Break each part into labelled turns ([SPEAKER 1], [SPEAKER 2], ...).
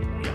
[SPEAKER 1] 模样。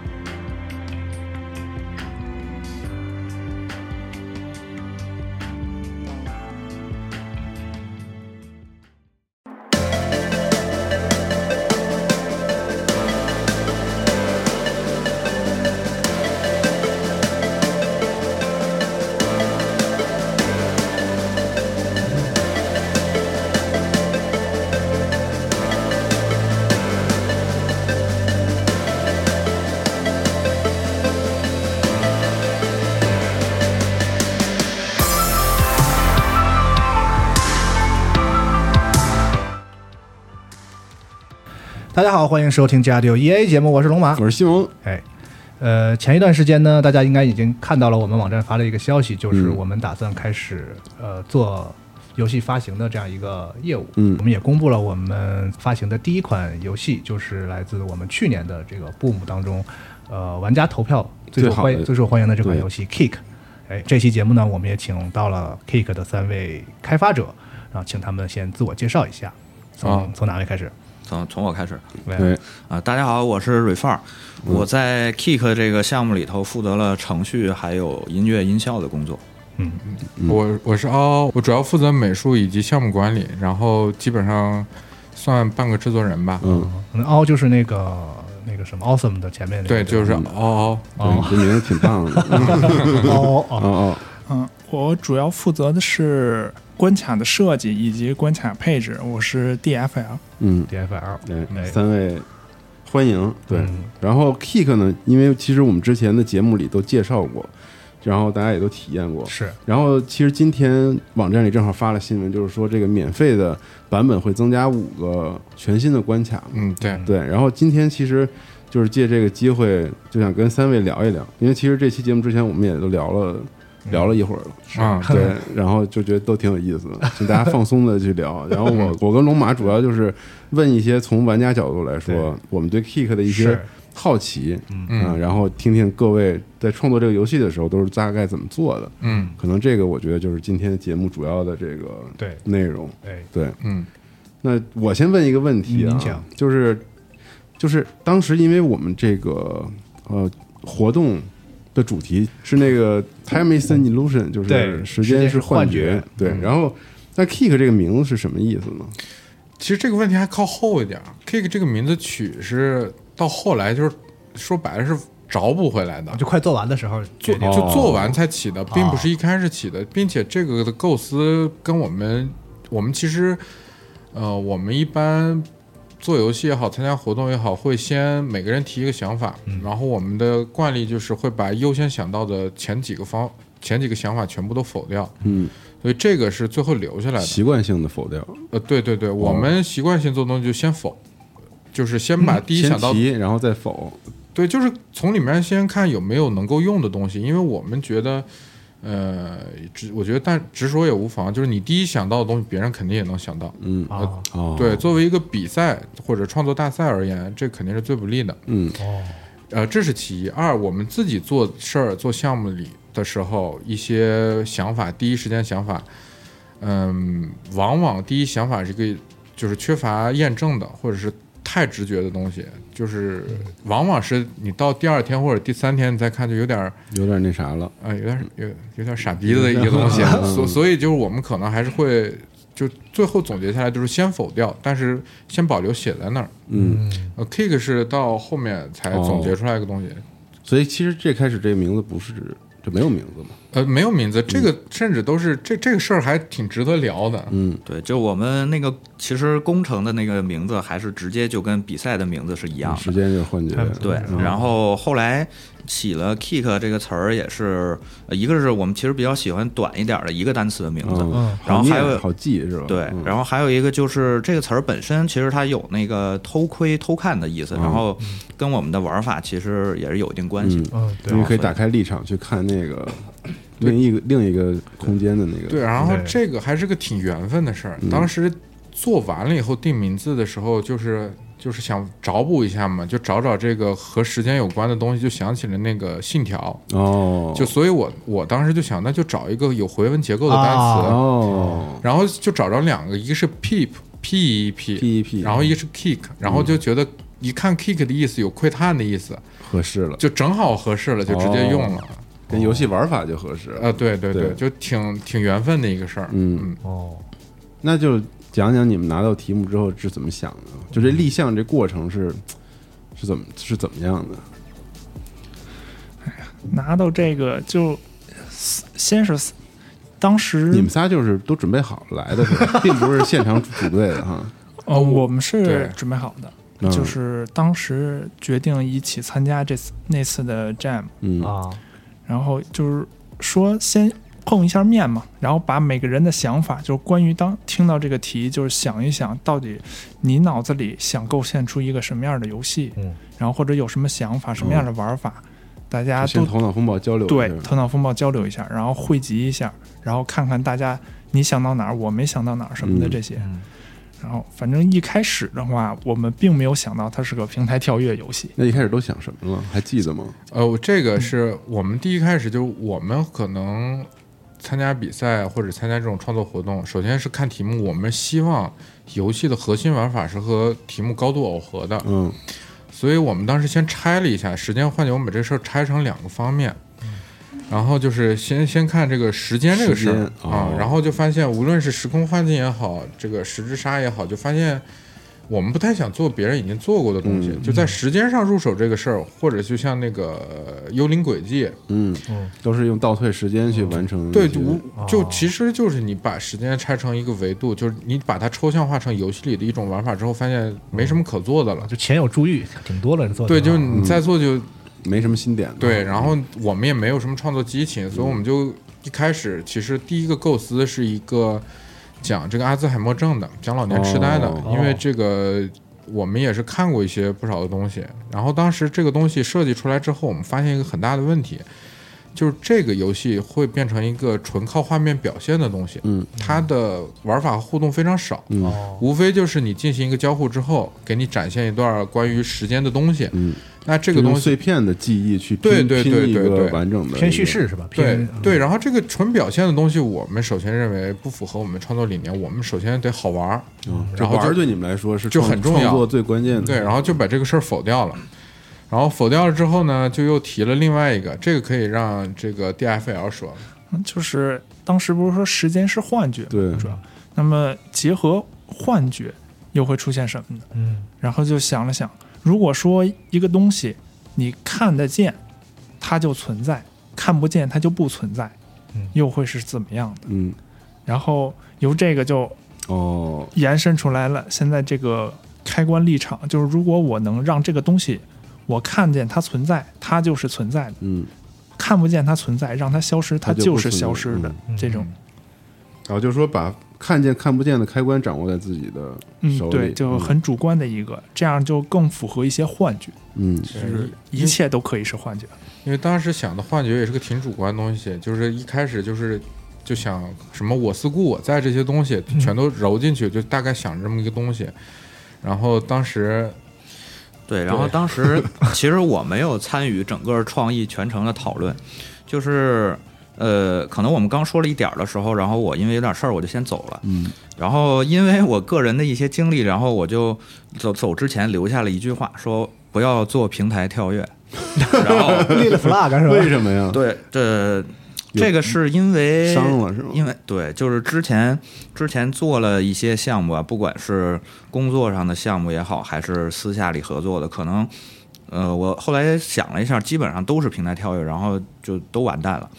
[SPEAKER 2] 大家好，欢迎收听 GRDO EA E 节目，我是龙马。
[SPEAKER 3] 我是西蒙，
[SPEAKER 2] 哎，呃，前一段时间呢，大家应该已经看到了我们网站发的一个消息，就是
[SPEAKER 3] 嗯
[SPEAKER 2] 我们打算开始呃做游戏发行的这样一个业务。
[SPEAKER 3] 嗯
[SPEAKER 2] 我们也公布了我们发行的第一款游戏，就是来自我们去年的这个 Boom 当中，呃，玩家投票最受
[SPEAKER 3] 最好
[SPEAKER 2] 欢
[SPEAKER 3] 的
[SPEAKER 2] 最受欢迎的这款
[SPEAKER 3] 对
[SPEAKER 2] 游戏 Kick。哎，这期节目呢，我们也请到了 Kick 的三位开发者，然后请他们先自我介绍一下。从、
[SPEAKER 4] 啊
[SPEAKER 2] 从哪位开始？
[SPEAKER 4] 从从我开始
[SPEAKER 2] 喂
[SPEAKER 3] 对，
[SPEAKER 4] 啊，大家好，我是蕊范儿，我在 Kick 这个项目里头负责了程序还有音乐音效的工作。
[SPEAKER 2] 嗯，
[SPEAKER 5] 我我是凹，我主要负责美术以及项目管理，然后基本上算半个制作人吧。
[SPEAKER 3] 嗯，
[SPEAKER 2] 嗯，凹就是那个那个什么 awesome 的前面那
[SPEAKER 5] 对，嗯
[SPEAKER 2] 个，
[SPEAKER 5] 就是凹凹。
[SPEAKER 2] 哦
[SPEAKER 3] 对，这名字挺棒的， 嗯
[SPEAKER 2] 凹啊
[SPEAKER 3] 哦
[SPEAKER 2] 凹
[SPEAKER 3] 哦，
[SPEAKER 6] 嗯，我主要负责的是关卡的设计以及关卡配置，我是 DFL。
[SPEAKER 3] 嗯，
[SPEAKER 2] DFL，
[SPEAKER 3] 对，
[SPEAKER 2] 哎
[SPEAKER 3] 三位欢迎，对
[SPEAKER 2] 嗯，
[SPEAKER 3] 然后 Kick 呢，因为其实我们之前的节目里都介绍过，然后大家也都体验过，
[SPEAKER 2] 是
[SPEAKER 3] 然后其实今天网站里正好发了新闻，就是说这个免费的版本会增加五个全新的关卡嘛，
[SPEAKER 5] 嗯，对，
[SPEAKER 3] 对，然后今天其实就是借这个机会，就想跟三位聊一聊，因为其实这期节目之前我们也都聊了
[SPEAKER 2] 嗯
[SPEAKER 3] 聊了一会儿了。
[SPEAKER 5] 啊，
[SPEAKER 3] 对，然后就觉得都挺有意思的，请大家放松的 去聊。然后我
[SPEAKER 2] 嗯
[SPEAKER 3] 我跟龙马主要就是问一些从玩家角度来
[SPEAKER 2] 对
[SPEAKER 3] 说，我们对 Kick 的一些
[SPEAKER 2] 是
[SPEAKER 3] 好奇，啊
[SPEAKER 5] 嗯
[SPEAKER 3] 然后听听各位在创作这个游戏的时候都是大概怎么做的。
[SPEAKER 5] 嗯
[SPEAKER 3] 可能这个我觉得就是今天节目主要的这个
[SPEAKER 2] 对，
[SPEAKER 3] 内容。
[SPEAKER 2] 哎，
[SPEAKER 3] 对，
[SPEAKER 5] 嗯
[SPEAKER 3] 那我先问一个问题
[SPEAKER 2] 您
[SPEAKER 3] 啊
[SPEAKER 2] 讲，
[SPEAKER 3] 就是就是当时因为我们这个呃活动的主题是那个 time is an illusion，就
[SPEAKER 2] 对
[SPEAKER 3] 是时
[SPEAKER 2] 时
[SPEAKER 3] 间
[SPEAKER 2] 间是
[SPEAKER 3] 是幻
[SPEAKER 2] 幻
[SPEAKER 3] 觉
[SPEAKER 2] 觉，
[SPEAKER 3] 对。然后那 kick 这个名字是什么意思呢？
[SPEAKER 5] 其实这个问题还靠后一点儿。Kick 这个名字取是到后来就是说白了是找补回来的，
[SPEAKER 2] 就快做完的时候
[SPEAKER 5] 就
[SPEAKER 2] 决定
[SPEAKER 5] 就
[SPEAKER 3] 哦
[SPEAKER 5] 做完才起的，并不是一开始起的，并且这个的构思跟我们我们其实，呃，我们一般做游戏也好，参加活动也好，会先每个人提一个想法，
[SPEAKER 3] 嗯
[SPEAKER 5] 然后我们的惯例就是会把优先想到的前几个方前几个想法全部都否掉，
[SPEAKER 3] 嗯，
[SPEAKER 5] 所以这个是最后留下来的。
[SPEAKER 3] 习惯性的否掉，
[SPEAKER 5] 呃，对对对，我
[SPEAKER 3] 哦
[SPEAKER 5] 们习惯性做东西就先否，就是先把第
[SPEAKER 3] 嗯
[SPEAKER 5] 一
[SPEAKER 3] 先
[SPEAKER 5] 想到
[SPEAKER 3] 提然后再否，
[SPEAKER 5] 对，就是从里面先看有没有能够用的东西，因为我们觉得，呃，直我觉得但直说也无妨，就是你第一想到的东西，别人肯定也能想到。
[SPEAKER 3] 嗯，
[SPEAKER 2] 啊
[SPEAKER 3] 哦，
[SPEAKER 5] 对，，作为一个比赛或者创作大赛而言，这肯定是最不利的。
[SPEAKER 3] 嗯，
[SPEAKER 2] 哦，
[SPEAKER 5] 呃，这是其一。二，我们自己做事儿、做项目里的时候，一些想法，第一时间想法，嗯，往往第一想法是一个就是缺乏验证的，或者是太直觉的东西。就是往往是你到第二天或者第三天你再看，就有点儿
[SPEAKER 3] 有点那啥了。
[SPEAKER 5] 啊，有点有有点傻逼的一个东西，所所以就是我们可能还是会就最后总结下来就是先否掉，但是先保留写在那儿。
[SPEAKER 3] 嗯，
[SPEAKER 5] 呃，kick 是到后面才总结出来一个东西，
[SPEAKER 3] 所以其实最开始这个名字不是这没有名字嘛。
[SPEAKER 5] 呃，没有名字，这个甚至都是这这个事儿还挺值得聊的。
[SPEAKER 3] 嗯，
[SPEAKER 4] 对，就我们那个其实工程的那个名字还是直接就跟比赛的名字是一样的
[SPEAKER 3] 时。间就换届了。
[SPEAKER 4] 对，然后后来起了 kick 这个词儿，也是呃一个是我们其实比较喜欢短一点儿的一个单词的名字，
[SPEAKER 3] 嗯，
[SPEAKER 4] 然后还有
[SPEAKER 3] 好念好记是吧？嗯
[SPEAKER 4] 对，然后还有一个就是这个词儿本身，其实它有那个偷窥、偷看的意思，然后跟我们的玩法其实也是有一定关系。
[SPEAKER 3] 嗯
[SPEAKER 2] 嗯，对
[SPEAKER 3] 因为可以打开立场去看那个另一个另一个空间的那个。
[SPEAKER 5] 对，然后
[SPEAKER 2] 对
[SPEAKER 5] 这个还是个挺缘分的事儿。当时做完了以后定名字的时候，就是就是想找补一下嘛，就找找这个和时间有关的东西，就想起了那个信条。
[SPEAKER 3] 哦，
[SPEAKER 5] 就所以我，我当时就想，那就找一个有回文结构的单词，
[SPEAKER 2] 啊
[SPEAKER 3] 哦
[SPEAKER 5] 然后就找着两个，一个是 peep p e p，,
[SPEAKER 3] ，P E P，
[SPEAKER 5] 然后一个是 kick，然后就觉得一看 kick 的意思有窥探的意思，
[SPEAKER 3] 合适了，
[SPEAKER 5] 就正好合适了，就直接用了。
[SPEAKER 3] 跟游戏玩法就合适了。
[SPEAKER 5] 啊，对对
[SPEAKER 3] 对
[SPEAKER 5] 对，就挺挺缘分的一个事儿。
[SPEAKER 3] 嗯
[SPEAKER 5] 嗯，
[SPEAKER 2] 哦，
[SPEAKER 3] 那就讲讲你们拿到题目之后是怎么想的，就这立项这过程是是怎么是怎么样的？
[SPEAKER 6] 拿到这个就先是当时
[SPEAKER 3] 你们仨就是都准备好了来的是吧，并不是现场组队的哈。
[SPEAKER 6] 呃，我们是
[SPEAKER 5] 对
[SPEAKER 6] 准备好的，
[SPEAKER 3] 嗯
[SPEAKER 6] 就是当时决定一起参加这次那次的 jam，
[SPEAKER 3] 嗯
[SPEAKER 2] 啊，
[SPEAKER 6] 然后就是说先碰一下面嘛，然后把每个人的想法，就是关于当听到这个题，就是想一想到底你脑子里想构建出一个什么样的游戏，
[SPEAKER 2] 嗯
[SPEAKER 6] 然后或者有什么想法，什么样的玩法，大家
[SPEAKER 3] 先
[SPEAKER 6] 都
[SPEAKER 3] 头脑风暴交流一下
[SPEAKER 6] 对头脑风暴交流一下，然后汇集一下，然后看看大家你想到哪儿，我没想到哪儿什么的
[SPEAKER 3] 嗯
[SPEAKER 6] 这些。
[SPEAKER 4] 嗯
[SPEAKER 6] 然后反正一开始的话，我们并没有想到它是个平台跳跃游戏。
[SPEAKER 3] 那一开始都想什么了？还记得吗？
[SPEAKER 5] 呃，我这个是我们第一开始就我们可能参加比赛啊或者参加这种创作活动，首先是看题目，我们希望游戏的核心玩法是和题目高度耦合的，
[SPEAKER 3] 嗯
[SPEAKER 5] 所以我们当时先拆了一下时间幻觉，我们把这事儿拆成两个方面。然后就是先先看这个时间这个事
[SPEAKER 3] 时
[SPEAKER 5] 儿
[SPEAKER 3] 间
[SPEAKER 5] 啊、
[SPEAKER 3] 哦
[SPEAKER 5] 然后就发现无论是时空幻境也好，这个十之沙也好，就发现我们不太想做别人已经做过的东西，
[SPEAKER 3] 嗯
[SPEAKER 5] 就在时间上入手这个事儿，或者就像那个呃幽灵轨迹，
[SPEAKER 3] 嗯
[SPEAKER 2] 嗯，
[SPEAKER 3] 都是用倒退时间去完成。
[SPEAKER 5] 对，就无
[SPEAKER 3] 嗯
[SPEAKER 2] 哦
[SPEAKER 5] 就其实就是你把时间拆成一个维度，就是你把它抽象化成游戏里的一种玩法之后，发现没什么可做的了。
[SPEAKER 2] 就前有注意，挺多了，你做的
[SPEAKER 5] 对，
[SPEAKER 2] 挺好
[SPEAKER 5] 就是
[SPEAKER 3] 嗯
[SPEAKER 5] 你再做就
[SPEAKER 3] 没什么新点子。
[SPEAKER 5] 对，然后我们也没有什么创作激情，所以我们就一开始其实第一个构思是一个讲这个阿兹海默症的，讲老年痴呆的
[SPEAKER 3] 哦，
[SPEAKER 5] 因为这个我们也是看过一些不少的东西，然后当时这个东西设计出来之后，我们发现一个很大的问题。就是这个游戏会变成一个纯靠画面表现的东西，
[SPEAKER 3] 嗯，
[SPEAKER 5] 它的玩法和互动非常少，
[SPEAKER 3] 嗯
[SPEAKER 2] 哦，
[SPEAKER 5] 无非就是你进行一个交互之后，给你展现一段关于时间的东西，
[SPEAKER 3] 嗯，
[SPEAKER 5] 那这
[SPEAKER 3] 这
[SPEAKER 5] 个东西
[SPEAKER 3] 碎片的记忆去拼
[SPEAKER 5] 对对对
[SPEAKER 3] 拼一
[SPEAKER 5] 对
[SPEAKER 3] 个
[SPEAKER 5] 对
[SPEAKER 3] 完整的
[SPEAKER 2] 偏叙事是吧？
[SPEAKER 5] 对
[SPEAKER 2] 偏
[SPEAKER 5] 对，然后这个纯表现的东西，我们首先认为不符合我们创作理念，我们首先得好玩儿，
[SPEAKER 3] 一个，嗯这
[SPEAKER 5] 然后就
[SPEAKER 3] 玩儿对你们来说是
[SPEAKER 5] 就
[SPEAKER 3] 创
[SPEAKER 5] 很重要
[SPEAKER 3] 创作最关键的。
[SPEAKER 5] 对，然后就把这个事儿否掉了。然后否掉了之后呢，就又提了另外一个，这个可以让这个 DFL 说，
[SPEAKER 6] 嗯就是当时不是说时间是幻觉，
[SPEAKER 3] 对，
[SPEAKER 6] 那么结合幻觉又会出现什么呢？
[SPEAKER 2] 嗯
[SPEAKER 6] 然后就想了想，如果说一个东西你看得见，它就存在；看不见，它就不存在
[SPEAKER 2] 嗯，
[SPEAKER 6] 又会是怎么样的？
[SPEAKER 3] 嗯，
[SPEAKER 6] 然后由这个就
[SPEAKER 3] 哦，
[SPEAKER 6] 延伸出来了。现在这个开关立场就是，如果我能让这个东西我看见它存在，它就是存在的；
[SPEAKER 3] 嗯，
[SPEAKER 6] 看不见它存在，让它消失，它
[SPEAKER 3] 就不
[SPEAKER 6] 就是
[SPEAKER 3] 存
[SPEAKER 6] 消
[SPEAKER 3] 在
[SPEAKER 6] 失的。
[SPEAKER 2] 嗯
[SPEAKER 6] 这种，
[SPEAKER 3] 然后就是说把看见看不见的开关掌握在自己的
[SPEAKER 6] 嗯
[SPEAKER 3] 手，里，
[SPEAKER 6] 对，就很主观的一个，这样就更符合一些幻觉，
[SPEAKER 3] 嗯嗯
[SPEAKER 5] 就是
[SPEAKER 6] 一切都可以是幻觉。
[SPEAKER 5] 因为当时想的幻觉也是个挺主观的东西，就是一开始就是就想什么我思故我在这些东西全都揉进去，就大概想着这么一个东西。然后当时
[SPEAKER 4] 对，然后当时其实我没有参与整个创意全程的讨论，就是呃，可能我们刚说了一点儿的时候，然后我因为有点事儿我就先走了，
[SPEAKER 3] 嗯
[SPEAKER 4] 然后因为我个人的一些经历，然后我就走走之前留下了一句话，说不要做平台跳跃。 然后
[SPEAKER 2] 立了 flag 是吧？
[SPEAKER 3] 为什么呀？
[SPEAKER 4] 对，这
[SPEAKER 3] 有
[SPEAKER 4] 这个是因为
[SPEAKER 3] 伤了是吗？
[SPEAKER 4] 因为对，就是之前之前做了一些项目啊，不管是工作上的项目也好，还是私下里合作的，可能呃，我后来想了一下，基本上都是平台跳跃，然后就都完蛋了。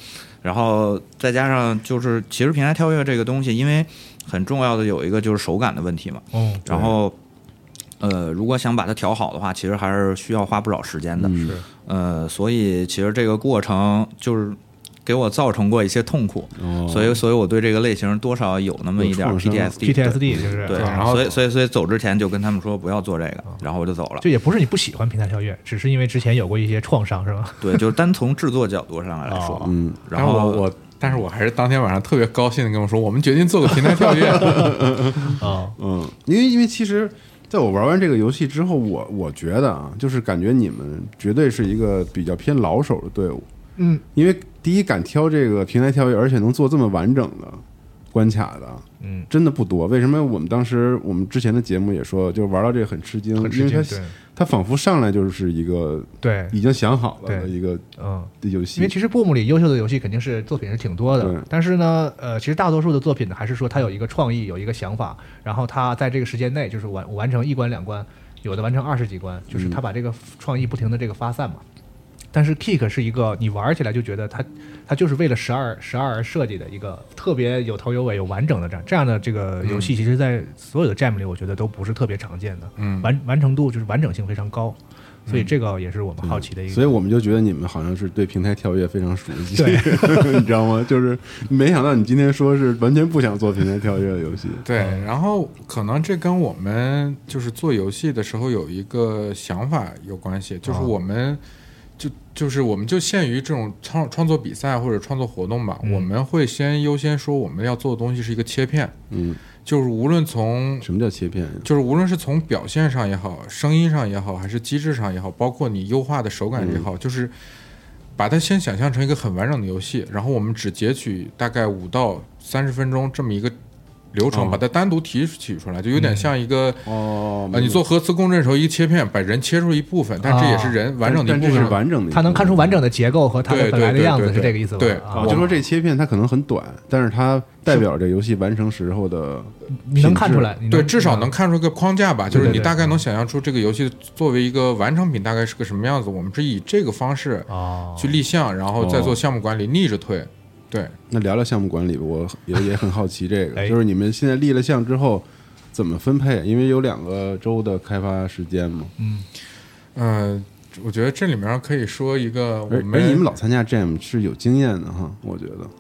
[SPEAKER 4] 然后再加上就是，其实平台跳跃这个东西，因为很重要的有一个就是手感的问题嘛。
[SPEAKER 2] 哦，
[SPEAKER 4] 然后，呃，如果想把它调好的话，其实还是需要花不少时间的。
[SPEAKER 3] 嗯，
[SPEAKER 4] 呃，所以其实这个过程就是给我造成过一些痛苦，
[SPEAKER 3] 哦
[SPEAKER 4] 所以所以我对这个类型多少有那么一点
[SPEAKER 3] 有创伤
[SPEAKER 4] PTSD 对。
[SPEAKER 2] PTSD 就是啊
[SPEAKER 4] 对，
[SPEAKER 5] 然后
[SPEAKER 4] 所以所以所以走之前就跟他们说不要做这个，然后我就走了
[SPEAKER 2] 就。也不是你不喜欢平台跳跃，只是因为之前有过一些创伤，是吧？
[SPEAKER 4] 对，就是单从制作角度上来说，
[SPEAKER 3] 嗯，
[SPEAKER 5] 但
[SPEAKER 4] 然
[SPEAKER 5] 是
[SPEAKER 4] 后
[SPEAKER 5] 我我，但是我还是当天晚上特别高兴的跟我说，我们决定做个平台跳跃。
[SPEAKER 2] 啊，
[SPEAKER 3] 嗯，因为因为其实在我玩完这个游戏之后，我我觉得啊，就是感觉你们绝对是一个比较偏老手的队伍，
[SPEAKER 6] 嗯，
[SPEAKER 3] 因为第一敢挑这个平台跳跃，而且能做这么完整的关卡的，
[SPEAKER 2] 嗯，
[SPEAKER 3] 真的不多。为什么我们当时我们之前的节目也说，就玩到这个很吃惊，
[SPEAKER 2] 很吃
[SPEAKER 3] 因
[SPEAKER 2] 惊，
[SPEAKER 3] 为它
[SPEAKER 2] 对
[SPEAKER 3] 它仿佛上来就是一个
[SPEAKER 2] 对，
[SPEAKER 3] 已经想好了的
[SPEAKER 2] 对
[SPEAKER 3] 一个
[SPEAKER 2] 嗯。
[SPEAKER 3] 游
[SPEAKER 2] 因
[SPEAKER 3] 戏
[SPEAKER 2] 为，其实布姆里优秀的游戏肯定是作品是挺多
[SPEAKER 3] 对
[SPEAKER 2] 的，但是呢，呃，其实大多数的作品呢，还是说他有一个创意，有一个想法，然后他在这个时间内就是完完成一关两关，有的完成二十几关，就是他把这个创意不停的这个发散嘛。但是 Kick 是一个你玩起来就觉得它它就是为了十二十二而设计的一个特别有头有尾有完整的这样这样的这个游戏，其实在所有的 Jam 里，我觉得都不是特别常见的，
[SPEAKER 5] 嗯，
[SPEAKER 2] 完完成度就是完整性非常高，所以这个也是我们好奇的一个。
[SPEAKER 3] 嗯所以我们就觉得你们好像是对平台跳跃非常熟悉，
[SPEAKER 2] 对
[SPEAKER 3] 你知道吗？就是没想到你今天说是完全不想做平台跳跃的游戏，
[SPEAKER 5] 对。
[SPEAKER 2] 嗯
[SPEAKER 5] 然后可能这跟我们就是做游戏的时候有一个想法有关系，就是
[SPEAKER 2] 哦
[SPEAKER 5] 我们就就是我们就限于这种创创作比赛或者创作活动吧，
[SPEAKER 2] 嗯
[SPEAKER 5] 我们会先优先说我们要做的东西是一个切片，
[SPEAKER 3] 嗯，
[SPEAKER 5] 就是无论从
[SPEAKER 3] 什么叫切片呀？
[SPEAKER 5] 就是无论是从表现上也好，声音上也好，还是机制上也好，包括你优化的手感也
[SPEAKER 3] 嗯
[SPEAKER 5] 好，就是把它先想象成一个很完整的游戏，然后我们只截取大概五到三十分钟这么一个流程，
[SPEAKER 3] 哦嗯
[SPEAKER 5] 把它单独提取出来，就有点像一个、
[SPEAKER 3] 哦
[SPEAKER 5] 呃，你做核磁共振的时候一个切片，把人切出一部分，但这也是人完整的一
[SPEAKER 3] 啊但
[SPEAKER 5] 部
[SPEAKER 3] 这是
[SPEAKER 5] 分。
[SPEAKER 3] 完整的，
[SPEAKER 2] 它能看出完整的结构和它的
[SPEAKER 5] 对
[SPEAKER 2] 本来的
[SPEAKER 5] 对对
[SPEAKER 2] 样子，
[SPEAKER 5] 对
[SPEAKER 2] 是这
[SPEAKER 5] 对
[SPEAKER 2] 个意思吧？
[SPEAKER 5] 对
[SPEAKER 2] 啊
[SPEAKER 3] 我就说这切片它可能很短，但是它代表着游戏完成时候的
[SPEAKER 2] 你能看出来，你
[SPEAKER 5] 对，至少能看出一个框架吧，就
[SPEAKER 2] 对
[SPEAKER 5] 是
[SPEAKER 2] 对嗯
[SPEAKER 5] 你
[SPEAKER 2] 对
[SPEAKER 5] 大概能想象出这个游戏作为一个完成品大概是个什么样子。我们是以这个方式
[SPEAKER 2] 哦，
[SPEAKER 5] 去立项，然后再
[SPEAKER 3] 哦
[SPEAKER 5] 做项目管理，逆着推。对，
[SPEAKER 3] 那聊聊项目管理吧，我也也很好奇这个，
[SPEAKER 2] 哎
[SPEAKER 3] 就是你们现在立了项之后怎么分配？因为有两个周的开发时间嘛，
[SPEAKER 5] 嗯，我觉得这里面可以说一个我
[SPEAKER 3] 而而
[SPEAKER 5] 们
[SPEAKER 3] 哎你们老参加 Jam 是有经验的哈，我觉得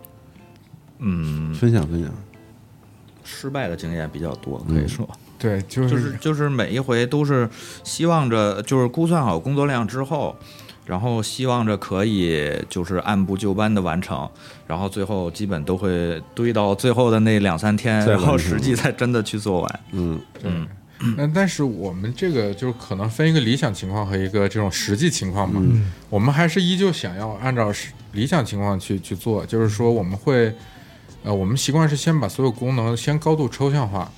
[SPEAKER 4] 嗯，
[SPEAKER 3] 分享分享，
[SPEAKER 4] 失败的经验比较多，
[SPEAKER 3] 嗯
[SPEAKER 4] 可以说。
[SPEAKER 5] 对就是、
[SPEAKER 4] 就是就是每一回都是希望着，就是估算好工作量之后，然后希望着可以就是按部就班的完成，然后最后基本都会堆到最后的那两三天，
[SPEAKER 3] 再完
[SPEAKER 4] 然
[SPEAKER 3] 成
[SPEAKER 4] 后实际才真的去做完。
[SPEAKER 3] 嗯，
[SPEAKER 4] 嗯，
[SPEAKER 5] 那但是我们这个就是可能分一个理想情况和一个这种实际情况嘛，
[SPEAKER 3] 嗯
[SPEAKER 5] 我们还是依旧想要按照实理想情况去去做，就是说我们会，呃，我们习惯是先把所有功能先高度抽象化，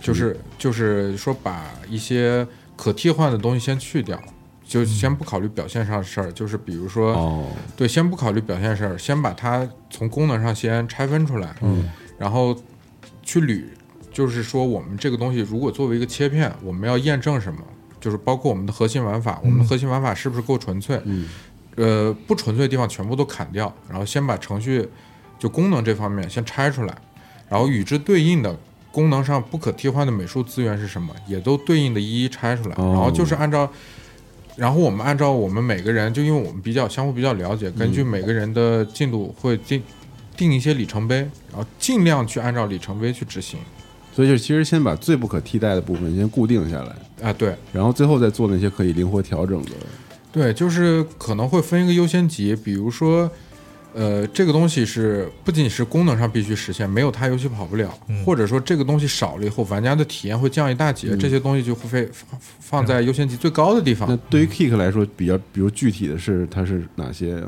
[SPEAKER 5] 就是、
[SPEAKER 3] 嗯
[SPEAKER 5] 就是说把一些可替换的东西先去掉。就先不考虑表现上的事儿，就是比如说，
[SPEAKER 3] 嗯哦，
[SPEAKER 5] 对，先不考虑表现事儿，先把它从功能上先拆分出来，
[SPEAKER 3] 嗯，
[SPEAKER 5] 然后去捋，就是说我们这个东西如果作为一个切片，我们要验证什么，就是包括我们的核心玩法，我们的核心玩法是不是够纯粹，
[SPEAKER 3] 嗯，
[SPEAKER 5] 呃，不纯粹的地方全部都砍掉，然后先把程序就功能这方面先拆出来，然后与之对应的。功能上不可替换的美术资源是什么，也都对应的一一拆出来，
[SPEAKER 3] 哦
[SPEAKER 5] 然后就是按照然后我们按照我们每个人，就因为我们比较相互比较了解，根据每个人的进度会定定一些里程碑，然后尽量去按照里程碑去执行。
[SPEAKER 3] 所以就其实先把最不可替代的部分先固定下来，
[SPEAKER 5] 啊，对
[SPEAKER 3] 然后最后再做那些可以灵活调整的，
[SPEAKER 5] 对，就是可能会分一个优先级，比如说，呃，这个东西是不仅是功能上必须实现，没有它游戏跑不了，或者说这个东西少了以后，玩家的体验会降一大截，这些东西就会被放放在优先级最高的
[SPEAKER 2] 啊
[SPEAKER 5] 地方
[SPEAKER 3] 那。对于 Kick 来说，比较比如具体的是它是哪些呀、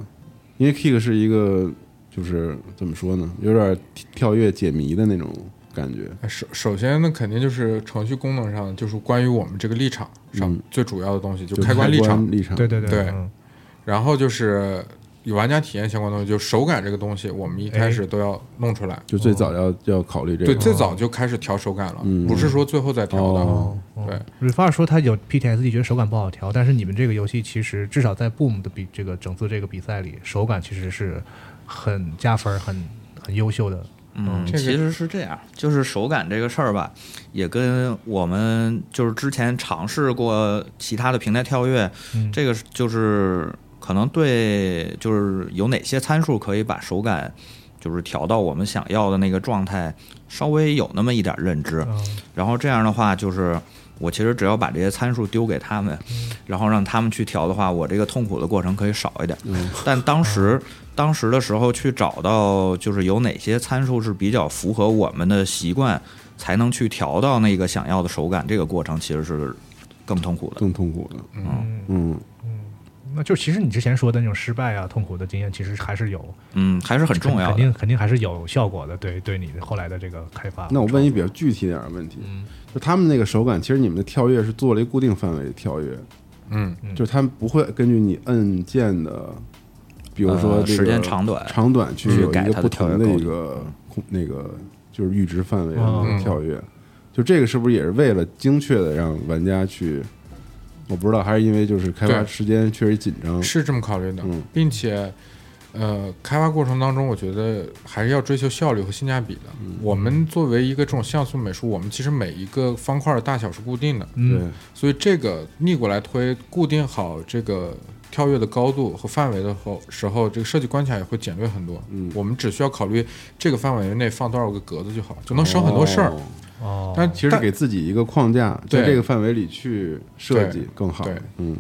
[SPEAKER 3] 因为 Kick 是一个就是怎么说呢，有点跳跃解谜的那种感觉。
[SPEAKER 5] 首首先呢，肯定就是程序功能上，就是关于我们这个立场上
[SPEAKER 3] 嗯
[SPEAKER 5] 最主要的东西，就
[SPEAKER 3] 就
[SPEAKER 5] 开关立场。
[SPEAKER 3] 立场，
[SPEAKER 2] 对对
[SPEAKER 5] 对
[SPEAKER 2] 嗯
[SPEAKER 5] 然后就是与玩家体验相关的东西，就手感这个东西，我们一开始都要弄出来。
[SPEAKER 3] 就最早要要考虑这个。
[SPEAKER 5] 对，最早就开始调手感了，
[SPEAKER 3] 嗯
[SPEAKER 5] 不是说最后再调的。啊
[SPEAKER 3] 哦
[SPEAKER 5] 对，
[SPEAKER 2] ，Refar 嗯说他有 PTSD，觉得手感不好调，但是你们这个游戏其实至少在 Boom 的比这个整次这个比赛里，手感其实是很加分、很很优秀的。
[SPEAKER 4] 嗯，
[SPEAKER 5] 这个
[SPEAKER 4] 其实是这样，就是手感这个事儿吧，也跟我们就是之前尝试过其他的平台跳跃，
[SPEAKER 2] 嗯
[SPEAKER 4] 这个是就是可能对，就是有哪些参数可以把手感就是调到我们想要的那个状态，稍微有那么一点认知。
[SPEAKER 2] 嗯
[SPEAKER 4] 然后这样的话，就是我其实只要把这些参数丢给他们，然后让他们去调的话，我这个痛苦的过程可以少一点。但当时当时的时候去找到，就是有哪些参数是比较符合我们的习惯，才能去调到那个想要的手感，这个过程其实是更痛苦的。
[SPEAKER 3] 更痛苦的。
[SPEAKER 2] 嗯，
[SPEAKER 3] 嗯，
[SPEAKER 2] 那就其实你之前说的那种失败啊、痛苦的经验，其实还是有
[SPEAKER 4] 嗯，还是很重要
[SPEAKER 2] 肯
[SPEAKER 4] 的。
[SPEAKER 2] 定肯定还是有效果的。对，对你的后来的这个开发。
[SPEAKER 3] 那我问一比
[SPEAKER 2] 遍，
[SPEAKER 3] 较具体点儿的问题，
[SPEAKER 5] 嗯
[SPEAKER 3] 就他们那个手感，其实你们的跳跃是做了一个固定范围的跳跃，
[SPEAKER 5] 嗯，
[SPEAKER 3] 就是他们不会根据你按键的，比如说、
[SPEAKER 4] 呃时间长短
[SPEAKER 3] 长短去
[SPEAKER 4] 去
[SPEAKER 3] 有一
[SPEAKER 4] 改
[SPEAKER 3] 个
[SPEAKER 4] 它
[SPEAKER 3] 不
[SPEAKER 4] 的跳跃嗯
[SPEAKER 3] 同的
[SPEAKER 4] 构
[SPEAKER 3] 一
[SPEAKER 4] 成
[SPEAKER 3] 个空那个就是阈值范围的
[SPEAKER 5] 哦
[SPEAKER 2] 嗯
[SPEAKER 3] 跳跃。就这个是不是也是为了精确的让玩家去？我不知道，还是因为就是开发
[SPEAKER 5] 对
[SPEAKER 3] 时间确实紧张，
[SPEAKER 5] 是这么考虑的
[SPEAKER 3] 嗯，
[SPEAKER 5] 并且，呃，开发过程当中，我觉得还是要追求效率和性价比的。
[SPEAKER 3] 嗯
[SPEAKER 5] 我们作为一个这种像素美术，我们其实每一个方块的大小是固定的，
[SPEAKER 3] 对
[SPEAKER 2] 嗯，
[SPEAKER 5] 所以这个逆过来推，固定好这个跳跃的高度和范围的后时候，这个设计关卡也会简略很多。
[SPEAKER 3] 嗯
[SPEAKER 5] 我们只需要考虑这个范围内放多少个格子就好，就能省很多事儿
[SPEAKER 3] 哦。
[SPEAKER 2] 哦，
[SPEAKER 5] 但
[SPEAKER 3] 其实
[SPEAKER 5] 但
[SPEAKER 3] 给自己一个框架，在
[SPEAKER 5] 对
[SPEAKER 3] 这个范围里去设计
[SPEAKER 5] 对
[SPEAKER 3] 更好
[SPEAKER 5] 对。
[SPEAKER 3] 嗯，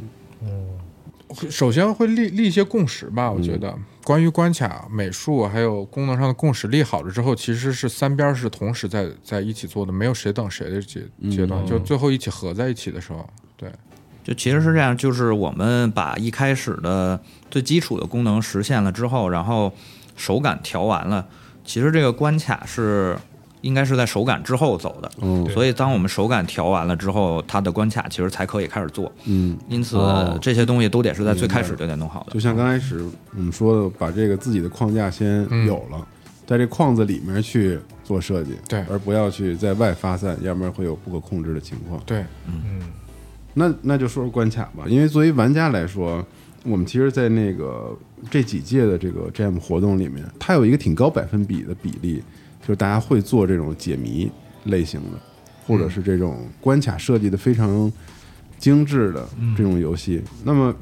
[SPEAKER 5] 首先会立立一些共识吧，我觉得、关于关卡、美术还有功能上的共识立好了之后，其实是三边是同时在在一起做的，没有谁等谁的阶阶段，就最后一起合在一起的时候，对，
[SPEAKER 4] 就其实是这样，就是我们把一开始的最基础的功能实现了之后，然后手感调完了，其实这个关卡是应该是在手感之后走的。
[SPEAKER 3] 哦，
[SPEAKER 4] 所以，当我们手感调完了之后，它的关卡其实才可以开始做。
[SPEAKER 3] 嗯，
[SPEAKER 4] 因此
[SPEAKER 3] 哦，
[SPEAKER 4] 这些东西都得是在最开始就得弄好的。
[SPEAKER 3] 就像刚开始我们说的，把这个自己的框架先
[SPEAKER 4] 嗯
[SPEAKER 3] 有了，在这框子里面去做设计，
[SPEAKER 5] 对
[SPEAKER 3] 而不要去在外发散，要不然会有不可控制的情况。
[SPEAKER 5] 对，
[SPEAKER 3] 那那就说说关卡吧，因为作为玩家来说，我们其实，在那个这几届的这个 GM 活动里面，它有一个挺高百分比的比例，就是大家会做这种解谜类型的，或者是这种关卡设计的非常精致的这种游戏。那么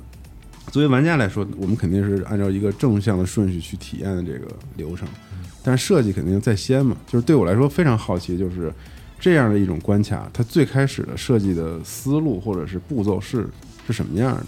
[SPEAKER 3] 作为玩家来说，我们肯定是按照一个正向的顺序去体验的这个流程，但是设计肯定在先嘛。就是对我来说非常好奇，就是这样的一种关卡，它最开始的设计的思路或者是步骤是是什么样的？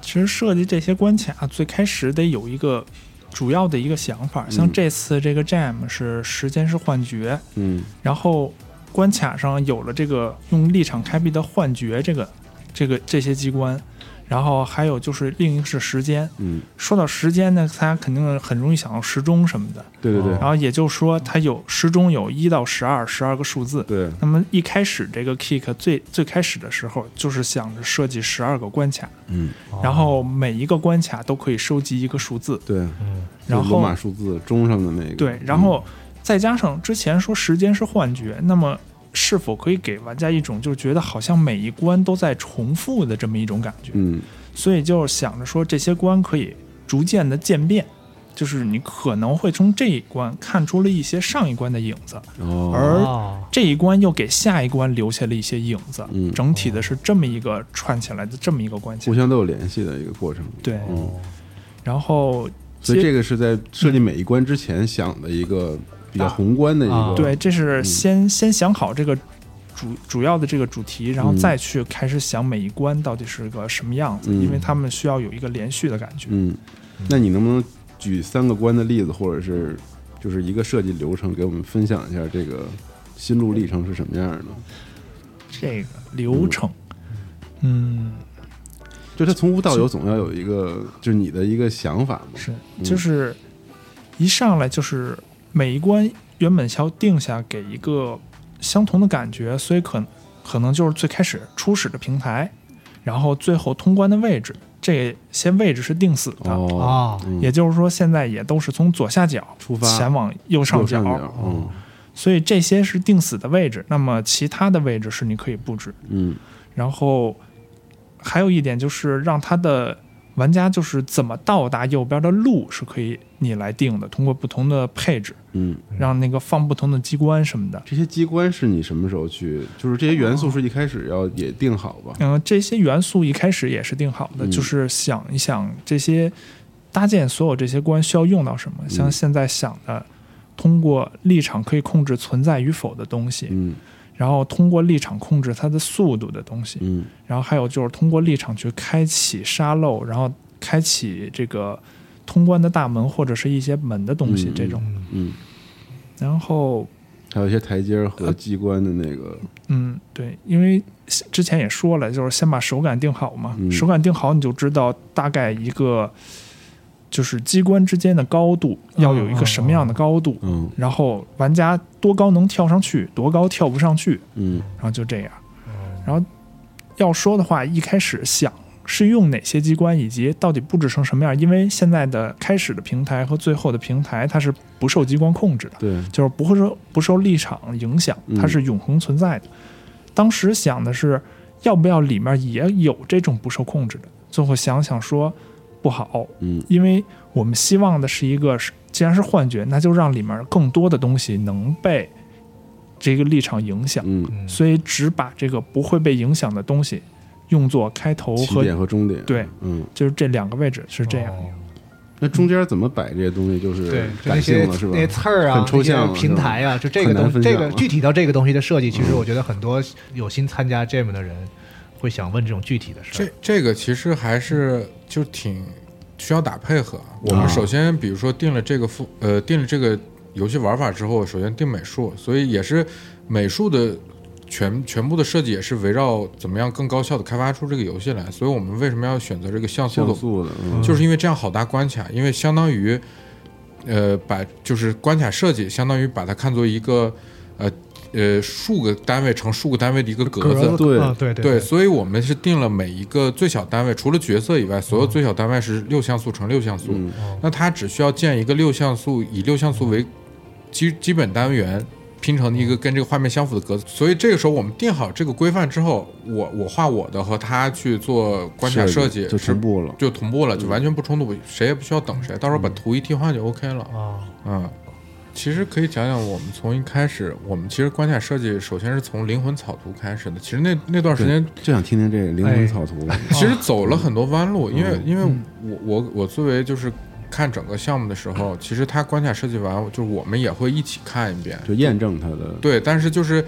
[SPEAKER 6] 其实设计这些关卡，最开始得有一个主要的一个想法。像这次这个 Jam 是时间是幻觉，
[SPEAKER 3] 嗯
[SPEAKER 6] 然后关卡上有了这个用立场开辟的幻觉这个这个这些机关，然后还有就是另一个是时间。
[SPEAKER 3] 嗯，
[SPEAKER 6] 说到时间呢，大家肯定很容易想到时钟什么的。
[SPEAKER 3] 对对对、
[SPEAKER 6] 然后也就是说，它有时钟有一到十二十二个数字。
[SPEAKER 3] 对，
[SPEAKER 6] 那么一开始这个 Kick 最最开始的时候，就是想着设计十二个关卡，
[SPEAKER 3] 嗯
[SPEAKER 6] 然后每一个关卡都可以收集一个数字，
[SPEAKER 3] 对，
[SPEAKER 2] 嗯
[SPEAKER 6] 然
[SPEAKER 3] 就罗
[SPEAKER 6] 后
[SPEAKER 3] 马数字钟上的那个
[SPEAKER 6] 对，然后再加上之前说时间是幻觉，那么是否可以给玩家一种就是觉得好像每一关都在重复的这么一种感觉？
[SPEAKER 3] 嗯
[SPEAKER 6] 所以就是想着说这些关可以逐渐的渐变，就是你可能会从这一关看出了一些上一关的影子，
[SPEAKER 3] 嗯哦
[SPEAKER 6] 而
[SPEAKER 2] 哦
[SPEAKER 6] 这一关又给下一关留下了一些影子，
[SPEAKER 3] 嗯
[SPEAKER 6] 整体的是这么一个串起来的这么一个关卡
[SPEAKER 3] 互。相都有联系的一个过程。
[SPEAKER 6] 对，
[SPEAKER 3] 嗯，
[SPEAKER 6] 然后
[SPEAKER 3] 所以这个是在设计每一关之前想的一个比较宏观的一
[SPEAKER 2] 啊
[SPEAKER 3] 个
[SPEAKER 6] 对，这是
[SPEAKER 3] 嗯
[SPEAKER 6] 先、先想好这个主主要的这个主题，然后
[SPEAKER 3] 嗯
[SPEAKER 6] 再去开始想每一关到底是个什么样子，
[SPEAKER 3] 嗯
[SPEAKER 6] 因为他们需要有一个连续的感觉。
[SPEAKER 3] 嗯，那你能不能举三个关的例子，或者是就是一个设计流程，给我们分享一下这个心路历程是什么样的？
[SPEAKER 6] 这个流程，嗯，
[SPEAKER 3] 就它从无到有，总要有一个就是你的一个想法嘛。
[SPEAKER 6] 是
[SPEAKER 3] 嗯
[SPEAKER 6] 就是一上来就是每一关。原本要定下给一个相同的感觉，所以可可能就是最开始初始的平台，然后最后通关的位置，这些位置是定死的。
[SPEAKER 3] 哦，
[SPEAKER 2] 啊，
[SPEAKER 3] 嗯
[SPEAKER 6] 也就是说，现在也都是从左下角
[SPEAKER 3] 出发
[SPEAKER 6] 前往右上
[SPEAKER 3] 右
[SPEAKER 6] 角，
[SPEAKER 3] 上角，嗯
[SPEAKER 6] 所以这些是定死的位置。那么其他的位置是你可以布置。
[SPEAKER 3] 嗯
[SPEAKER 6] 然后还有一点就是让他的玩家就是怎么到达右边的路是可以你来定的，通过不同的配置，
[SPEAKER 3] 嗯，
[SPEAKER 6] 让那个放不同的机关什么的。
[SPEAKER 3] 这些机关是你什么时候去？就是这些元素是一开始要也定好吧？
[SPEAKER 6] 嗯、这些元素一开始也是定好的，
[SPEAKER 3] 嗯
[SPEAKER 6] 就是想一想这些搭建所有这些关需要用到什
[SPEAKER 3] 嗯
[SPEAKER 6] 么，像现在想的。通过立场可以控制存在与否的东西，
[SPEAKER 3] 嗯
[SPEAKER 6] 然后通过立场控制它的速度的东西，
[SPEAKER 3] 嗯
[SPEAKER 6] 然后还有就是通过立场去开启沙漏，然后开启这个通关的大门或者是一些门的东西
[SPEAKER 3] 嗯
[SPEAKER 6] 这种。
[SPEAKER 2] 嗯
[SPEAKER 3] 嗯，
[SPEAKER 6] 然后，
[SPEAKER 3] 还有一些台阶儿和机关的那个，
[SPEAKER 6] 嗯，对，因为之前也说了，就是先把手感定好嘛，
[SPEAKER 3] 嗯
[SPEAKER 6] 手感定好你就知道大概一个就是机关之间的高度
[SPEAKER 3] 啊
[SPEAKER 6] 要有一个什么样的高度，
[SPEAKER 3] 嗯
[SPEAKER 6] 然后玩家多高能跳上去，多高跳不上去，
[SPEAKER 3] 嗯
[SPEAKER 6] 然后就这样。然后要说的话，一开始想是用哪些机关，以及到底布置成什么样，因为现在的开始的平台和最后的平台，它是不受激光控制的，
[SPEAKER 3] 对，
[SPEAKER 6] 就是不会说不受立场影响
[SPEAKER 3] 嗯，
[SPEAKER 6] 它是永恒存在的。当时想的是，要不要里面也有这种不受控制的？最后想想说不好，
[SPEAKER 3] 嗯
[SPEAKER 6] 因为我们希望的是一个，是既然是幻觉，那就让里面更多的东西能被这个立场影响。
[SPEAKER 3] 嗯，
[SPEAKER 2] 嗯
[SPEAKER 6] 所以只把这个不会被影响的东西用作开头
[SPEAKER 3] 起
[SPEAKER 6] 和
[SPEAKER 3] 点和终点，
[SPEAKER 6] 对，
[SPEAKER 3] 嗯，
[SPEAKER 6] 就是这两个位置是这样。
[SPEAKER 2] 哦
[SPEAKER 3] 那中间怎么摆这些东西就是
[SPEAKER 2] 对，就那
[SPEAKER 3] 感
[SPEAKER 2] 些
[SPEAKER 3] 性了是吧
[SPEAKER 2] 那？些词儿啊，
[SPEAKER 3] 很抽象了
[SPEAKER 2] 那些平台啊，就这个
[SPEAKER 3] 很难
[SPEAKER 2] 东
[SPEAKER 3] 分享
[SPEAKER 2] 这个
[SPEAKER 3] 了嗯
[SPEAKER 2] 具体到这个东西的设计，其实我觉得很多有心参加 Jam 的人会想问这种具体的事
[SPEAKER 5] 这
[SPEAKER 2] 儿。
[SPEAKER 5] 这个其实还是就挺需要打配合。我
[SPEAKER 3] 嗯啊
[SPEAKER 5] 们首先比如说定了这个副呃定了这个游戏玩法之后，首先定美术，所以也是美术的全全部的设计也是围绕怎么样更高效的开发出这个游戏来。所以我们为什么要选择这个像素
[SPEAKER 3] 像
[SPEAKER 5] 的
[SPEAKER 3] 素的，嗯
[SPEAKER 5] 就是因为这样好搭关卡，因为相当于，呃，把就是关卡设计，相当于把它看作一个，呃呃数个单位乘数个单位的一个格子。
[SPEAKER 3] 呃对
[SPEAKER 2] 嗯对
[SPEAKER 5] 对，所以我们是定了每一个最小单位，除了角色以外，所有最小单位是六像素乘六像素。
[SPEAKER 3] 嗯
[SPEAKER 5] 那它只需要建一个六像素，以六像素为基基本单元拼成一个跟这个画面相符的格子。所以这个时候我们定好这个规范之后，我我画我的和他去做关卡设计
[SPEAKER 3] 就是全部了，
[SPEAKER 5] 就同步了，就嗯完全不冲突，谁也不需要等谁，到时候把图一替换就 OK 了。
[SPEAKER 2] 啊，
[SPEAKER 5] 嗯，其实可以讲讲我们从一开始，我们其实关卡设计首先是从灵魂草图开始的。其实那那段时间
[SPEAKER 3] 就想听听这个灵
[SPEAKER 2] 哎
[SPEAKER 3] 魂草图，
[SPEAKER 5] 其实走了很多弯路，
[SPEAKER 3] 嗯
[SPEAKER 5] 因为因为我我我作为就是看整个项目的时候，其实它关卡设计完，就是我们也会一起看一遍。
[SPEAKER 3] 就验证它的，
[SPEAKER 5] 对，但是就是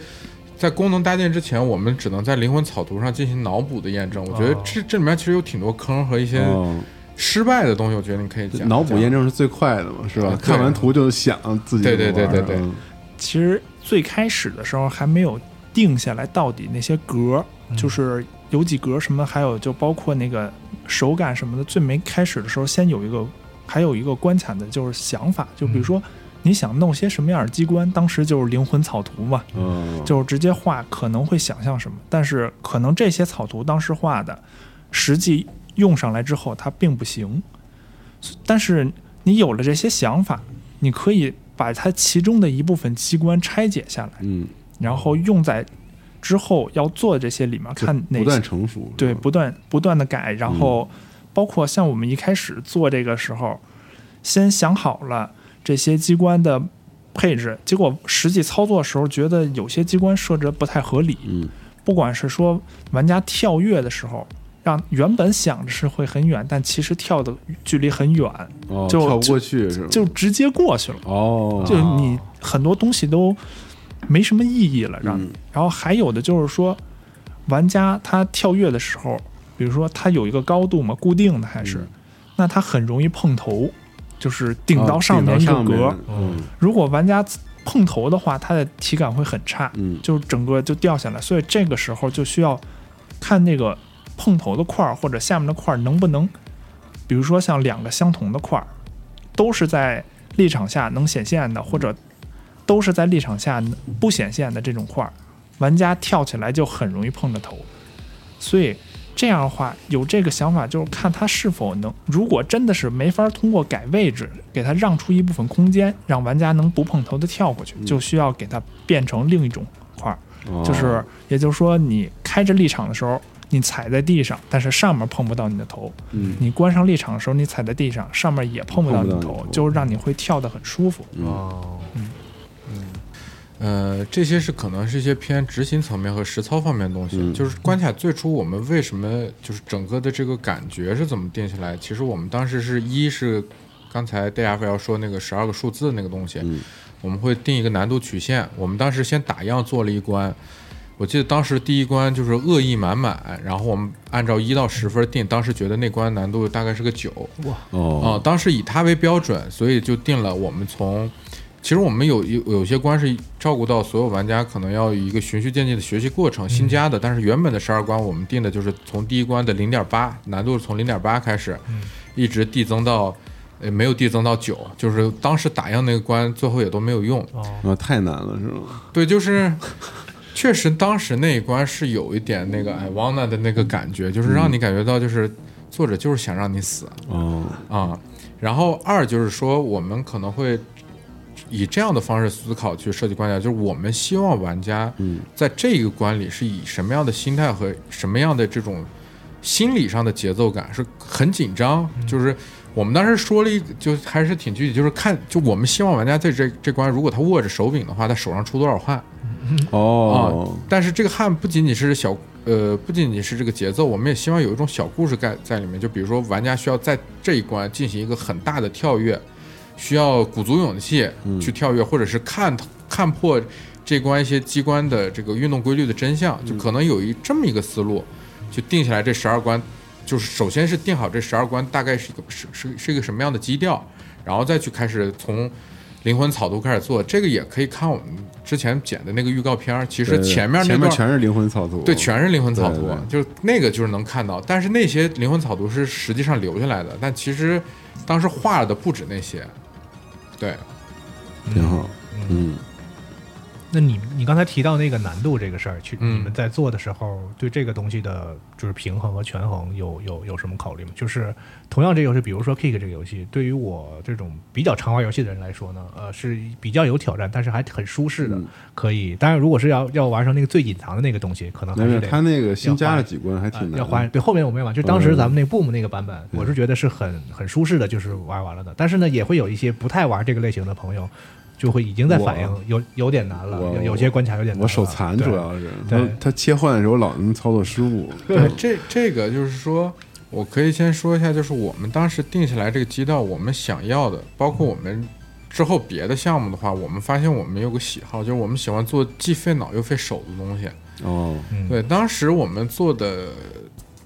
[SPEAKER 5] 在功能搭建之前，我们只能在灵魂草图上进行脑补的验证。我觉得
[SPEAKER 2] 哦
[SPEAKER 5] 这这里面其实有挺多坑和一些
[SPEAKER 3] 哦，
[SPEAKER 5] 失败的东西，我觉得你可以讲
[SPEAKER 3] 脑补
[SPEAKER 5] 讲
[SPEAKER 3] 验证是最快的嘛，是吧？
[SPEAKER 5] 对
[SPEAKER 3] 看完图就想自己
[SPEAKER 5] 对对
[SPEAKER 3] 怎么玩
[SPEAKER 5] 对对对
[SPEAKER 3] 嗯
[SPEAKER 6] 其实最开始的时候还没有定下来到底那些格儿，
[SPEAKER 2] 嗯
[SPEAKER 6] 就是有几格什么，还有就包括那个手感什么的，最没开始的时候先有一个，还有一个关卡的就是想法，就
[SPEAKER 2] 嗯
[SPEAKER 6] 比如说你想弄些什么样的机关，当时就是灵魂草图嘛，
[SPEAKER 3] 哦，
[SPEAKER 6] 就是直接画可能会想象什么，但是可能这些草图当时画的，实际用上来之后它并不行。但是你有了这些想法，你可以把它其中的一部分机关拆解下来，
[SPEAKER 3] 嗯，
[SPEAKER 6] 然后用在之后要做这些里面看
[SPEAKER 3] 不
[SPEAKER 6] 哪些
[SPEAKER 3] 断成熟，
[SPEAKER 6] 对，
[SPEAKER 3] 是吧
[SPEAKER 6] 不断不断的改，然后包括像我们一开始做这个时候，先想好了这些机关的配置，结果实际操作的时候觉得有些机关设置得不太合理，
[SPEAKER 3] 嗯
[SPEAKER 6] 不管是说玩家跳跃的时候。让原本想着是会很远，但其实跳的距离很远，
[SPEAKER 3] 哦，
[SPEAKER 6] 就
[SPEAKER 3] 跳不过去是吧？
[SPEAKER 6] 就直接过去了。
[SPEAKER 3] 哦，
[SPEAKER 6] 就是你很多东西都没什么意义了，让你。
[SPEAKER 3] 嗯
[SPEAKER 6] 然后还有的就是说，玩家他跳跃的时候，比如说他有一个高度嘛，固定的还是，
[SPEAKER 3] 嗯
[SPEAKER 6] 那他很容易碰头，就是顶到
[SPEAKER 3] 哦
[SPEAKER 6] 上面
[SPEAKER 3] 顶
[SPEAKER 6] 一个
[SPEAKER 3] 到
[SPEAKER 6] 格。
[SPEAKER 3] 上面嗯
[SPEAKER 6] 如果玩家碰头的话，他的体感会很差，
[SPEAKER 3] 嗯
[SPEAKER 6] 就整个就掉下来。所以这个时候就需要看那个碰头的块儿或者下面的块儿能不能，比如说像两个相同的块儿，都是在立场下能显现的，或者都是在立场下不显现的这种块儿，玩家跳起来就很容易碰着头。所以这样的话，有这个想法就是看他是否能，如果真的是没法通过改位置给他让出一部分空间，让玩家能不碰头的跳过去，
[SPEAKER 3] 嗯
[SPEAKER 6] 就需要给他变成另一种块儿，
[SPEAKER 3] 哦
[SPEAKER 6] 就是也就是说，你开着立场的时候，你踩在地上，但是上面碰不到你的头；
[SPEAKER 3] 嗯
[SPEAKER 6] 你关上立场的时候，你踩在地上，上面也碰不到你的
[SPEAKER 3] 碰不到你
[SPEAKER 6] 头
[SPEAKER 3] 的头，
[SPEAKER 6] 就是让你会跳得很舒服。
[SPEAKER 3] 嗯
[SPEAKER 2] 哦，
[SPEAKER 5] 呃，这些是可能是一些偏执行层面和实操方面的东西。
[SPEAKER 3] 嗯
[SPEAKER 5] 就是关卡最初我们为什么就是整个的这个感觉是怎么定下来？其实我们当时是一是刚才 D F L 说那个十二个数字那个东西，
[SPEAKER 3] 嗯
[SPEAKER 5] 我们会定一个难度曲线。我们当时先打样做了一关，我记得当时第一关就是恶意满满，然后我们按照一到十分定，当时觉得那关难度大概是个九。
[SPEAKER 3] 哦
[SPEAKER 5] 哦，当时以它为标准，所以就定了我们从，其实我们有有有些关是照顾到所有玩家可能要有一个循序渐进的学习过程，新加的，但是原本的十二关我们定的就是从第一关的零点八难度是从零点八开始，一直递增到。呃，没有递增到九，就是当时打样那个关，最后也都没有用。
[SPEAKER 3] 啊，太难了是吗？
[SPEAKER 5] 对，就是确实当时那一关是有一点那个 I wanna 的那个感觉，就是让你感觉到就是作者就是想让你死，
[SPEAKER 3] 哦，
[SPEAKER 5] 啊、然后二就是说，我们可能会以这样的方式思考去设计关卡，就是我们希望玩家
[SPEAKER 3] 嗯
[SPEAKER 5] 在这个关里是以什么样的心态和什么样的这种心理上的节奏感，是很紧张，就是。我们当时说了一个，就还是挺具体，就是看，就我们希望玩家在这这关，如果他握着手柄的话，他手上出多少汗，
[SPEAKER 3] 哦，
[SPEAKER 5] 但是这个汗不仅仅是小，呃，不仅仅是这个节奏，我们也希望有一种小故事在在里面。就比如说，玩家需要在这一关进行一个很大的跳跃，需要鼓足勇气去跳跃，或者是看看破这关一些机关的这个运动规律的真相，就可能有一这么一个思路，就定下来这十二关，就是首先是定好这十二关大概是一个是是是一个什么样的基调，然后再去开始从。灵魂草图开始做，这个也可以看我们之前剪的那个预告片儿。其实
[SPEAKER 3] 对
[SPEAKER 5] 前面那
[SPEAKER 3] 前
[SPEAKER 5] 段
[SPEAKER 3] 面全是灵魂草图，
[SPEAKER 5] 对，全是灵魂草图，啊
[SPEAKER 3] 对对
[SPEAKER 5] 就是那个就是能看到，但是那些灵魂草图是实际上留下来的，但其实当时画了的不止那些，对，
[SPEAKER 3] 挺好，嗯
[SPEAKER 2] 那你你刚才提到那个难度这个事儿，去
[SPEAKER 5] 嗯
[SPEAKER 2] 你们在做的时候，对这个东西的就是平衡和权衡有有有什么考虑吗？就是同样这个游戏，比如说 Kick 这个游戏，对于我这种比较常玩游戏的人来说呢，呃，是比较有挑战，但是还很舒适的，可以。当然，如果是要要玩成那个最隐藏的那个东西，可能还
[SPEAKER 3] 但
[SPEAKER 2] 是
[SPEAKER 3] 是
[SPEAKER 2] 得
[SPEAKER 3] 他那个新加了几关还
[SPEAKER 2] 啊
[SPEAKER 3] 挺难的，
[SPEAKER 2] 嗯
[SPEAKER 3] 嗯
[SPEAKER 2] 要还对后面我没玩，就当时咱们那 Boom 那个版本，我是觉得是很很舒适的，就是玩完了的。但是呢，也会有一些不太玩这个类型的朋友，就会已经在反
[SPEAKER 3] 我
[SPEAKER 2] 映有有点难了，
[SPEAKER 3] 我
[SPEAKER 2] 有有些关卡有点难了。
[SPEAKER 3] 我手残主
[SPEAKER 2] 对
[SPEAKER 3] 要是，
[SPEAKER 2] 对
[SPEAKER 3] 他他切换的时候老能操作失误，
[SPEAKER 5] 对，哎这这个就是说，我可以先说一下，就是我们当时定下来这个基调，我们想要的，包括我们之后别的项目的话，我们发现我们有个喜好，就是我们喜欢做既费脑又费手的东西。
[SPEAKER 3] 哦，
[SPEAKER 2] 嗯
[SPEAKER 5] 对，当时我们做的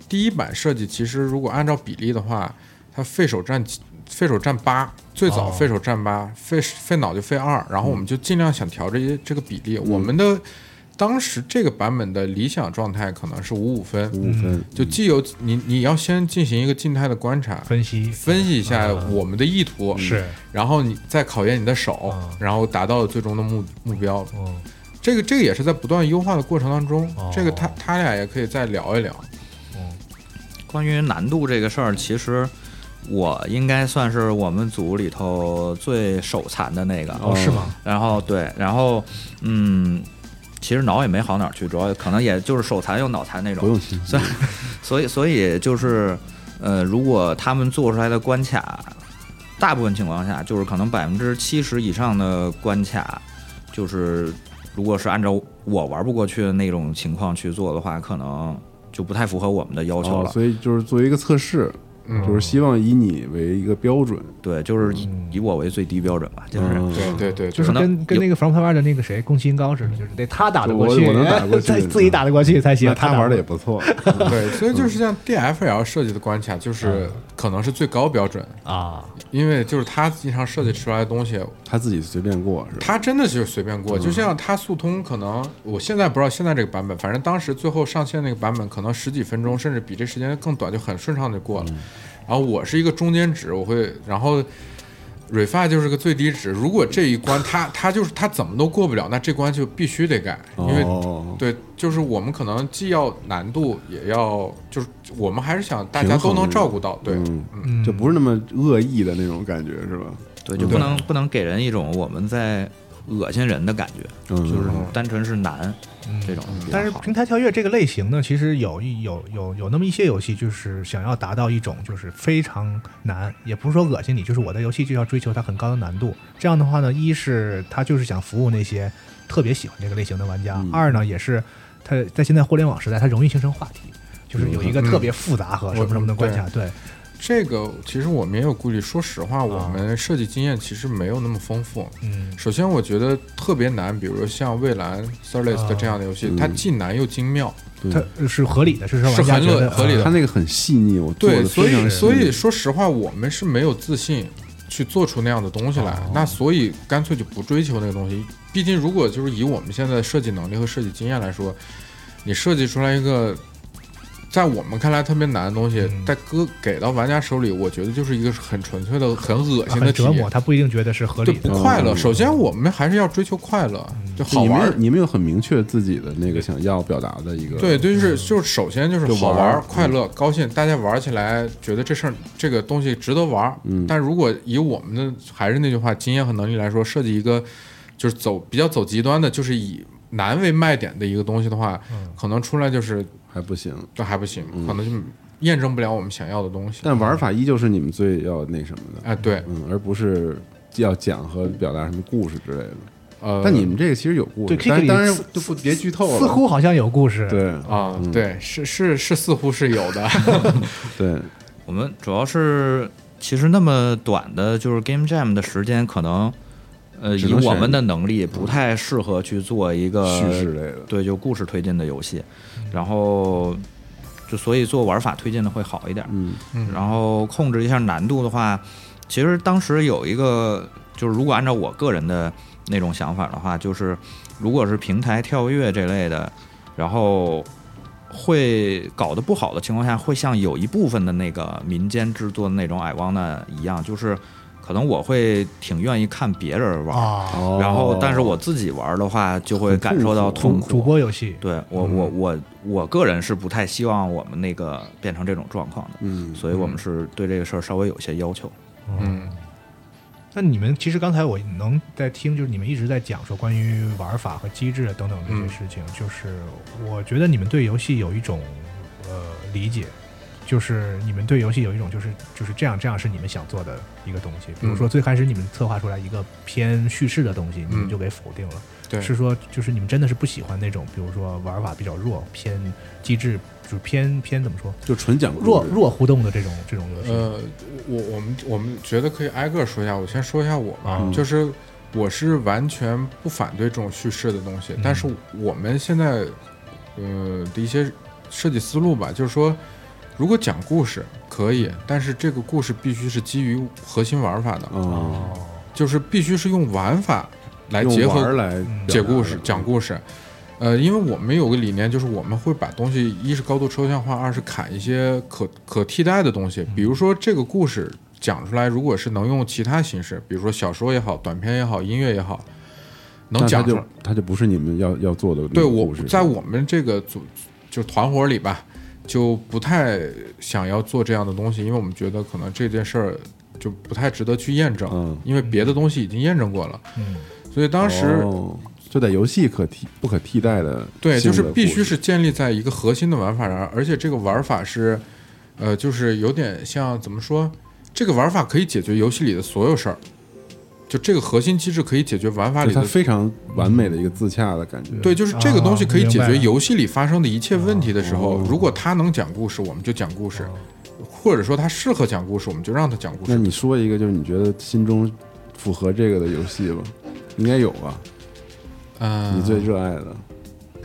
[SPEAKER 5] 第一版设计，其实如果按照比例的话，它费手占几费手占八，最早
[SPEAKER 2] 哦
[SPEAKER 5] 费手占八、费费脑就费二，然后我们就尽量想调这些这个比例。
[SPEAKER 2] 嗯
[SPEAKER 5] 我们的当时这个版本的理想状态可能是五五分，
[SPEAKER 3] 五分，嗯
[SPEAKER 5] 就既有你你要先进行一个静态的观察，
[SPEAKER 2] 分析
[SPEAKER 5] 分析一下
[SPEAKER 2] 嗯
[SPEAKER 5] 我们的意图，
[SPEAKER 2] 是
[SPEAKER 5] 然后你再考验你的手
[SPEAKER 2] 嗯，
[SPEAKER 5] 然后达到最终的目目标。
[SPEAKER 2] 嗯
[SPEAKER 5] 这个这个也是在不断优化的过程当中，
[SPEAKER 2] 哦
[SPEAKER 5] 这个他他俩也可以再聊一聊。
[SPEAKER 4] 关于难度这个事儿，其实我应该算是我们组里头最手残的那个。
[SPEAKER 2] 哦是吗？
[SPEAKER 4] 然后对，然后嗯，其实脑也没好哪儿去，主要可能也就是手残又脑残那
[SPEAKER 3] 不
[SPEAKER 4] 种。
[SPEAKER 3] 用心，
[SPEAKER 4] 所以所以就是呃，如果他们做出来的关卡，大部分情况下就是可能百分之七十以上的关卡，就是如果是按照我玩不过去的那种情况去做的话，可能就不太符合我们的要求
[SPEAKER 3] 哦，
[SPEAKER 4] 了。
[SPEAKER 3] 所以就是作为一个测试，
[SPEAKER 5] 嗯
[SPEAKER 3] 就是希望以你为一个标准，
[SPEAKER 4] 对，就是以以我为最低标准吧，就是。
[SPEAKER 3] 嗯
[SPEAKER 5] 对对对，
[SPEAKER 2] 就是
[SPEAKER 4] 可能
[SPEAKER 2] 跟跟
[SPEAKER 4] 有
[SPEAKER 2] 那个《防拍玩的那个谁宫崎英高似的，就是得他打得过
[SPEAKER 3] 我
[SPEAKER 2] 去，
[SPEAKER 3] 我能打得 过去嗯
[SPEAKER 2] 自自己打得过去才行。
[SPEAKER 3] 那他
[SPEAKER 2] 打
[SPEAKER 3] 玩的也
[SPEAKER 2] 不
[SPEAKER 3] 不错，
[SPEAKER 5] 对，所以就是嗯像 DFL 设计的关卡，
[SPEAKER 2] 嗯
[SPEAKER 5] 就是可能是最高标准，
[SPEAKER 2] 啊，
[SPEAKER 5] 因为就是他经常设计出来的东西，
[SPEAKER 3] 他自己随便过是吧？
[SPEAKER 5] 他真的就是随便过。
[SPEAKER 3] 嗯
[SPEAKER 5] 就像他速通，可能我现在不知道现在这个版本，反正当时最后上线那个版本，可能十几分钟，甚至比这
[SPEAKER 3] 嗯
[SPEAKER 5] 时间更短，就很顺畅就过了。然后我是一个中间值，我会然后。 refi 就是个最低值。如果这一关他他就是他怎么都过不了，那这关就必须得改，因为
[SPEAKER 3] 哦，
[SPEAKER 5] 对，就是我们可能既要难度，也要就是我们还是想大家
[SPEAKER 3] 平衡
[SPEAKER 5] 都能
[SPEAKER 3] 着
[SPEAKER 5] 照顾到，对，
[SPEAKER 3] 嗯
[SPEAKER 2] 嗯
[SPEAKER 3] 就不是那么恶意的那种感觉，是吧？
[SPEAKER 4] 对，就不能不能给人一种我们在恶心人的感觉，
[SPEAKER 3] 嗯，
[SPEAKER 4] 就是单纯是难
[SPEAKER 2] 嗯
[SPEAKER 4] 这种比较好。
[SPEAKER 2] 但是平台跳跃这个类型呢，其实有一有有有那么一些游戏，就是想要达到一种就是非常难，也不是说恶心你，就是我的游戏就要追求它很高的难度。这样的话呢，一是它就是想服务那些特别喜欢这个类型的玩家，
[SPEAKER 3] 嗯
[SPEAKER 2] 二呢也是它在现在互联网时代，它容易形成话题，就是有一个
[SPEAKER 5] 嗯
[SPEAKER 2] 特别复杂和什么什么的关卡。对，
[SPEAKER 5] 这个其实我们也有顾虑。说实话，
[SPEAKER 3] 啊
[SPEAKER 5] 我们设计经验其实没有那么丰富。
[SPEAKER 2] 嗯
[SPEAKER 5] 首先，我觉得特别难，比如像蔚蓝、s i r l e s
[SPEAKER 2] 啊
[SPEAKER 5] 这样的游戏
[SPEAKER 3] 嗯，
[SPEAKER 5] 它既难又精妙。
[SPEAKER 3] 对
[SPEAKER 2] 它是合理的，是说玩家
[SPEAKER 5] 是很
[SPEAKER 2] 觉得
[SPEAKER 5] 乐合理的
[SPEAKER 3] 他那个很细腻，我做
[SPEAKER 5] 对，
[SPEAKER 3] 的
[SPEAKER 5] 所
[SPEAKER 3] 非常
[SPEAKER 5] 以
[SPEAKER 3] 细腻
[SPEAKER 5] 所以说实话，我们是没有自信去做出那样的东西来。
[SPEAKER 2] 哦
[SPEAKER 5] 那所以干脆就不追求那个东西。毕竟，如果就是以我们现在设计能力和设计经验来说，你设计出来一个。在我们看来特别难的东西，
[SPEAKER 2] 嗯
[SPEAKER 5] 在搁给到玩家手里，我觉得就是一个很纯粹的、很恶
[SPEAKER 2] 呃
[SPEAKER 5] 心
[SPEAKER 2] 很
[SPEAKER 5] 的体
[SPEAKER 2] 折
[SPEAKER 5] 验
[SPEAKER 2] 磨，。他不一定觉得是合
[SPEAKER 5] 对
[SPEAKER 2] 理的
[SPEAKER 5] 不。快乐。
[SPEAKER 3] 嗯
[SPEAKER 5] 首先，我们还是要追求快乐，
[SPEAKER 2] 嗯
[SPEAKER 5] 就好
[SPEAKER 3] 你
[SPEAKER 5] 玩
[SPEAKER 3] 们
[SPEAKER 5] 儿
[SPEAKER 3] 有。你们有很明确自己的那个想要表达的一个嗯
[SPEAKER 5] 对，就是就是，首先就是
[SPEAKER 3] 就
[SPEAKER 5] 好
[SPEAKER 3] 玩
[SPEAKER 5] 玩
[SPEAKER 3] 儿嗯
[SPEAKER 5] 儿、快乐、高兴，大家玩儿起来觉得这事儿这个东西值得玩儿。
[SPEAKER 3] 嗯
[SPEAKER 5] 但如果以我们的还是那句话，经验和能力来说，设计一个就是走比较走极端的，就是以难为卖点的一个东西的话，可能出来就是
[SPEAKER 3] 还不行，
[SPEAKER 5] 这还不行，可能就验证不了我们想要的东西。
[SPEAKER 3] 嗯但玩法依旧是你们最要那什么的，
[SPEAKER 5] 哎，对，
[SPEAKER 3] 嗯，而不是要讲和表达什么故事之类的。
[SPEAKER 5] 呃，
[SPEAKER 3] 但你们这个其实有故事
[SPEAKER 2] 对，
[SPEAKER 3] 但
[SPEAKER 2] Kiki
[SPEAKER 3] 是当然
[SPEAKER 2] 似
[SPEAKER 3] 就不别剧透了。
[SPEAKER 2] 似乎好像有故事，
[SPEAKER 3] 对
[SPEAKER 5] 啊，
[SPEAKER 3] 嗯
[SPEAKER 5] 对，是是是，似乎是 有的。
[SPEAKER 3] 对，
[SPEAKER 4] 我们主要是其实那么短的，就是 Game Jam 的时间，可能呃
[SPEAKER 3] 只
[SPEAKER 4] 以
[SPEAKER 3] 能选
[SPEAKER 4] 我们的能力不太适合去做一个
[SPEAKER 3] 叙事类的
[SPEAKER 4] 对，就故事推进的游戏，然后就所以做玩法推进的会好一点。
[SPEAKER 3] 嗯
[SPEAKER 5] 嗯
[SPEAKER 4] 然后控制一下难度的话，其实当时有一个，就是如果按照我个人的那种想法的话，就是如果是平台跳跃这类的，然后会搞得不好的情况下，会像有一部分的那个民间制作的那种矮光的一样，就是可能我会挺愿意看别人玩，
[SPEAKER 2] 啊，
[SPEAKER 3] 哦
[SPEAKER 4] 然后但是我自己玩的话，就会感受到
[SPEAKER 3] 很痛
[SPEAKER 4] 痛
[SPEAKER 3] 苦嗯
[SPEAKER 4] 苦。
[SPEAKER 2] 主播游戏，
[SPEAKER 4] 对我我我我个人是不太希望我们那个变成这种状况的。
[SPEAKER 3] 嗯，
[SPEAKER 4] 所以我们是对这个事儿稍微有些要求。
[SPEAKER 5] 嗯，
[SPEAKER 2] 那你们其实刚才我能在听，就是你们一直在讲说关于玩法和机制等等这些事
[SPEAKER 5] 嗯
[SPEAKER 2] 情，就是我觉得你们对游戏有一种呃理解，就是你们对游戏有一种就是就是这样这样是你们想做的一个东西。比如说最开始你们策划出来一个偏叙事的东西，你们
[SPEAKER 5] 嗯
[SPEAKER 2] 就给否定了，
[SPEAKER 5] 对，
[SPEAKER 2] 是说就是你们真的是不喜欢那种，比如说玩法比较弱、偏机制就是偏偏怎么说
[SPEAKER 3] 就纯讲故事
[SPEAKER 2] 弱
[SPEAKER 5] 嗯
[SPEAKER 2] 弱互动的这种这种游戏。
[SPEAKER 5] 呃，我我们我们觉得可以挨个说一下。我先说一下我吧，
[SPEAKER 3] 嗯
[SPEAKER 2] 啊
[SPEAKER 5] 就是我是完全不反对这种叙事的东西，
[SPEAKER 3] 嗯
[SPEAKER 5] 但是我们现在呃的一些设计思路吧，就是说，如果讲故事可以，但是这个故事必须是基于核心玩法的，
[SPEAKER 3] 哦，
[SPEAKER 5] 就是必须是用玩法来结
[SPEAKER 3] 用玩
[SPEAKER 5] 合
[SPEAKER 3] 儿来
[SPEAKER 5] 解故事、讲
[SPEAKER 3] 事，
[SPEAKER 5] 故事。呃，因为我们有个理念，就是我们会把东西，一是高度抽象化，二是砍一些可可替代的东西。比如说这个故事讲出来，如果是能用其他形式，比如说小说也好、短片也好、音乐也好，
[SPEAKER 3] 那
[SPEAKER 5] 能
[SPEAKER 3] 它
[SPEAKER 5] 讲出
[SPEAKER 3] 就
[SPEAKER 5] 来。
[SPEAKER 3] 它就不是你们要要做的那
[SPEAKER 5] 对
[SPEAKER 3] 个
[SPEAKER 5] 我
[SPEAKER 3] 故事
[SPEAKER 5] 在我们这个组就团伙里吧，就不太想要做这样的东西，因为我们觉得可能这件事儿就不太值得去验证，
[SPEAKER 3] 嗯
[SPEAKER 5] 因为别的东西已经验证过了。所以当时、
[SPEAKER 3] 哦就在游戏可替不可替代的
[SPEAKER 5] 对，
[SPEAKER 3] 性
[SPEAKER 5] 就是
[SPEAKER 3] 质的
[SPEAKER 5] 必
[SPEAKER 3] 故
[SPEAKER 5] 须
[SPEAKER 3] 事
[SPEAKER 5] 是建立在一个核心的玩法上，而且这个玩法是，呃，就是有点像怎么说，这个玩法可以解决游戏里的所有事儿，就这个核心机制可以解决玩法
[SPEAKER 3] 就
[SPEAKER 5] 里
[SPEAKER 3] 它
[SPEAKER 5] 的。
[SPEAKER 3] 非常完美的一个自洽的感觉。
[SPEAKER 5] 对，就是这个东西可以解
[SPEAKER 2] 啊明白
[SPEAKER 5] 决
[SPEAKER 2] 了
[SPEAKER 5] 游戏里发生的一切问题的时
[SPEAKER 3] 哦
[SPEAKER 5] 候，如果他能讲故事，我们就讲故事；或者说他适合讲故事，我们就让他讲故
[SPEAKER 3] 那
[SPEAKER 5] 事。
[SPEAKER 3] 你说一个，就是你觉得心中符合这个的游戏吧，应该有吧？
[SPEAKER 5] 嗯
[SPEAKER 3] 你，最热爱的，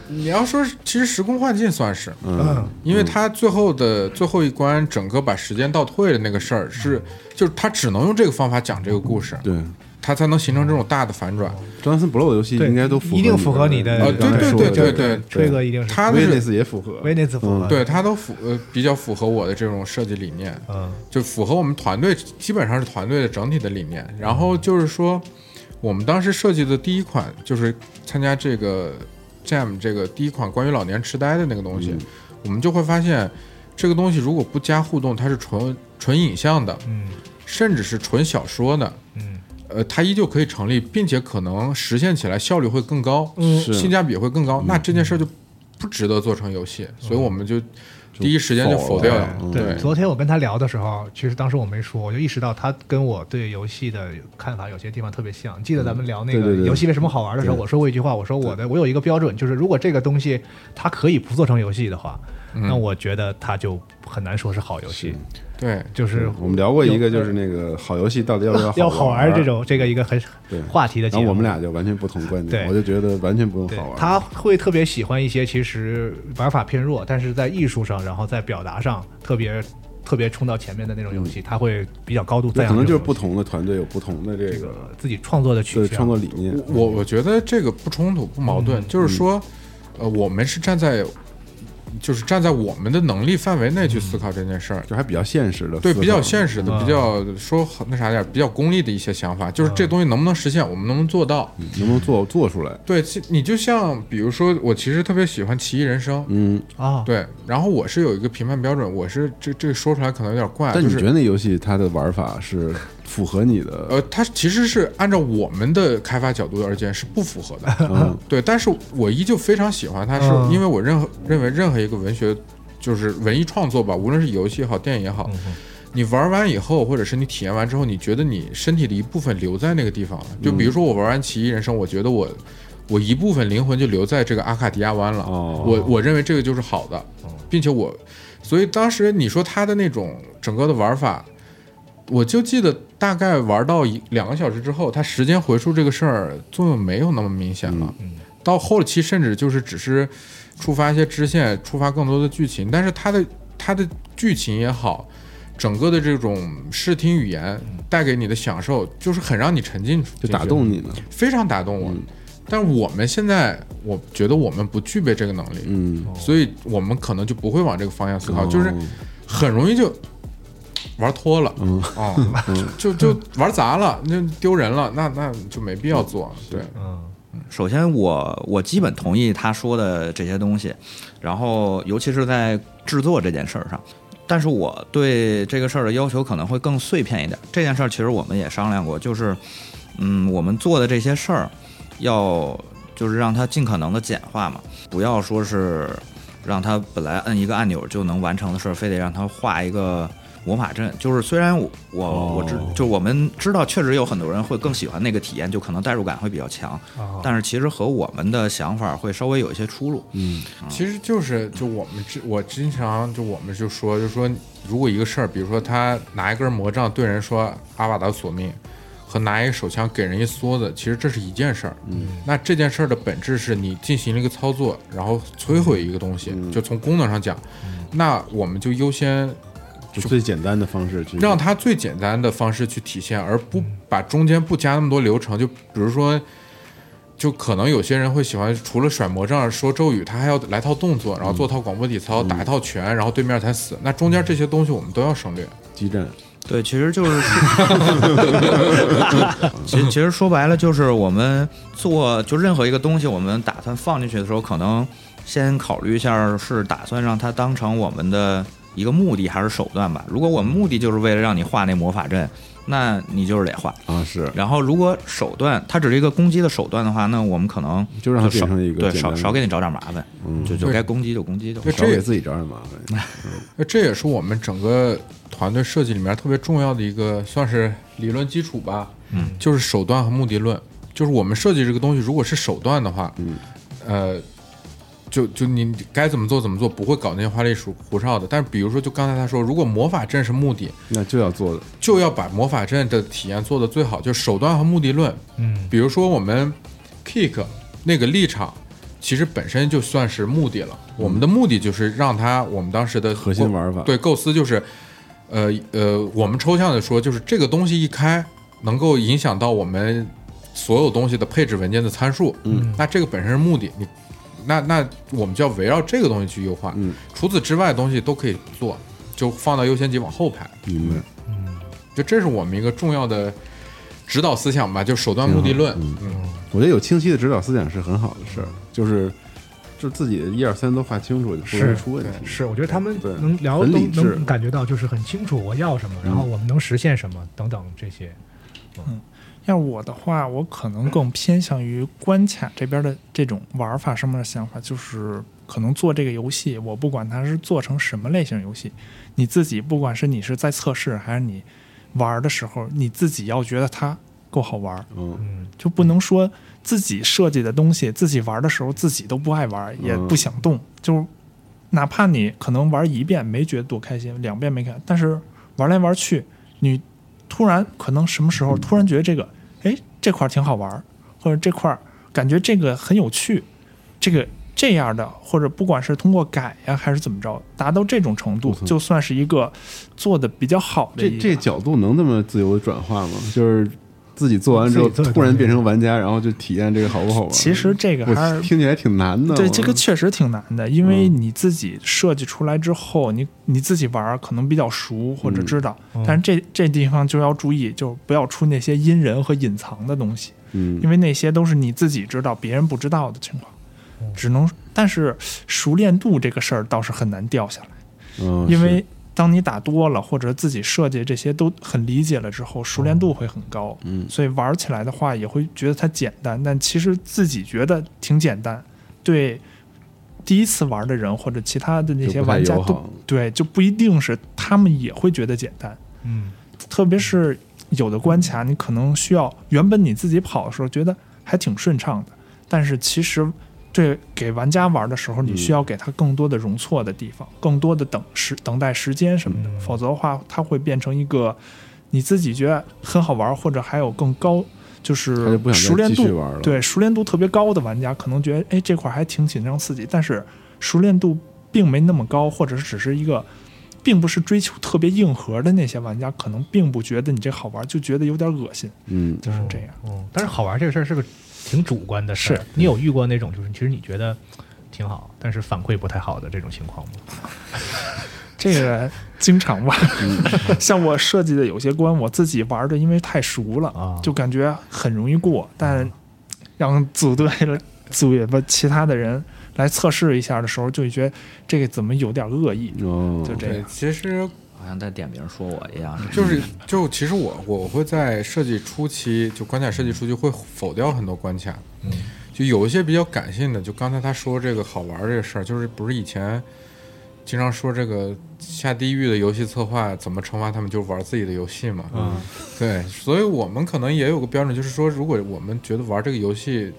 [SPEAKER 5] 你要说是，其实时空幻境算是，
[SPEAKER 3] 嗯，
[SPEAKER 5] 因为他最后的最后一关，整个把时间倒退的那个事儿是，就是他只能用这个方法讲这个故事。
[SPEAKER 3] 嗯对，嗯
[SPEAKER 5] 它才能形成这种大的反转。
[SPEAKER 3] 张森 Blow 的游戏
[SPEAKER 2] 对
[SPEAKER 3] 应该都符合
[SPEAKER 2] 一定
[SPEAKER 3] 你
[SPEAKER 2] 符合你的
[SPEAKER 5] 啊
[SPEAKER 3] 你刚才
[SPEAKER 5] 对
[SPEAKER 3] 说
[SPEAKER 5] 对对
[SPEAKER 3] 的
[SPEAKER 5] 对
[SPEAKER 3] 这
[SPEAKER 5] 对
[SPEAKER 3] 个
[SPEAKER 2] 吹哥一定是
[SPEAKER 5] 它的
[SPEAKER 3] 威
[SPEAKER 5] 是
[SPEAKER 3] 尼斯也符合，嗯
[SPEAKER 2] 威尼斯符合，
[SPEAKER 5] 对它都符呃比较符合我的这种设计理念，
[SPEAKER 2] 嗯，
[SPEAKER 5] 就符合我们团队基本上是团队的整体的理念。然后就是说，我们当时设计的第一款就是参加这个 Jam 这个第一款关于老年痴呆的那个东西，我们就会发现这个东西如果不加互动，它是纯纯影像的，
[SPEAKER 2] 嗯
[SPEAKER 5] 甚至是纯小说的，
[SPEAKER 2] 嗯，
[SPEAKER 5] 呃，它依旧可以成立，并且可能实现起来效率会更高，
[SPEAKER 3] 是
[SPEAKER 5] 性价比会更高。那这件事儿就不值得做成游戏，所以我嗯们就第一时间就否掉了。对，
[SPEAKER 2] 嗯昨天我跟他聊的时候，其实当时我没说，我就意识到他跟我对游戏的看法有些地方特别像。记得咱们聊那
[SPEAKER 3] 对
[SPEAKER 2] 个
[SPEAKER 3] 对对
[SPEAKER 2] 游戏为什么好玩的时候，
[SPEAKER 3] 对
[SPEAKER 2] 我说过一句话，我说我的我有一个标准，就是如果这个东西它可以不做成游戏的话，
[SPEAKER 3] 嗯
[SPEAKER 2] 那我觉得它就很难说是好游戏。
[SPEAKER 5] 对，
[SPEAKER 2] 就是
[SPEAKER 3] 我们聊过一个，
[SPEAKER 2] 有
[SPEAKER 3] 就是那个好游戏到底要不
[SPEAKER 2] 要好
[SPEAKER 3] 好
[SPEAKER 2] 玩这，种这个一个很
[SPEAKER 3] 对
[SPEAKER 2] 话题的节
[SPEAKER 3] 然后
[SPEAKER 2] 目，
[SPEAKER 3] 我们俩就完全不同观点，
[SPEAKER 2] 对
[SPEAKER 3] 我就觉得完全不用
[SPEAKER 2] 对
[SPEAKER 3] 好玩。
[SPEAKER 2] 他会特别喜欢一些其实玩法偏弱，但是在艺术上，然后在表达上特别特别冲到前面的那种游戏，他会比较高度赞
[SPEAKER 3] 嗯那可
[SPEAKER 2] 扬
[SPEAKER 3] 能
[SPEAKER 2] 这种游戏。
[SPEAKER 3] 就是不同的团队有不同的这
[SPEAKER 2] 这
[SPEAKER 3] 个
[SPEAKER 2] 个自己创作的取
[SPEAKER 3] 对
[SPEAKER 2] 向，
[SPEAKER 3] 创作理念。
[SPEAKER 5] 我我觉得这个不冲突不矛盾，
[SPEAKER 3] 嗯
[SPEAKER 5] 就是说，呃，我们是站在就是站在我们的能力范围内去思考这件事儿。
[SPEAKER 3] 就还比较现实的，
[SPEAKER 5] 对，比较现实的，
[SPEAKER 2] 嗯
[SPEAKER 5] 比较说好那啥点儿，比较功利的一些想法，就是
[SPEAKER 3] 嗯
[SPEAKER 5] 这东西能不能实现，我们能不能做到？
[SPEAKER 3] 实，能不能做做 出来？
[SPEAKER 5] 对，其你就像比如说，我其实特别喜欢《奇异人生》，
[SPEAKER 3] 嗯，
[SPEAKER 2] 啊，
[SPEAKER 5] 对，然后我是有一个评判标准，我是这这个说出来可能有点怪，
[SPEAKER 3] 但
[SPEAKER 5] 就
[SPEAKER 3] 你觉
[SPEAKER 5] 是
[SPEAKER 3] 得那游戏它的玩法是符合你的？
[SPEAKER 5] 呃，它其实是按照我们的开发角度而言是不符合 的，
[SPEAKER 3] 嗯，
[SPEAKER 5] 对，但是我依旧非常喜欢它是，
[SPEAKER 2] 嗯
[SPEAKER 5] 因为我任何认为任何一个文学就是文艺创作吧，无论是游戏也好，电影也好。你玩完以后，或者是你体验完之后，你觉得你身体的一部分留在那个地方了。就比如说我玩完《奇异人生》，我觉得我我一部分灵魂就留在这个阿卡迪亚湾了。
[SPEAKER 3] 哦
[SPEAKER 5] 我我认为这个就是好的，并且我，所以当时你说他的那种整个的玩法，我就记得大概玩到一两个小时之后，它时间回溯这个事儿作用没有那么明显了。
[SPEAKER 3] 嗯
[SPEAKER 5] 到后期甚至就是只是触发一些支线，触发更多的剧情，但是它的它的剧情也好，整个的这种视听语言带给你的享受，就是很让你沉浸，
[SPEAKER 3] 就打动，你呢？
[SPEAKER 5] 非常打动我。
[SPEAKER 3] 嗯
[SPEAKER 5] 但是我们现在，我觉得我们不具备这个能力，
[SPEAKER 3] 嗯，
[SPEAKER 5] 所以我们可能就不会往这个方向思考，
[SPEAKER 3] 哦
[SPEAKER 5] 就是很容易就玩脱了，
[SPEAKER 3] 嗯
[SPEAKER 5] 哦，就就玩砸了，那丢人了，那那就没必要做，对，
[SPEAKER 2] 嗯，
[SPEAKER 4] 首先我我基本同意他说的这些东西，然后尤其是在制作这件事儿上，但是我对这个事儿的要求可能会更碎片一点。这件事儿其实我们也商量过，就是嗯，我们做的这些事儿要就是让它尽可能的简化嘛，不要说是让它本来摁一个按钮就能完成的事儿，非得让它画一个。魔法阵就是，虽然我我我知，就是我们知道，确实有很多人会更喜欢那个体验，就可能代入感会比较强。
[SPEAKER 2] 啊，
[SPEAKER 4] 但是其实和我们的想法会稍微有一些出入。
[SPEAKER 5] 其实就是就我们之我经常就我们就说就说，如果一个事儿，比如说他拿一根魔杖对人说阿瓦达索命，和拿一个手枪给人一梭子，其实这是一件事儿。嗯，那这件事儿的本质是你进行了一个操作，然后摧毁一个东西，就从功能上讲，那我们就优先
[SPEAKER 3] 就最简单的方式去
[SPEAKER 5] 让它最简单的方式去体现，而不把中间不加那么多流程。就比如说，就可能有些人会喜欢，除了甩魔杖、说咒语，他还要来套动作，然后做套广播体操，打一套拳，然后对面才死。那中间这些东西我们都要省略。
[SPEAKER 3] 激战，
[SPEAKER 4] 对，其实就是， 其实其实说白了就是我们做就任何一个东西，我们打算放进去的时候，可能先考虑一下是打算让它当成我们的一个目的还是手段吧。如果我们目的就是为了让你画那魔法阵，那你就是得画。
[SPEAKER 3] 啊，是
[SPEAKER 4] 然后如果手段它只是一个攻击的手段的话，那我们可能
[SPEAKER 3] 就让它
[SPEAKER 4] 少
[SPEAKER 3] 变成一个
[SPEAKER 4] 对嗯
[SPEAKER 3] 简单
[SPEAKER 4] 少
[SPEAKER 3] 的
[SPEAKER 4] 少给你找点麻烦，就就
[SPEAKER 5] 对
[SPEAKER 4] 该攻击就攻击就。
[SPEAKER 5] 对
[SPEAKER 3] 少
[SPEAKER 5] 这
[SPEAKER 3] 给
[SPEAKER 5] 也
[SPEAKER 3] 自己找点麻 烦。
[SPEAKER 5] 那这也是我们整个团队设计里面特别重要的一个，算是理论基础吧。嗯，就是手段和目的论。就是我们设计这个东西，如果是手段的话，嗯，呃，就就你该怎么做怎么做，不会搞那些花里胡胡哨的。但是比如说，就刚才他说，如果魔法阵是目的，
[SPEAKER 3] 那就要做的，
[SPEAKER 5] 就要把魔法阵的体验做得最好，就是手段和目的论。嗯，比如说我们 kick 那个立场，其实本身就算是目的了。我们的目的就是让它，我们当时的
[SPEAKER 3] 核心
[SPEAKER 5] 哦
[SPEAKER 3] 玩法
[SPEAKER 5] 对构思就是，呃呃，我们抽象的说，就是这个东西一开，能够影响到我们所有东西的配置文件的参数。嗯，那这个本身是目的，你那那我们就要围绕这个东西去优化。
[SPEAKER 3] 嗯，
[SPEAKER 5] 除此之外的东西都可以不做，就放到优先级往后排。
[SPEAKER 3] 明白。
[SPEAKER 5] 就这是我们一个重要的指导思想吧，就手段目的论。
[SPEAKER 3] 挺好
[SPEAKER 5] 嗯，
[SPEAKER 3] 我觉得有清晰的指导思想是很好的事儿，就是就是自己的一二三都画清楚，就不会
[SPEAKER 2] 是
[SPEAKER 3] 出问题。
[SPEAKER 2] 是，我觉得他们
[SPEAKER 3] 对
[SPEAKER 2] 能聊
[SPEAKER 3] 很
[SPEAKER 2] 都
[SPEAKER 3] 理智
[SPEAKER 2] 能感觉到，就是很清楚我要什么，然后我们能实现什么等等这些。
[SPEAKER 6] 要我的话，我可能更偏向于关卡这边的这种玩法上面的想法，就是可能做这个游戏，我不管它是做成什么类型游戏，你自己不管是你是在测试还是你玩的时候，你自己要觉得它够好玩，
[SPEAKER 3] 嗯，
[SPEAKER 2] 嗯，
[SPEAKER 6] 就不能说自己设计的东西，自己玩的时候自己都不爱玩，也不想
[SPEAKER 3] 嗯
[SPEAKER 6] 动，就是哪怕你可能玩一遍没觉得多开心，两遍没看，但是玩来玩去，你突然可能什么时候突然觉得这个，哎，这块儿挺好玩儿，或者这块儿感觉这个很有趣，这个。这样的，或者不管是通过改呀，还是怎么着，达到这种程度
[SPEAKER 3] 我，操
[SPEAKER 6] 就算是一个做的比较好的
[SPEAKER 3] 这
[SPEAKER 6] 一个
[SPEAKER 3] 这角度能那么自由的转化吗？就是自己做完之后，
[SPEAKER 2] 自己做的
[SPEAKER 3] 突然变成玩家，然后就体验这个好不好玩？
[SPEAKER 6] 其实这个
[SPEAKER 3] 我
[SPEAKER 6] 还是
[SPEAKER 3] 听起来挺难的。
[SPEAKER 6] 对，
[SPEAKER 3] 我
[SPEAKER 6] 这个确实挺难的，因为你自己设计出来之后，你你自己玩儿可能比较熟或者知道，
[SPEAKER 2] 嗯
[SPEAKER 6] 但是这这地方就要注意，就不要出那些阴人和隐藏的东西，
[SPEAKER 3] 嗯
[SPEAKER 6] 因为那些都是你自己知道，别人不知道的情况，只能。但是熟练度这个事儿倒是很难掉下来，
[SPEAKER 3] 嗯
[SPEAKER 6] 因
[SPEAKER 3] 是
[SPEAKER 6] 为当你打多了或者自己设计这些都很理解了之后，熟练度会很高，
[SPEAKER 3] 嗯
[SPEAKER 6] 所以玩起来的话也会觉得它简单，但其实自己觉得挺简单，对第一次玩的人或者其他的那些玩家
[SPEAKER 3] 就不太友
[SPEAKER 6] 都
[SPEAKER 3] 好
[SPEAKER 6] 对就不一定是他们也会觉得简单，
[SPEAKER 2] 嗯，
[SPEAKER 6] 特别是有的关卡你可能需要原本你自己跑的时候觉得还挺顺畅的，但是其实。对，给玩家玩的时候，你需要给他更多的容错的地方，更多的等时等待时间什么的，
[SPEAKER 2] 嗯
[SPEAKER 6] 否则的话，它会变成一个你自己觉得很好玩，或者还有更高，就
[SPEAKER 3] 他就是不想再
[SPEAKER 6] 熟练
[SPEAKER 3] 继续
[SPEAKER 6] 度
[SPEAKER 3] 玩了
[SPEAKER 6] 对熟练度特别高的玩家，可能觉得哎这块还挺紧张刺激，但是熟练度并没那么高，或者是只是一个，并不是追求特别硬核的那些玩家，可能并不觉得你这好玩，就觉得有点恶心，
[SPEAKER 3] 嗯
[SPEAKER 6] 就是这样。
[SPEAKER 2] 嗯，但是好玩这个事儿是个挺主观的事儿
[SPEAKER 6] 是。
[SPEAKER 2] 你有遇过那种就是其实你觉得挺好，但是反馈不太好的这种情况吗？
[SPEAKER 6] 这个经常 玩，
[SPEAKER 3] 嗯
[SPEAKER 6] 像我设计的有些关，我自己玩的，因为太熟了，
[SPEAKER 2] 啊
[SPEAKER 6] 就感觉很容易过，但让组队了、组尾巴其他的人来测试一下的时候，就会觉得这个怎么有点恶意，
[SPEAKER 3] 哦
[SPEAKER 6] 就这
[SPEAKER 5] 对
[SPEAKER 6] 样，。
[SPEAKER 5] 其实
[SPEAKER 4] 好像在点名说我一样。
[SPEAKER 5] 就是就其实我我会在设计初期，就关卡设计初期会否掉很多关卡，
[SPEAKER 2] 嗯，
[SPEAKER 5] 就有一些比较感性的，就刚才他说这个好玩儿这个事儿，就是不是以前经常说这个下地狱的游戏策划怎么惩罚他们，就玩自己的游戏嘛，
[SPEAKER 2] 嗯，
[SPEAKER 5] 对，所以我们可能也有个标准，就是说，如果我们觉得玩这个游戏，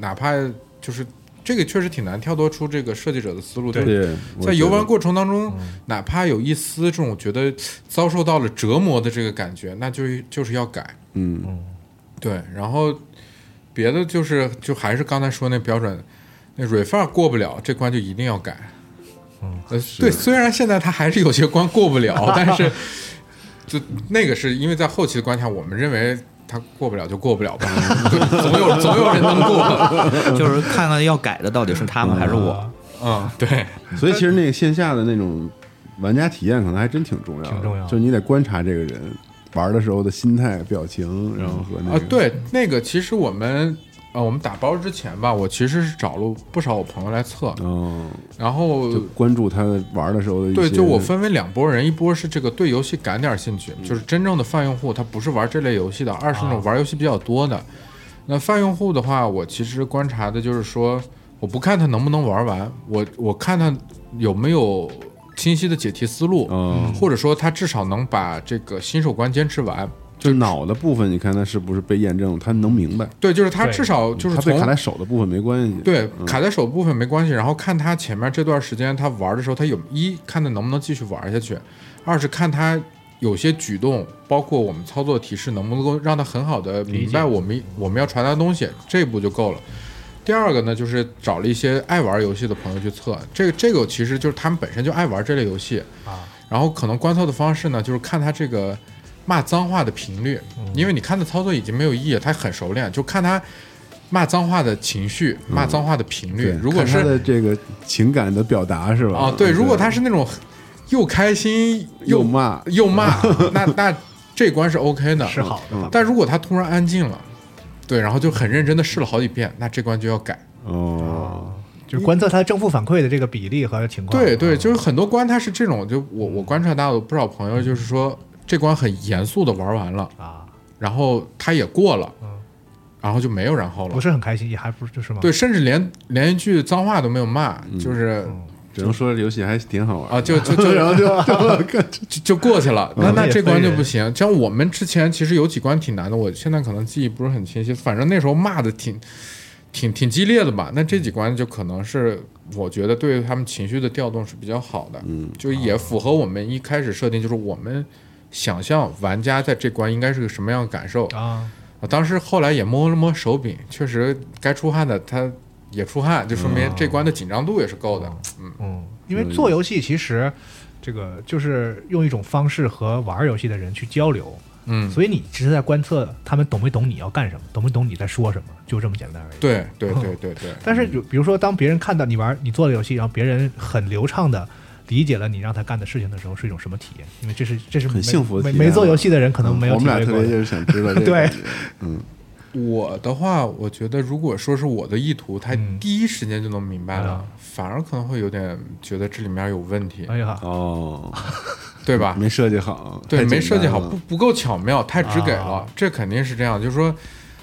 [SPEAKER 5] 哪怕就是这个确实挺难跳脱出这个设计者的思路，就是
[SPEAKER 3] 对，我
[SPEAKER 5] 在
[SPEAKER 3] 觉
[SPEAKER 5] 游
[SPEAKER 3] 得嗯
[SPEAKER 5] 玩过程当中，哪怕有一丝这种觉得遭受到了折磨的这个感觉，那就就是要改。
[SPEAKER 3] 嗯
[SPEAKER 5] 对，然后别的就是就还是刚才说那标准，那 refer 过不了这关就一定要改。
[SPEAKER 3] 嗯
[SPEAKER 5] 呃，对，虽然现在它还是有些关过 不了，但是就那个是因为在后期的关卡，我们认为它过不了就过不了吧，对总有总有人能
[SPEAKER 3] 嗯
[SPEAKER 5] 过。
[SPEAKER 2] 嗯
[SPEAKER 4] 就是看看要改的到底是他们还是我。
[SPEAKER 5] 嗯，对，
[SPEAKER 3] 所以其实那个线下的那种玩家体验可能还真挺重要的，
[SPEAKER 2] 挺重要的
[SPEAKER 3] 就你得观察这个人玩的时候的心态、表情，然后和那个、
[SPEAKER 5] 啊，对，那个其实我们啊，我们打包之前吧，我其实是找了不少我朋友来测，
[SPEAKER 3] 哦，
[SPEAKER 5] 然后
[SPEAKER 3] 就关注他玩的时候的一些
[SPEAKER 5] 嗯
[SPEAKER 3] 嗯
[SPEAKER 5] 对，就我分为两拨人，一波是这个对游戏感点兴趣，就是真正的泛用户，他不是玩这类游戏的；二是
[SPEAKER 3] 啊
[SPEAKER 5] 那种玩游戏比较多的。那泛用户的话，我其实观察的就是说，我不看他能不能玩完，我我看他有没有清晰的解题思路，
[SPEAKER 3] 哦
[SPEAKER 5] 或者说他至少能把这个新手关坚持完。
[SPEAKER 3] 就脑的部分，你看他是不是被验证，他能明白，
[SPEAKER 5] 对，就是他
[SPEAKER 2] 对
[SPEAKER 5] 至少就是
[SPEAKER 3] 他被
[SPEAKER 5] 从
[SPEAKER 3] 卡在手的部分没关系，
[SPEAKER 5] 对，卡在手部分没关系，然后看他前面这段时间他玩的时候，他有一看他能不能继续玩下去，二是看他有些举动，包括我们操作提示能不能够让他很好的明白我们我们要传达的东西，这一步就够了。第二个呢，就是找了一些爱玩游戏的朋友去测，这个这个其实就是他们本身就爱玩这类游戏，
[SPEAKER 2] 啊，
[SPEAKER 5] 然后可能观测的方式呢，就是看他这个骂脏话的频率，
[SPEAKER 3] 嗯
[SPEAKER 5] 因为你看他操作已经没有意义了，他很熟练，就看他骂脏话的情绪、骂脏话的频率
[SPEAKER 3] 嗯对，。
[SPEAKER 5] 如果
[SPEAKER 3] 看他
[SPEAKER 5] 是
[SPEAKER 3] 的这个情感的表达是吧？嗯
[SPEAKER 5] 啊，对，如果他是那种又开心
[SPEAKER 3] 又
[SPEAKER 5] 又
[SPEAKER 3] 骂
[SPEAKER 5] 又骂， 那那这关是 OK 的，
[SPEAKER 2] 是
[SPEAKER 3] 嗯
[SPEAKER 2] 好的，
[SPEAKER 5] 但如果他突然安静了，对，然后就很认真的试了好几遍，那这关就要改。
[SPEAKER 3] 哦，
[SPEAKER 2] 就是观测它正负反馈的这个比例和情况。
[SPEAKER 5] 对对，就是很多关他是这种，就我我观察到有不少朋友就是说这关很严肃的玩完了，
[SPEAKER 2] 啊，
[SPEAKER 5] 然后他也过了
[SPEAKER 2] 嗯，
[SPEAKER 5] 然后就没有然后了
[SPEAKER 2] 不。是很开心，也还不是就是吗？
[SPEAKER 5] 对，，甚至连连一句脏话都没有骂，就是
[SPEAKER 2] 嗯
[SPEAKER 3] 只能说这游戏还挺好玩
[SPEAKER 5] 啊，就就就
[SPEAKER 3] 然后就就
[SPEAKER 5] 就就过去了。那
[SPEAKER 2] 嗯
[SPEAKER 5] 那
[SPEAKER 2] 也
[SPEAKER 5] 这关
[SPEAKER 2] 分
[SPEAKER 5] 就
[SPEAKER 2] 人
[SPEAKER 5] 不行。像我们之前其实有几关挺难的，我现在可能记忆不是很清晰，反正那时候骂的挺挺挺激烈的吧。那这几关就可能是我觉得对他们情绪的调动是比较好的，
[SPEAKER 3] 嗯，
[SPEAKER 5] 就也符合我们一开始设定，就是我们想象玩家在这关应该是个什么样的感受。
[SPEAKER 2] 啊，
[SPEAKER 5] 我当时后来也摸了摸手柄，确实该出汗的他也出汗，就说明这关的紧张度也是够的。
[SPEAKER 2] 嗯，因为做游戏其实这个就是用一种方式和玩游戏的人去交流，
[SPEAKER 5] 嗯，
[SPEAKER 2] 所以你只是在观测他们懂没懂你要干什么，懂没懂你在说什么，就这么简单而已。
[SPEAKER 5] 对对对对对，
[SPEAKER 2] 但是有比如说，当别人看到你玩你做的游戏，然后别人很流畅的理解了你让他干的事情的时候，是一种什么体验？因为这是这是
[SPEAKER 3] 很
[SPEAKER 2] 没
[SPEAKER 3] 幸福的
[SPEAKER 2] 没
[SPEAKER 3] 体验啊嗯
[SPEAKER 2] 没做游戏的人可能没有
[SPEAKER 3] 我
[SPEAKER 2] 体
[SPEAKER 3] 们俩
[SPEAKER 2] 会
[SPEAKER 3] 特
[SPEAKER 2] 过
[SPEAKER 3] 别
[SPEAKER 2] 的。
[SPEAKER 3] 就是想知道这个
[SPEAKER 2] 对
[SPEAKER 3] 感觉，嗯，
[SPEAKER 5] 我的话，我觉得如果说是我的意图，他
[SPEAKER 2] 嗯
[SPEAKER 5] 第一时间就能明白了，
[SPEAKER 2] 嗯
[SPEAKER 5] 反而可能会有点觉得这里面有问题，
[SPEAKER 2] 哎呀，
[SPEAKER 3] 哦，
[SPEAKER 5] 对吧？
[SPEAKER 3] 没设计好，
[SPEAKER 5] 对，
[SPEAKER 3] 太简
[SPEAKER 5] 没设计好，
[SPEAKER 3] 单了
[SPEAKER 5] 不不够巧妙，太直给了，
[SPEAKER 2] 啊
[SPEAKER 5] 这肯定是这样。就是说，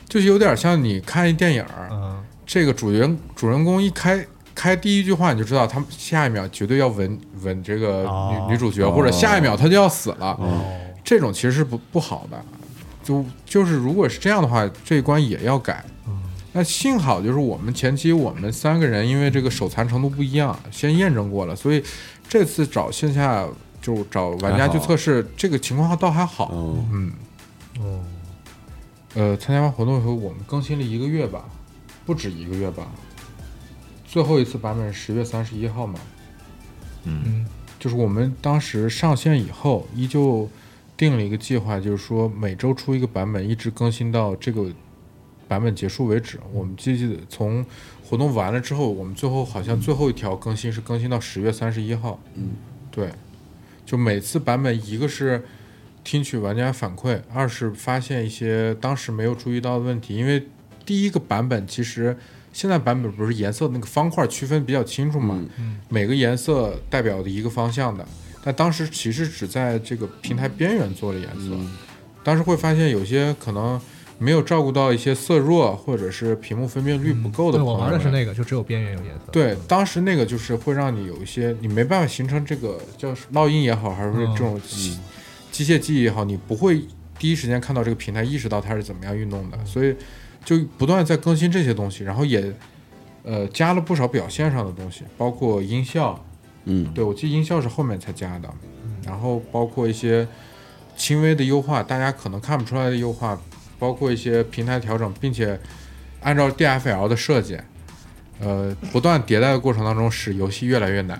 [SPEAKER 5] 就是有点像你看一电影儿，
[SPEAKER 2] 嗯，
[SPEAKER 5] 这个主人主人公一开开第一句话，你就知道他们下一秒绝对要吻吻这个女、
[SPEAKER 2] 哦
[SPEAKER 5] 女主角，
[SPEAKER 3] 哦
[SPEAKER 5] 或者下一秒他就要死了，
[SPEAKER 2] 哦，
[SPEAKER 5] 这种其实是不不好的。就就是如果是这样的话，这一关也要改。
[SPEAKER 3] 嗯
[SPEAKER 5] 那幸好就是我们前期我们三个人因为这个手残程度不一样，先验证过了，所以这次找线下就找玩家
[SPEAKER 3] 还好
[SPEAKER 5] 去测试这个情况倒还好。
[SPEAKER 3] 哦，
[SPEAKER 5] 嗯，
[SPEAKER 2] 哦，
[SPEAKER 5] 呃，参加完活动以后，我们更新了一个月吧，不止一个月吧。最后一次版本是十月三十一号嘛，
[SPEAKER 2] 嗯，
[SPEAKER 5] 就是我们当时上线以后，依旧定了一个计划，就是说每周出一个版本，一直更新到这个版本结束为止。我们记记得从活动完了之后，我们最后好像最后一条更新是更新到十月三十一号。
[SPEAKER 3] 嗯，
[SPEAKER 5] 对，就每次版本一个是听取玩家反馈，二是发现一些当时没有注意到的问题，因为第一个版本其实。现在版本不是颜色那个方块区分比较清楚嘛？
[SPEAKER 3] 嗯
[SPEAKER 5] 每个颜色代表的一个方向的。但当时其实只在这个平台边缘做了颜色，当时会发现有些可能没有照顾到一些色弱或者是屏幕分辨率不够
[SPEAKER 2] 嗯
[SPEAKER 5] 的
[SPEAKER 2] 对
[SPEAKER 5] 朋友
[SPEAKER 2] 我
[SPEAKER 5] 们。
[SPEAKER 2] 玩的是那个，就只有边缘有颜色。
[SPEAKER 5] 对，当时那个就是会让你有一些你没办法形成这个叫什么烙印也好，还是说这种机机械记忆也好，你不会第一时间看到这个平台，意识到它是怎么样运动的，所以就不断地在更新这些东西，然后也呃加了不少表现上的东西，包括音效，
[SPEAKER 3] 嗯，
[SPEAKER 5] 对我记得音效是后面才加的，然后包括一些轻微的优化，大家可能看不出来的优化，包括一些平台调整，并且按照 DFL 的设计，呃，不断迭代的过程当中，使游戏越来越难。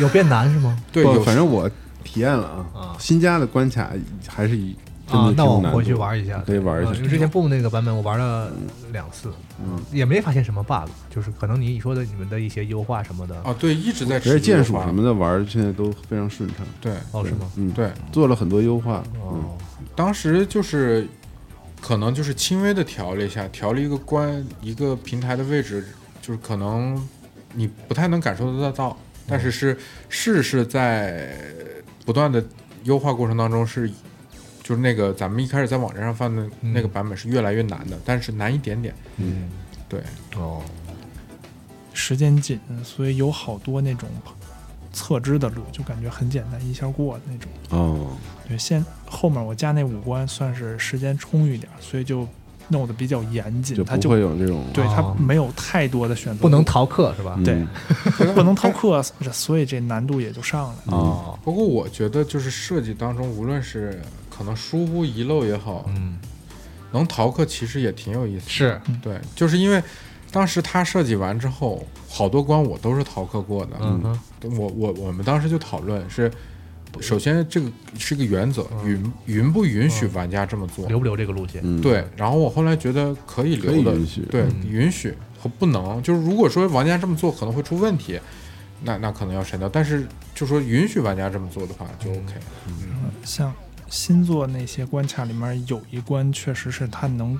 [SPEAKER 2] 有变难是吗？
[SPEAKER 5] 对，
[SPEAKER 3] 不
[SPEAKER 5] 有
[SPEAKER 3] 反正我体验了啊
[SPEAKER 2] 啊，
[SPEAKER 3] 新加的关卡还是以真
[SPEAKER 2] 啊
[SPEAKER 3] 的，
[SPEAKER 2] 那
[SPEAKER 3] 挺有
[SPEAKER 2] 我
[SPEAKER 3] 难
[SPEAKER 2] 回去
[SPEAKER 3] 度的
[SPEAKER 2] 玩一下，
[SPEAKER 3] 可以玩一下
[SPEAKER 2] 呃因为之前 Boom 那个版本我玩了两次，嗯，也没发现什么 bug，就是可能你说的你们的一些优化什么的，
[SPEAKER 3] 哦
[SPEAKER 5] 啊，对，一直在
[SPEAKER 3] 而且
[SPEAKER 5] 持续
[SPEAKER 3] 键鼠
[SPEAKER 5] 优化
[SPEAKER 3] 什么的玩儿现在都非常顺畅，
[SPEAKER 5] 对
[SPEAKER 2] 哦，是吗？
[SPEAKER 3] 嗯，，
[SPEAKER 5] 对，
[SPEAKER 3] 做了很多优化，嗯，
[SPEAKER 2] 哦，
[SPEAKER 5] 当时就是可能就是轻微的调了一下，调了一个关一个平台的位置，就是可能你不太能感受得到，但是是是是在不断的优化过程当中是。就是那个咱们一开始在网站上放的
[SPEAKER 2] 嗯
[SPEAKER 5] 那个版本是越来越难的，但是难一点点。
[SPEAKER 2] 嗯，
[SPEAKER 5] 对，
[SPEAKER 2] 哦，
[SPEAKER 6] 时间紧，所以有好多那种侧枝的路，就感觉很简单，一下过的那种。
[SPEAKER 3] 哦，
[SPEAKER 6] 对，现后面我加那五关算是时间充裕点儿，所以就弄得比较严
[SPEAKER 3] 就
[SPEAKER 6] 谨，嗯它
[SPEAKER 3] 不
[SPEAKER 6] 就
[SPEAKER 3] 会啊有这种
[SPEAKER 6] 对它
[SPEAKER 2] 哦
[SPEAKER 6] 没有太多的选择，
[SPEAKER 2] 不能逃课是吧？
[SPEAKER 3] 嗯
[SPEAKER 6] 对不能逃课，所以这难度也就上来了。
[SPEAKER 2] 哦，
[SPEAKER 5] 不过我觉得就是设计当中，无论是可能疏忽遗漏也好，
[SPEAKER 2] 嗯，
[SPEAKER 5] 能逃课其实也挺有意思的。
[SPEAKER 2] 是，
[SPEAKER 5] 对，就是因为当时他设计完之后，好多关我都是逃课过的。
[SPEAKER 2] 嗯哼，
[SPEAKER 5] 我我我们当时就讨论是，首先这个是个原则，
[SPEAKER 2] 嗯
[SPEAKER 5] 允允不允许玩家这么做？
[SPEAKER 2] 留不留这个路径？
[SPEAKER 3] 嗯，
[SPEAKER 5] 对，然后我后来觉得可以留的，
[SPEAKER 3] 可以允许
[SPEAKER 5] 对，
[SPEAKER 2] 嗯
[SPEAKER 5] 允许和不能，就是如果说玩家这么做可能会出问题，那那可能要删掉。但是就说允许玩家这么做的话
[SPEAKER 2] 嗯
[SPEAKER 5] 就 OK，
[SPEAKER 6] 像新作那些关卡里面有一关，确实是它能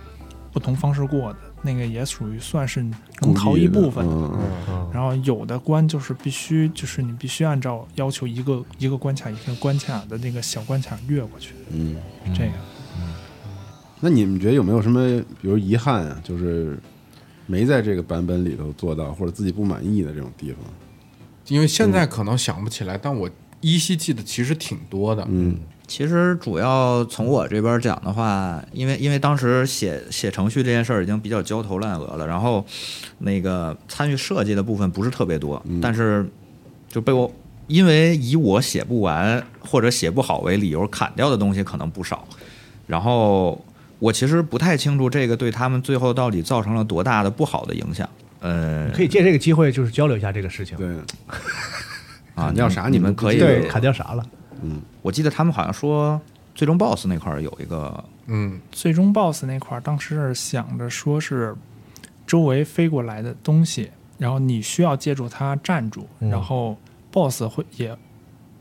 [SPEAKER 6] 不同方式过的，那个也属于算是能逃一部分。
[SPEAKER 3] 嗯
[SPEAKER 2] 嗯
[SPEAKER 6] 然后有的关就是必须，就是你必须按照要求一个一个关卡一个关卡的那个小关卡越过去，
[SPEAKER 3] 嗯。
[SPEAKER 6] 这个
[SPEAKER 3] 那你们觉得有没有什么，比如遗憾啊，就是没在这个版本里头做到，或者自己不满意的这种地方？
[SPEAKER 5] 因为现在可能想不起来，但我依稀记得其实挺多的，
[SPEAKER 3] 嗯
[SPEAKER 4] 其实主要从我这边讲的话，因为因为当时写写程序这件事儿已经比较焦头烂额了，然后那个参与设计的部分不是特别多，
[SPEAKER 2] 嗯
[SPEAKER 4] 但是就被我因为以我写不完或者写不好为理由砍掉的东西可能不少，然后我其实不太清楚这个对他们最后到底造成了多大的不好的影响。呃，
[SPEAKER 2] 可以借这个机会就是交流一下这个事情。
[SPEAKER 3] 对， 嗯
[SPEAKER 4] 啊，
[SPEAKER 3] 砍掉啥
[SPEAKER 4] 你
[SPEAKER 3] 你
[SPEAKER 4] 们
[SPEAKER 3] 们不
[SPEAKER 4] 可以
[SPEAKER 3] 记得
[SPEAKER 2] 对，砍掉啥了？
[SPEAKER 4] 我记得他们好像说最终 BOSS 那块儿有一个
[SPEAKER 5] 嗯，
[SPEAKER 6] 最终 BOSS 那块儿，当时是想着说是周围飞过来的东西，然后你需要借助它站住，
[SPEAKER 2] 嗯
[SPEAKER 6] 然后 BOSS 会也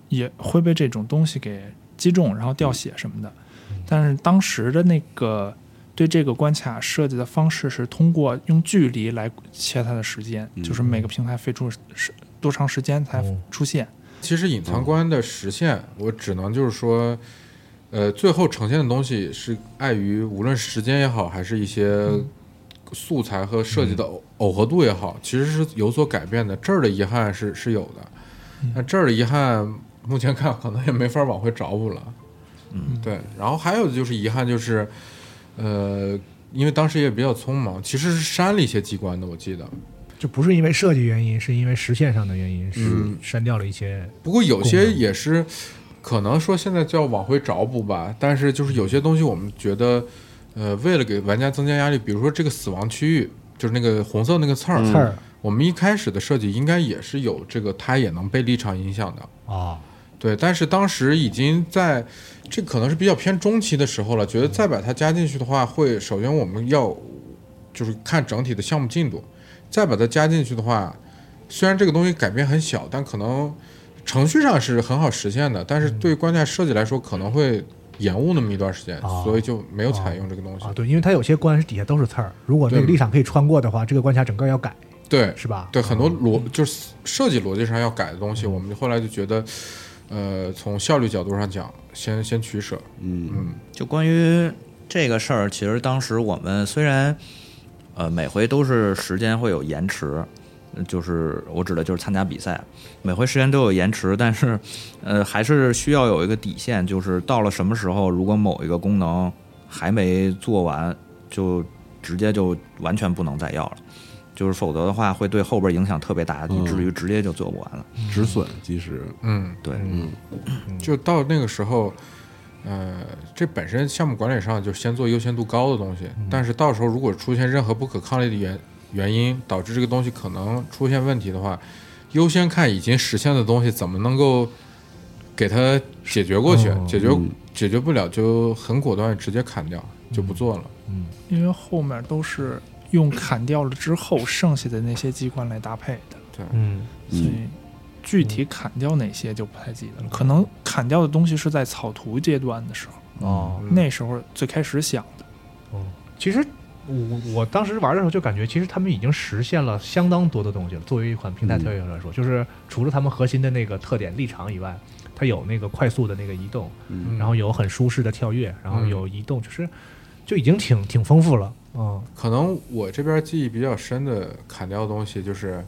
[SPEAKER 6] 也会被这种东西给击中，然后掉血什么的。但是当时的那个对这个关卡设计的方式是通过用距离来切它的时间，就是每个平台飞出是多长时间才
[SPEAKER 2] 哦
[SPEAKER 6] 出现。
[SPEAKER 5] 其实隐藏关的实现，我只能就是说，呃，最后呈现的东西是碍于无论时间也好，还是一些素材和设计的耦耦合度也好，其实是有所改变的。这儿的遗憾是是有的，那这儿的遗憾目前看可能也没法往回找补了。嗯，对。然后还有的就是遗憾就是，呃，因为当时也比较匆忙，其实是删了一些机关的，我记得。
[SPEAKER 2] 就不是因为设计原因，是因为实现上的原因，是删掉了一些。
[SPEAKER 5] 不过有些也是，可能说现在就要往回找补吧。但是就是有些东西我们觉得，呃，为了给玩家增加压力，比如说这个死亡区域，就是那个红色那个刺儿，
[SPEAKER 2] 刺儿
[SPEAKER 5] 我们一开始的设计应该也是有这个，它也能被立场影响的。
[SPEAKER 2] 啊，
[SPEAKER 5] 对，但是当时已经在，这可能是比较偏中期的时候了。觉得再把它加进去的话，会首先我们要就是看整体的项目进度，再把它加进去的话，虽然这个东西改变很小，但可能程序上是很好实现的，但是对关键设计来说可能会延误那么一段时间，
[SPEAKER 2] 哦
[SPEAKER 5] 所以就没有采用这个东西。
[SPEAKER 2] 啊，对，因为它有些关是底下都是刺儿，如果那个
[SPEAKER 5] 对
[SPEAKER 2] 立场可以穿过的话，这个关卡整个要改，
[SPEAKER 5] 对，
[SPEAKER 2] 是吧？
[SPEAKER 5] 对，很多逻就是设计逻辑上要改的东
[SPEAKER 2] 嗯
[SPEAKER 5] 西，我们后来就觉得，呃，从效率角度上讲，先先取舍。
[SPEAKER 3] 嗯
[SPEAKER 4] 就关于这个事儿，其实当时我们虽然呃每回都是时间会有延迟，呃就是我指的就是参加比赛，每回时间都有延迟，但是 呃还是需要有一个底线，就是到了什么时候，如果某一个功能还没做完，就直接就完全不能再要了。就是否则的话，会对后边影响特别大，以至于直接就做不完了。
[SPEAKER 3] 止损及时，
[SPEAKER 5] 嗯，
[SPEAKER 4] 对，
[SPEAKER 5] 就到那个时候，呃，这本身项目管理上就先做优先度高的东西，但是到时候如果出现任何不可抗力的原原因，导致这个东西可能出现问题的话，优先看已经实现的东西怎么能够给它解决过去，
[SPEAKER 2] 哦
[SPEAKER 5] 解决、
[SPEAKER 3] 嗯
[SPEAKER 5] 解决不了就很果断直接砍掉，就不做了。
[SPEAKER 2] 嗯
[SPEAKER 6] 因为后面都是用砍掉了之后剩下的那些机关来搭配的，
[SPEAKER 2] 嗯，
[SPEAKER 6] 所以具体砍掉哪些就不太记
[SPEAKER 3] 嗯
[SPEAKER 6] 得了。可能砍掉的东西是在草图阶段的时候，
[SPEAKER 2] 哦，
[SPEAKER 3] 嗯
[SPEAKER 6] 那时候最开始想的，
[SPEAKER 2] 其实我我当时玩的时候就感觉，其实他们已经实现了相当多的东西了。作为一款平台跳跃来说，就是除了他们核心的那个特点立场以外，它有那个快速的那个移动，
[SPEAKER 5] 嗯
[SPEAKER 2] 然后有很舒适的跳跃，然后有移动，就是就已经挺挺丰富了。嗯，
[SPEAKER 5] 可能我这边记忆比较深的砍掉的东西就是，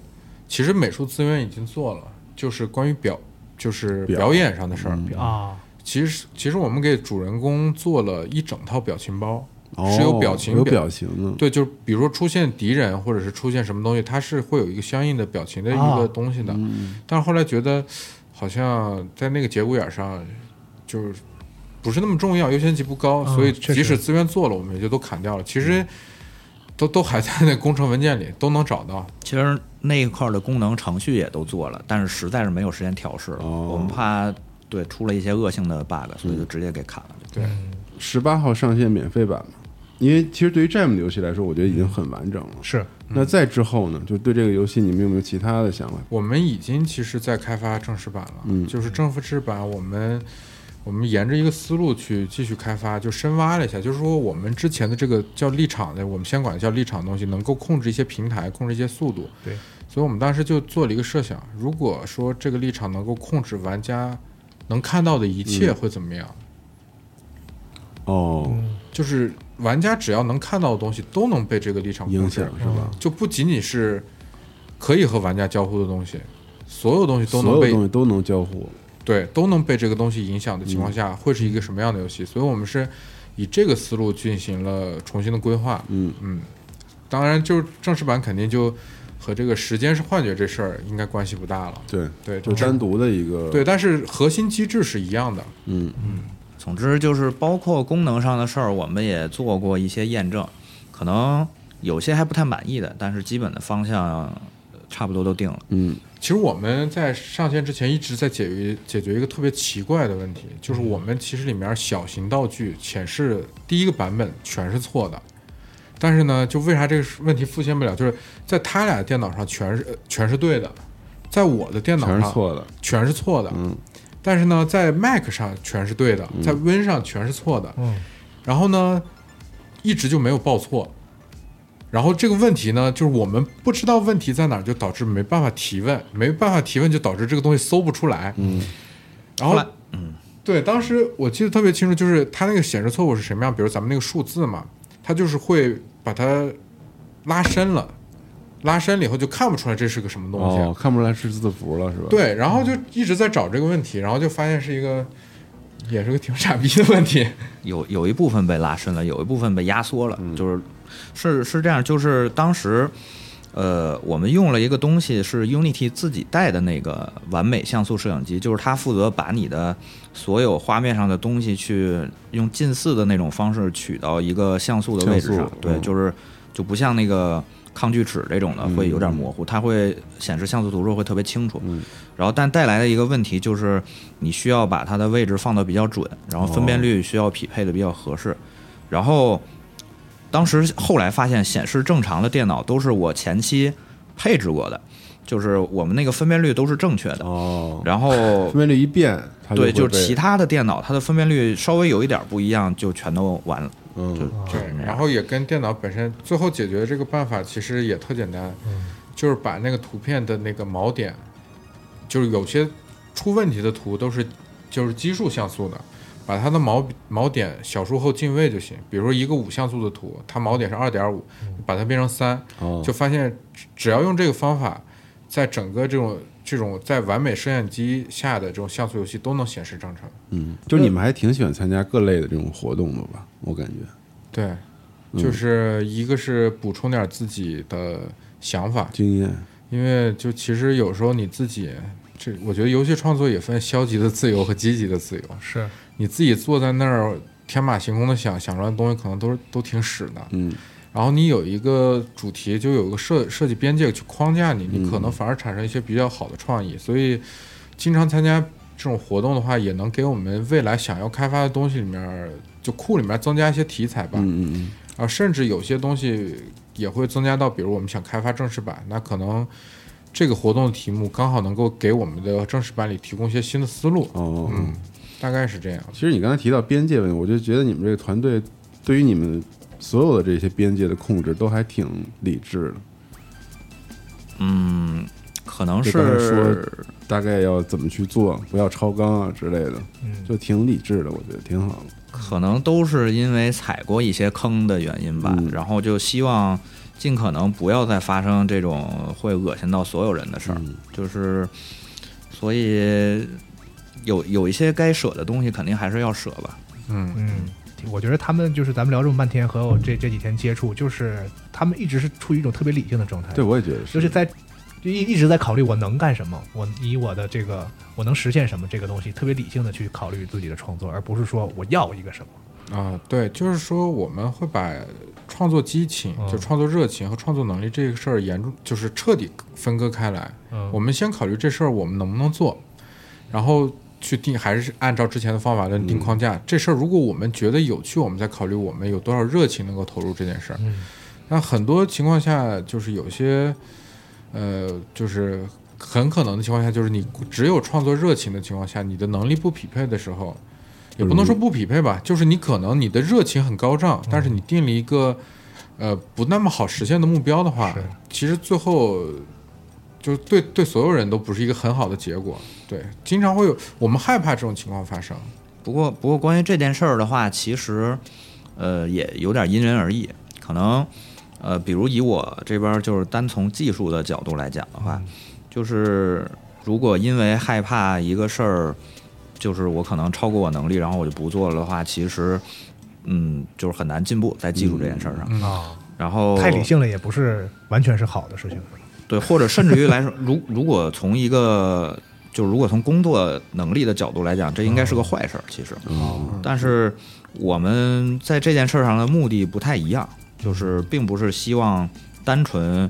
[SPEAKER 5] 其实美术资源已经做了，就是关于表就是
[SPEAKER 3] 表
[SPEAKER 5] 表演上的事儿。
[SPEAKER 2] 啊，
[SPEAKER 5] 其实其实我们给主人公做了一整套表情包，
[SPEAKER 3] 哦
[SPEAKER 5] 是有表情
[SPEAKER 3] 有
[SPEAKER 5] 表
[SPEAKER 3] 表情嗯的，
[SPEAKER 5] 对，就是比如说出现敌人或者是出现什么东西，它是会有一个相应的表情的一
[SPEAKER 2] 啊
[SPEAKER 5] 个东西的。但是后来觉得好像在那个节骨眼上，就是不是那么重要，优先级不高，
[SPEAKER 2] 嗯
[SPEAKER 5] 所以
[SPEAKER 2] 确
[SPEAKER 5] 即使
[SPEAKER 2] 实嗯
[SPEAKER 5] 资源做了，我们也就都砍掉了。其实都都还在那工程文件里，都能找到。
[SPEAKER 4] 其实那一块儿的功能程序也都做了，但是实在是没有时间调试了。
[SPEAKER 3] 哦
[SPEAKER 4] 我们怕对出了一些恶性的 bug，所以就直接给砍了。
[SPEAKER 5] 对，
[SPEAKER 3] 十八号上线免费版嘛。因为其实对于 Jam 的游戏来说，我觉得已经很完整了。
[SPEAKER 2] 是
[SPEAKER 3] 那再之后呢？就对这个游戏，你们有没有其他的想法？
[SPEAKER 5] 我们已经其实在开发正式版了，
[SPEAKER 3] 嗯
[SPEAKER 5] 就是正式版我们我们沿着一个思路去继续开发，就深挖了一下，就是说我们之前的这个叫立场的，我们先管叫立场的东西，能够控制一些平台，控制一些速度，
[SPEAKER 2] 对，
[SPEAKER 5] 所以我们当时就做了一个设想，如果说这个立场能够控制玩家能看到的一切会怎么样？
[SPEAKER 3] 哦，
[SPEAKER 5] 就是玩家只要能看到的东西都能被这个立场控制
[SPEAKER 3] 哦影响是吧？
[SPEAKER 5] 就不仅仅是可以和玩家交互的东西，所有东西都
[SPEAKER 3] 所
[SPEAKER 5] 能
[SPEAKER 3] 有
[SPEAKER 5] 被
[SPEAKER 3] 东西都能交互。
[SPEAKER 5] 对都能被这个东西影响的情况下，会是一个什么样的游戏？所以我们是以这个思路进行了重新的规划。
[SPEAKER 3] 嗯
[SPEAKER 5] 嗯，当然，就是正式版肯定就和这个时间是幻觉这事儿应该关系不大了。
[SPEAKER 3] 对，
[SPEAKER 5] 对，
[SPEAKER 3] 就单独的一个。
[SPEAKER 5] 对，，但是核心机制是一样的。
[SPEAKER 3] 嗯，
[SPEAKER 4] 总之就是包括功能上的事儿，我们也做过一些验证，可能有些还不太满意的，但是基本的方向呃差不多都定了。
[SPEAKER 3] 嗯，
[SPEAKER 5] 其实我们在上线之前一直在解决解决一个特别奇怪的问题，就是我们其实里面小型道具显示第一个版本全是错的，但是呢，就为啥这个问题复现不了？就是在他俩电脑上全是呃全是对的，在我的电脑
[SPEAKER 3] 全是
[SPEAKER 5] 上
[SPEAKER 3] 错的。
[SPEAKER 5] 全是错的，
[SPEAKER 3] 嗯
[SPEAKER 5] 但是呢，在 Mac 上全是对的，在 Win 上全是错的，
[SPEAKER 2] 嗯
[SPEAKER 5] 然后呢，一直就没有报错。然后这个问题呢，就是我们不知道问题在哪儿，就导致没办法提问，没办法提问就导致这个东西搜不出来。
[SPEAKER 3] 嗯，
[SPEAKER 5] 然后
[SPEAKER 4] 后来，
[SPEAKER 5] 对，当时我记得特别清楚，就是它那个显示错误是什么样，比如咱们那个数字嘛，它就是会把它拉伸了，拉伸了以后就看不出来这是个什么东西。啊
[SPEAKER 3] 哦，看不出来是字符了是吧？，
[SPEAKER 5] 对，然后就一直在找这个问题，然后就发现是一个，也是个挺傻逼的问题。
[SPEAKER 4] 有有一部分被拉伸了，有一部分被压缩了，
[SPEAKER 3] 嗯
[SPEAKER 4] 就是是是这样，就是当时。呃，我们用了一个东西是 Unity 自己带的那个完美像素摄影机，就是它负责把你的所有画面上的东西去用近似的那种方式取到一个像素的位置
[SPEAKER 3] 像
[SPEAKER 4] 上
[SPEAKER 3] 素。
[SPEAKER 4] 对，
[SPEAKER 3] 嗯
[SPEAKER 4] 就是就不像那个抗锯齿这种的会有点模糊，它会显示像素图时候会特别清楚。
[SPEAKER 3] 嗯
[SPEAKER 4] 然后，但带来的一个问题就是，你需要把它的位置放得比较准，然后分辨
[SPEAKER 3] 哦
[SPEAKER 4] 率需要匹配的比较合适。然后，当时后来发现显示正常的电脑都是我前期配置过的，就是我们那个分辨率都是正确的。
[SPEAKER 3] 哦，
[SPEAKER 4] 然后
[SPEAKER 3] 分辨率一变， 它
[SPEAKER 4] 对，
[SPEAKER 3] 就
[SPEAKER 4] 就
[SPEAKER 3] 会
[SPEAKER 4] 是其
[SPEAKER 3] 被
[SPEAKER 4] 他的电脑它的分辨率稍微有一点不一样，就全都完了。就
[SPEAKER 3] 嗯
[SPEAKER 4] 就
[SPEAKER 5] 对
[SPEAKER 4] 是那，
[SPEAKER 5] 然
[SPEAKER 4] 样。
[SPEAKER 5] 后也跟电脑本身最后解决这个办法其实也特简单，就是把那个图片的那个锚点，就是有些出问题的图都是就是基数像素的，把它的锚锚点小数后进位就行。比如说一个五像素的图，它锚点是二点五，把它变成三，
[SPEAKER 3] 哦，
[SPEAKER 5] 就发现只只要用这个方法，在整个这种这种在完美摄像机下的这种像素游戏都能显示正常。
[SPEAKER 3] 嗯，就是你们还挺喜欢参加各类的这种活动的吧？我感觉
[SPEAKER 5] 对，就是一个是补充点自己的想法，
[SPEAKER 3] 经验，
[SPEAKER 5] 因为就其实有时候你自己，这我觉得游戏创作也分消极的自由和积极的自由。
[SPEAKER 2] 是
[SPEAKER 5] 你自己坐在那儿天马行空的想想出来的东西，可能都是都挺屎的。
[SPEAKER 3] 嗯
[SPEAKER 5] 然后你有一个主题，就有一个设设计边界去框架你，你可能反而产生一些比较好的创意。所以，经常参加这种活动的话，也能给我们未来想要开发的东西里面，就库里面增加一些题材吧。
[SPEAKER 3] 嗯嗯嗯，
[SPEAKER 5] 啊，甚至有些东西也会增加到，比如我们想开发正式版，那可能这个活动的题目刚好能够给我们的正式版里提供一些新的思路，
[SPEAKER 3] 哦，嗯。
[SPEAKER 5] 大概是这样。
[SPEAKER 3] 其实你刚才提到边界问题，我就觉得你们这个团队对于你们所有的这些边界的控制都还挺理智的。
[SPEAKER 4] 嗯，可能
[SPEAKER 3] 就刚才
[SPEAKER 4] 是
[SPEAKER 3] 说嗯大概要怎么去做，不要超纲啊之类的，
[SPEAKER 2] 嗯
[SPEAKER 3] 就挺理智的，我觉得挺好的。
[SPEAKER 4] 可能都是因为踩过一些坑的原因吧，
[SPEAKER 3] 嗯
[SPEAKER 4] 然后就希望尽可能不要再发生这种会恶心到所有人的事儿，
[SPEAKER 3] 嗯
[SPEAKER 4] 就是所以有有一些该舍的东西肯定还是要舍吧。
[SPEAKER 5] 嗯，
[SPEAKER 2] 嗯，我觉得他们就是咱们聊这么半天，和我这这几天接触，就是他们一直是处于一种特别理性的状态，
[SPEAKER 3] 对，我也觉得是，
[SPEAKER 2] 就是在就一一直在考虑我能干什么，我以我的这个我能实现什么这个东西，特别理性的去考虑自己的创作，而不是说我要一个什么。
[SPEAKER 5] 啊、对，就是说我们会把创作激情、就
[SPEAKER 2] 嗯
[SPEAKER 5] 创作热情和创作能力这个事儿严重，就是彻底分割开来。
[SPEAKER 2] 嗯
[SPEAKER 5] 我们先考虑这事儿我们能不能做，然后去定，还是按照之前的方法论定框
[SPEAKER 2] 嗯
[SPEAKER 5] 架。这事儿如果我们觉得有趣，我们再考虑我们有多少热情能够投入这件事儿。
[SPEAKER 2] 嗯
[SPEAKER 5] 那很多情况下，就是有些，呃，就是很可能的情况下，就是你只有创作热情的情况下，你的能力不匹配的时候，也不能说不匹配
[SPEAKER 2] 嗯
[SPEAKER 5] 吧，就是你可能你的热情很高涨，但是你定了一个呃不那么好实现的目标的话
[SPEAKER 2] 是，
[SPEAKER 5] 其实最后就是对对所有人都不是一个很好的结果。对，经常会有我们害怕这种情况发生。
[SPEAKER 4] 不过，不过关于这件事儿的话，其实，呃，也有点因人而异。可能，呃，比如以我这边儿就是单从技术的角度来讲的话，就是如果因为害怕一个事儿，就是我可能超过我能力，然后我就不做了的话，其实，嗯，就是很难进步在技术这件事儿上。
[SPEAKER 5] 嗯
[SPEAKER 2] 啊，
[SPEAKER 4] 然后
[SPEAKER 2] 太理性了也不是完全是好的事情，
[SPEAKER 4] 对，或者甚至于来说，如如果从一个就如果从工作能力的角度来讲，这应该是个坏事儿，其实。
[SPEAKER 3] 哦，
[SPEAKER 4] 但是我们在这件事儿上的目的不太一样，就是并不是希望单纯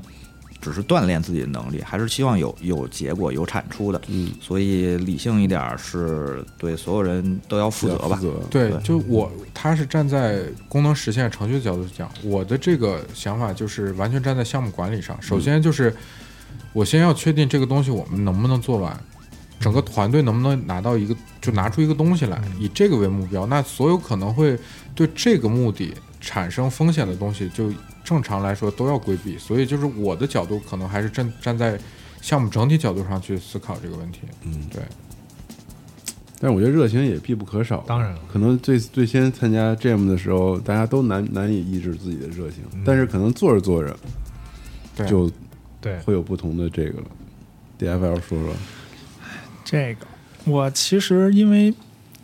[SPEAKER 4] 只是锻炼自己的能力，还是希望有有结果、有产出的。
[SPEAKER 3] 嗯，
[SPEAKER 4] 所以理性一点儿是对所有人都要负责吧
[SPEAKER 3] 负。责
[SPEAKER 5] 对
[SPEAKER 4] 对，
[SPEAKER 5] 就我他是站在功能实现程序的角度讲，我的这个想法就是完全站在项目管理上。首先就是我先要确定这个东西我们能不能做完，整个团队能不能拿到一个就拿出一个东西来，以这个为目标。那所有可能会对这个目的产生风险的东西，就正常来说都要规避。所以就是我的角度可能还是站站在项目整体角度上去思考这个问题。
[SPEAKER 3] 嗯，
[SPEAKER 5] 对。
[SPEAKER 3] 但是我觉得热情也必不可少。
[SPEAKER 2] 当然了
[SPEAKER 3] 可能最最先参加 Jam 的时候，大家都难难以抑制自己的热情，但是可能做着做着
[SPEAKER 5] 对
[SPEAKER 3] 就
[SPEAKER 2] 对，
[SPEAKER 3] 会有不同的这个了。DFL 说说，
[SPEAKER 6] 这个，我其实因为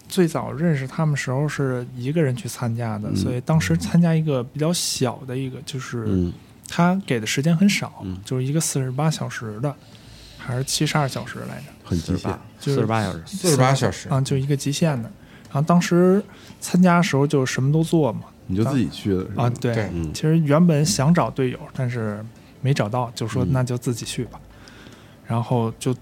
[SPEAKER 6] 最早认识他们时候是一个人去参加的，
[SPEAKER 3] 嗯
[SPEAKER 6] 所以当时参加一个比较小的一个，就是
[SPEAKER 3] 嗯
[SPEAKER 6] 他给的时间很少，
[SPEAKER 3] 嗯
[SPEAKER 6] 就是一个四十八小时的，还是七十二小时来着？
[SPEAKER 3] 很极
[SPEAKER 4] 四十
[SPEAKER 3] 限
[SPEAKER 4] 八，，四十八小时。
[SPEAKER 5] 四十八小时
[SPEAKER 6] 啊，就一个极限的。然后当时参加的时候就什么都做嘛，
[SPEAKER 3] 你就自己去了是吧
[SPEAKER 6] 啊，对，
[SPEAKER 5] 对
[SPEAKER 3] 嗯
[SPEAKER 6] 其实原本想找队友，但是没找到，就说
[SPEAKER 3] 嗯
[SPEAKER 6] 那就自己去吧。然后就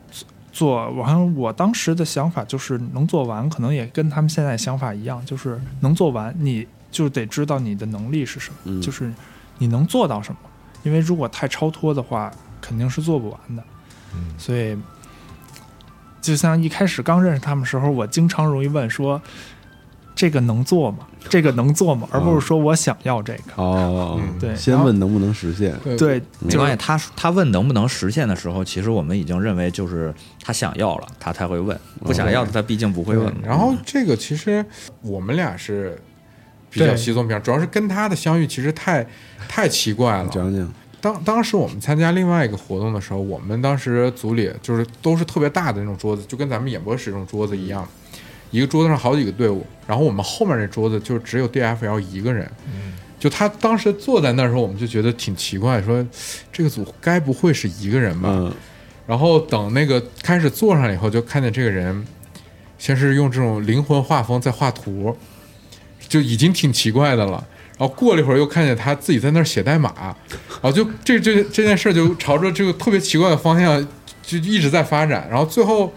[SPEAKER 6] 做，我看我当时的想法就是能做完，可能也跟他们现在想法一样，就是能做完，你就得知道你的能力是什么，
[SPEAKER 3] 嗯
[SPEAKER 6] 就是你能做到什么。因为如果太超脱的话，肯定是做不完的。
[SPEAKER 2] 嗯
[SPEAKER 6] 所以，就像一开始刚认识他们时候，我经常容易问说：“这个能做吗？这个能做吗？”而不是说我想要这个。
[SPEAKER 3] 哦，
[SPEAKER 5] 嗯
[SPEAKER 6] 对
[SPEAKER 3] 先问能不能实
[SPEAKER 4] 啊
[SPEAKER 3] 现，
[SPEAKER 5] 对
[SPEAKER 6] 对，
[SPEAKER 4] 没
[SPEAKER 6] 就
[SPEAKER 4] 关
[SPEAKER 6] 是
[SPEAKER 4] 系，他他问能不能实现的时候，其实我们已经认为就是他想要了，他才会问；不想要的，他毕竟不会
[SPEAKER 5] 对
[SPEAKER 4] 问。
[SPEAKER 5] 然后这个其实我们俩是比较
[SPEAKER 6] 对
[SPEAKER 5] 稀松平常，主要是跟他的相遇其实太太奇怪了。
[SPEAKER 3] 讲讲，
[SPEAKER 5] 当当时我们参加另外一个活动的时候，我们当时组里就是都是特别大的那种桌子，就跟咱们演播室这种桌子一样，一个桌子上好几个队伍，然后我们后面那桌子就只有 DFL 一个人。就他当时坐在那儿的时候，我们就觉得挺奇怪，说这个组该不会是一个人吧？
[SPEAKER 3] 嗯，
[SPEAKER 5] 然后等那个开始坐上以后，就看见这个人，先是用这种灵魂画风在画图，就已经挺奇怪的了。然后过了一会儿，又看见他自己在那儿写代码，然后就这这这件事就朝着这个特别奇怪的方向就一直在发展。然后最后，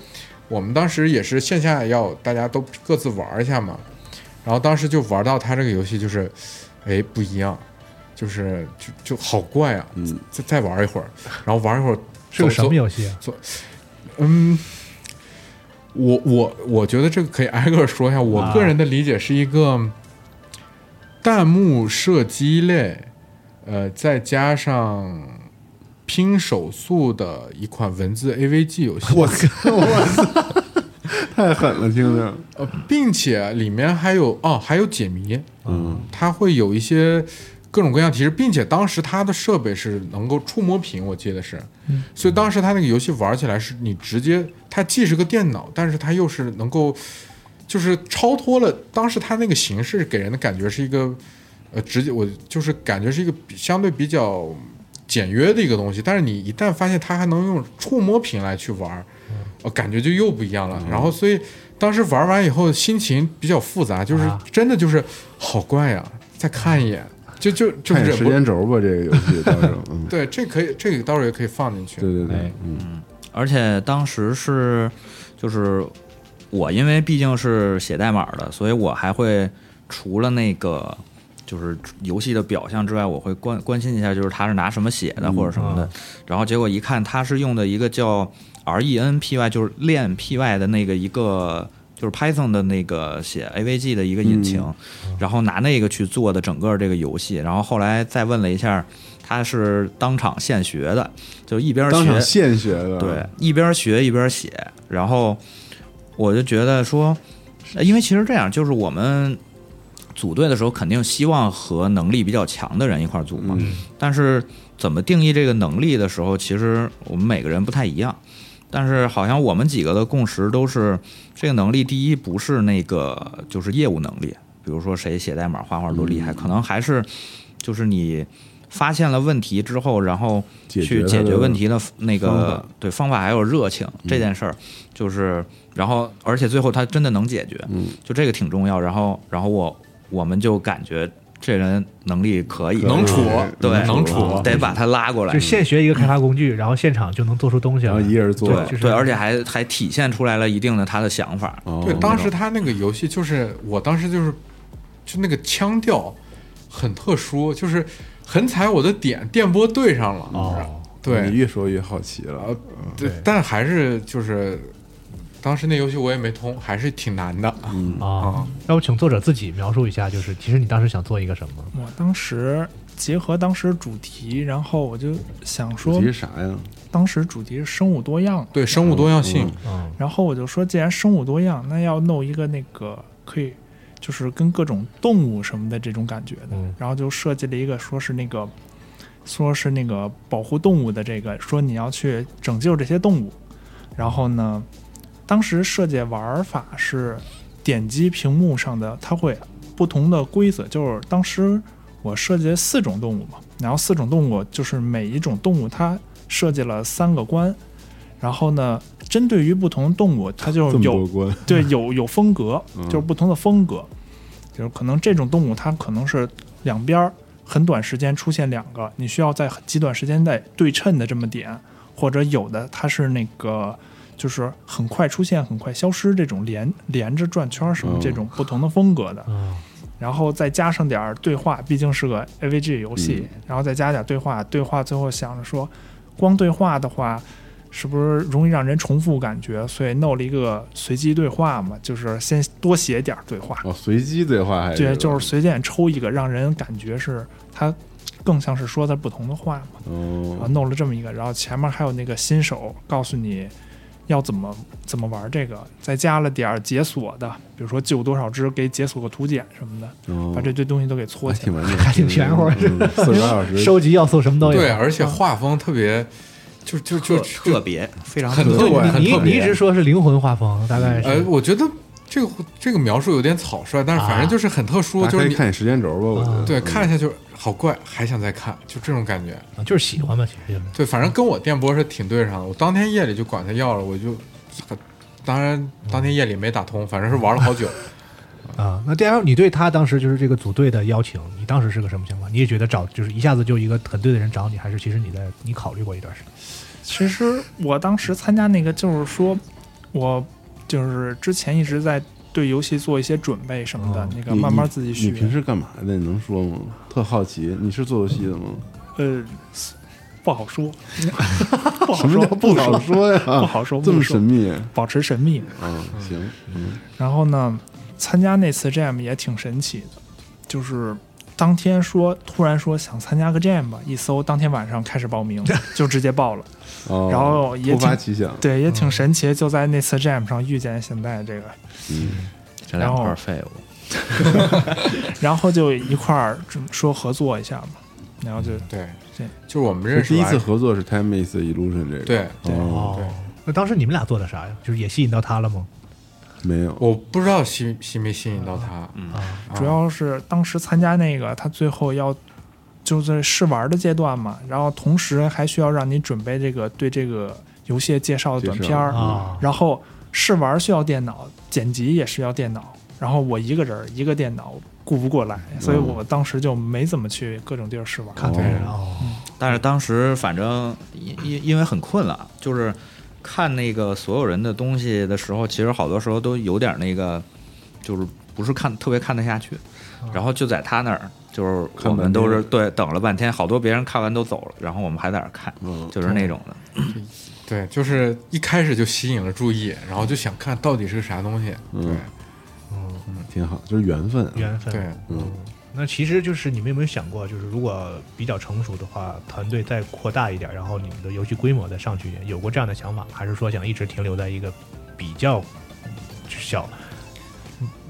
[SPEAKER 5] 我们当时也是线下要大家都各自玩一下嘛，然后当时就玩到他这个游戏就是，哎不一样，就是就就好怪啊，
[SPEAKER 3] 嗯
[SPEAKER 5] 再再玩一会儿，然后玩一会儿
[SPEAKER 2] 是个
[SPEAKER 5] 走
[SPEAKER 2] 什
[SPEAKER 5] 走
[SPEAKER 2] 么游戏啊？
[SPEAKER 5] 嗯，我我我觉得这个可以挨个说一下。
[SPEAKER 3] 啊
[SPEAKER 5] 我个人的理解是一个弹幕射击类，呃，再加上拼手速的一款文字 AVG 游戏。
[SPEAKER 3] 我操，我操，太狠了，听着，
[SPEAKER 5] 呃，并且里面还有哦，还有解谜，
[SPEAKER 3] 嗯，
[SPEAKER 5] 它会有一些各种各样提示，并且当时它的设备是能够触摸屏，我记得是，所以当时它那个游戏玩起来是你直接，它既是个电脑，但是它又是能够，就是超脱了当时它那个形式给人的感觉是一个，呃，直接我就是感觉是一个比相对比较简约的一个东西，但是你一旦发现它还能用触摸屏来去玩，呃，感觉就又不一样
[SPEAKER 3] 嗯
[SPEAKER 5] 了。然后所以当时玩完以后心情比较复杂，就是
[SPEAKER 2] 啊
[SPEAKER 5] 真的就是好怪呀、再看一眼，就就就
[SPEAKER 3] 看
[SPEAKER 5] 忍
[SPEAKER 3] 点
[SPEAKER 5] 不
[SPEAKER 3] 时间轴吧，这个游戏到时候，嗯，
[SPEAKER 5] 对，这可以，这个到时候也
[SPEAKER 4] 哎
[SPEAKER 5] 可以放进去。
[SPEAKER 3] 对对对
[SPEAKER 2] 哎，
[SPEAKER 3] 嗯
[SPEAKER 4] 而且当时是，就是我因为毕竟是写代码的，所以我还会除了那个就是游戏的表象之外，我会关关心一下，就是他是拿什么写
[SPEAKER 3] 嗯
[SPEAKER 4] 的或者什么的。
[SPEAKER 2] 啊
[SPEAKER 4] 然后结果一看，他是用的一个叫 E RENPY，就是练 PY 的那个一个。就是 Python 的那个写 AVG 的一个引
[SPEAKER 3] 嗯
[SPEAKER 4] 擎，然后拿那个去做的整个这个游戏，然后后来再问了一下，他是当场现学的，就一边学
[SPEAKER 3] 当场现学的，
[SPEAKER 4] 对，一边学一边写，然后我就觉得说，呃因为其实这样，就是我们组队的时候，肯定希望和能力比较强的人一块儿组嘛。
[SPEAKER 3] 嗯
[SPEAKER 4] 但是怎么定义这个能力的时候，其实我们每个人不太一样。但是好像我们几个的共识都是，这个能力第一不是那个就是业务能力，比如说谁写代码、画画多厉害，可能还是就是你发现了问题之后，然后
[SPEAKER 3] 解决
[SPEAKER 4] 去
[SPEAKER 3] 它
[SPEAKER 4] 解决
[SPEAKER 3] 的
[SPEAKER 4] 问题的那个
[SPEAKER 3] 方法
[SPEAKER 4] 对方法还有热情这件事儿，就是然后而且最后他真的能解决，
[SPEAKER 3] 嗯
[SPEAKER 4] 就这个挺重要。然后然后我我们就感觉这人能力可以，
[SPEAKER 5] 能处
[SPEAKER 4] 对
[SPEAKER 5] 能处
[SPEAKER 4] 得把他拉过来
[SPEAKER 2] 就。现学一个开发工具，然后现场就能做出东西
[SPEAKER 3] 然
[SPEAKER 2] 来
[SPEAKER 3] 后。一个人做
[SPEAKER 4] 对
[SPEAKER 2] 就，是
[SPEAKER 4] 对，而且还还体现出来了一定的他的想法，
[SPEAKER 3] 哦
[SPEAKER 5] 对，当时他那个游戏就是，我当时就是，就那个腔调很特殊，就是很踩我的点，电波对上了。
[SPEAKER 2] 哦，
[SPEAKER 5] 对
[SPEAKER 3] 你，越说越好奇了
[SPEAKER 5] 呃，对，但还是就是，当时那游戏我也没通，还是挺难的。
[SPEAKER 2] 啊，要不请作者自己描述一下，就是其实你当时想做一个什么？
[SPEAKER 6] 我当时结合当时主题，然后我就想
[SPEAKER 3] 主
[SPEAKER 6] 说
[SPEAKER 3] 题，是啥呀？
[SPEAKER 6] 当时主题是生物多样，
[SPEAKER 5] 对，生物多样性，
[SPEAKER 2] 嗯，
[SPEAKER 6] 然后我就说，既然生物多样，那要弄一个那个可以，就是跟各种动物什么的这种感觉的。
[SPEAKER 2] 嗯
[SPEAKER 6] 然后就设计了一个，说是那个，说是那个保护动物的这个，说你要去拯救这些动物。然后呢，当时设计玩法是点击屏幕上的，它会不同的规则，就是当时我设计了四种动物嘛，然后四种动物就是每一种动物它设计了三个关，然后呢，针对于不同动物，它就
[SPEAKER 3] 这么多
[SPEAKER 6] 有
[SPEAKER 3] 关，
[SPEAKER 6] 对有有风格，
[SPEAKER 3] 嗯
[SPEAKER 6] 就是不同的风格，就是可能这种动物它可能是两边儿很短时间出现两个，你需要在很极短时间内对称的这么点，或者有的它是那个就是很快出现很快消失这种连连着转圈儿什么这种不同的风格的，
[SPEAKER 2] 嗯
[SPEAKER 6] 然后再加上点儿对话，毕竟是个 AVG 游戏，然后再加点儿对话，对话最后想着说，光对话的话，是不是容易让人重复感觉？所以弄了一个随机对话嘛，就是先多写点儿对话，
[SPEAKER 3] 哦，随机对话还是
[SPEAKER 6] 对，就是随便抽一个，让人感觉是它更像是说的不同的话嘛。然后
[SPEAKER 3] 哦，
[SPEAKER 6] 弄了这么一个，然后前面还有那个新手告诉你要怎么怎么玩这个，再加了点儿解锁的，比如说救多少只，给解锁个图鉴什么的。
[SPEAKER 3] 哦
[SPEAKER 6] 把这堆东西都给搓
[SPEAKER 3] 还
[SPEAKER 6] 起
[SPEAKER 3] 挺
[SPEAKER 6] 来。
[SPEAKER 3] 完整的，
[SPEAKER 2] 还挺全乎
[SPEAKER 3] 四十八小时
[SPEAKER 2] 收集要素什么都有。
[SPEAKER 5] 对，啊而且画风特别，就就就
[SPEAKER 4] 特
[SPEAKER 5] 就
[SPEAKER 4] 特别非常
[SPEAKER 5] 很
[SPEAKER 4] 特
[SPEAKER 5] 特
[SPEAKER 3] 别
[SPEAKER 5] 别，很
[SPEAKER 2] 你
[SPEAKER 5] 特
[SPEAKER 2] 你一
[SPEAKER 5] 别
[SPEAKER 2] 直。说是灵魂画风，大概
[SPEAKER 5] 呃，
[SPEAKER 2] 是
[SPEAKER 5] 我觉得这个这个描述有点草率，但是反正就是很特殊，
[SPEAKER 3] 啊大家
[SPEAKER 5] 就
[SPEAKER 3] 可以
[SPEAKER 5] 是你啊
[SPEAKER 3] 看你时间轴吧，我觉得
[SPEAKER 5] 对
[SPEAKER 3] 嗯
[SPEAKER 5] 看一下就是好怪，还想再看，就这种感觉。
[SPEAKER 2] 啊就是喜欢嘛，其实就是。
[SPEAKER 5] 对，反正跟我电波是挺对上的。我当天夜里就管他要了，我就，当然当天夜里没打通，反正是玩了好久。
[SPEAKER 2] 啊，那 D L，你对他当时就是这个组队的邀请，你当时是个什么想法？你也觉得找就是一下子就一个很对的人找你，还是其实你在你考虑过一段时间？
[SPEAKER 6] 其实我当时参加那个，就是说，我就是之前一直在对游戏做一些准备什么的，
[SPEAKER 2] 哦
[SPEAKER 6] 那个
[SPEAKER 3] 你
[SPEAKER 6] 慢慢自己
[SPEAKER 3] 嗯你
[SPEAKER 6] 学
[SPEAKER 3] 你。平时干嘛的？你能说吗？特好奇，你是做游戏的吗？
[SPEAKER 6] 呃，不 好说，不好
[SPEAKER 3] 什么
[SPEAKER 6] 说，
[SPEAKER 3] 叫不好说呀？
[SPEAKER 6] 不好说，
[SPEAKER 3] 这么
[SPEAKER 6] 不好说
[SPEAKER 3] 神秘
[SPEAKER 6] 保持神秘。
[SPEAKER 3] 啊？行，嗯，
[SPEAKER 6] 然后呢，参加那次 Jam 也挺神奇的，就是当天说突然说想参加个 Jam 吧，一搜当天晚上开始 报名，就直接报了。
[SPEAKER 3] 哦
[SPEAKER 6] 然后也
[SPEAKER 3] 突发
[SPEAKER 6] 挺
[SPEAKER 3] 奇想，
[SPEAKER 6] 对，也挺神奇，就在那次 Jam 上遇见现在这个
[SPEAKER 3] 嗯，
[SPEAKER 4] 这两块
[SPEAKER 6] 然后
[SPEAKER 4] 废物，
[SPEAKER 6] 然后就一块儿这么说合作一下嘛，然后就
[SPEAKER 5] 对
[SPEAKER 6] 对，
[SPEAKER 5] 就是我们
[SPEAKER 3] 这
[SPEAKER 5] 认识
[SPEAKER 3] 第一次
[SPEAKER 5] 完
[SPEAKER 3] 合作是 Time is Illusion 这个，
[SPEAKER 5] 对
[SPEAKER 6] 对
[SPEAKER 3] 哦，
[SPEAKER 5] 对，
[SPEAKER 2] 那当时你们俩做的啥呀？就是也吸引到他了吗？
[SPEAKER 3] 没有，
[SPEAKER 5] 我不知道吸吸没吸引到他，
[SPEAKER 4] 嗯
[SPEAKER 2] 啊，
[SPEAKER 5] 啊
[SPEAKER 6] 主要是当时参加那个，他最后要就是试玩的阶段嘛，然后同时还需要让你准备这个对这个游戏介绍的短片儿
[SPEAKER 3] 介绍，
[SPEAKER 2] 啊
[SPEAKER 6] 然后试玩需要电脑，剪辑也需要电脑，然后我一个人儿一个电脑顾不过来，所
[SPEAKER 3] 嗯
[SPEAKER 6] 以我当时就没怎么去各种地儿试玩。
[SPEAKER 2] 看啊
[SPEAKER 3] 哦
[SPEAKER 2] 对哦，
[SPEAKER 4] 但是当时反正因因因为很困了，就是看那个所有人的东西的时候，其实好多时候都有点那个，就是不是看特别看得下去。
[SPEAKER 5] 啊
[SPEAKER 4] 然后就在他那儿，就是我们都是对等了半天，好多别人看完都走了，然后我们还在那儿看，
[SPEAKER 3] 嗯
[SPEAKER 4] 就是那种的。
[SPEAKER 5] 对，就是一开始就吸引了注意，然后就想看到底是个啥东西。
[SPEAKER 3] 嗯
[SPEAKER 5] 对
[SPEAKER 3] 挺好，就是缘分啊，
[SPEAKER 2] 缘分。
[SPEAKER 5] 对，
[SPEAKER 3] 嗯
[SPEAKER 2] 那其实就是你们有没有想过，就是如果比较成熟的话，团队再扩大一点，然后你们的游戏规模再上去一点，有过这样的想法吗，还是说想一直停留在一个比较小、